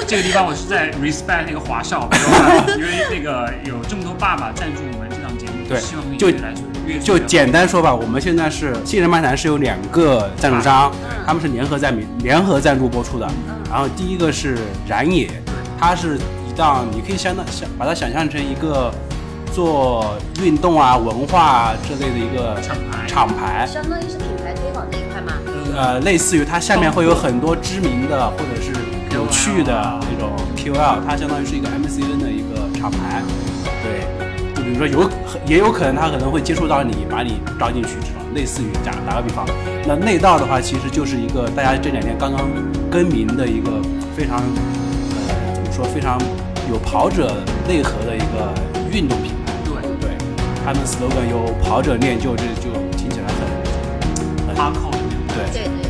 Speaker 2: 这个地方我是在 respect 那个华少，没有办法因为那个有这么多爸爸赞助我们这档节目，
Speaker 1: 对
Speaker 2: 希望可以
Speaker 1: 就
Speaker 2: 越来越
Speaker 1: 就
Speaker 2: 减
Speaker 1: 简单说吧，我们现在是信任漫谈是有两个赞助商，
Speaker 2: 嗯
Speaker 1: 他们是联合在联合赞助播出的。然后第一个是燃野，它是一档你可以相当想把它想象成一个做运动啊、文化啊之类的一个
Speaker 2: 厂牌
Speaker 1: 厂牌，
Speaker 3: 相当于是品牌推广这一块嘛。
Speaker 1: 呃，类似于它下面会有很多知名的或者是有趣的那种 QL，它相当于是一个 MCN 的一个厂牌，对，就比如说有也有可能它可能会接触到你，把你招进去这种，类似于打打个比方，那内道的话其实就是一个大家这两天刚刚更名的一个非常呃怎么说非常有跑者内核的一个运动品牌，
Speaker 2: 对
Speaker 1: 对，他们 slogan 有跑者练就，这就听起来很
Speaker 2: 哈扣的
Speaker 1: 对。
Speaker 3: 对对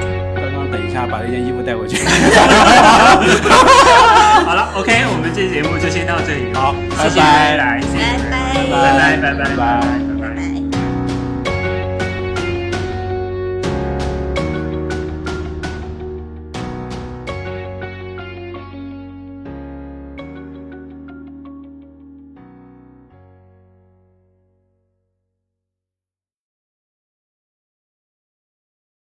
Speaker 3: 对，
Speaker 1: 刚刚等一下把那件衣服带回去。
Speaker 2: 那种。好了，OK，我们这期节目就先到这里，好，谢
Speaker 1: 拜拜
Speaker 2: 谢大家来，谢谢大家
Speaker 3: 拜拜
Speaker 2: 拜拜拜拜拜拜。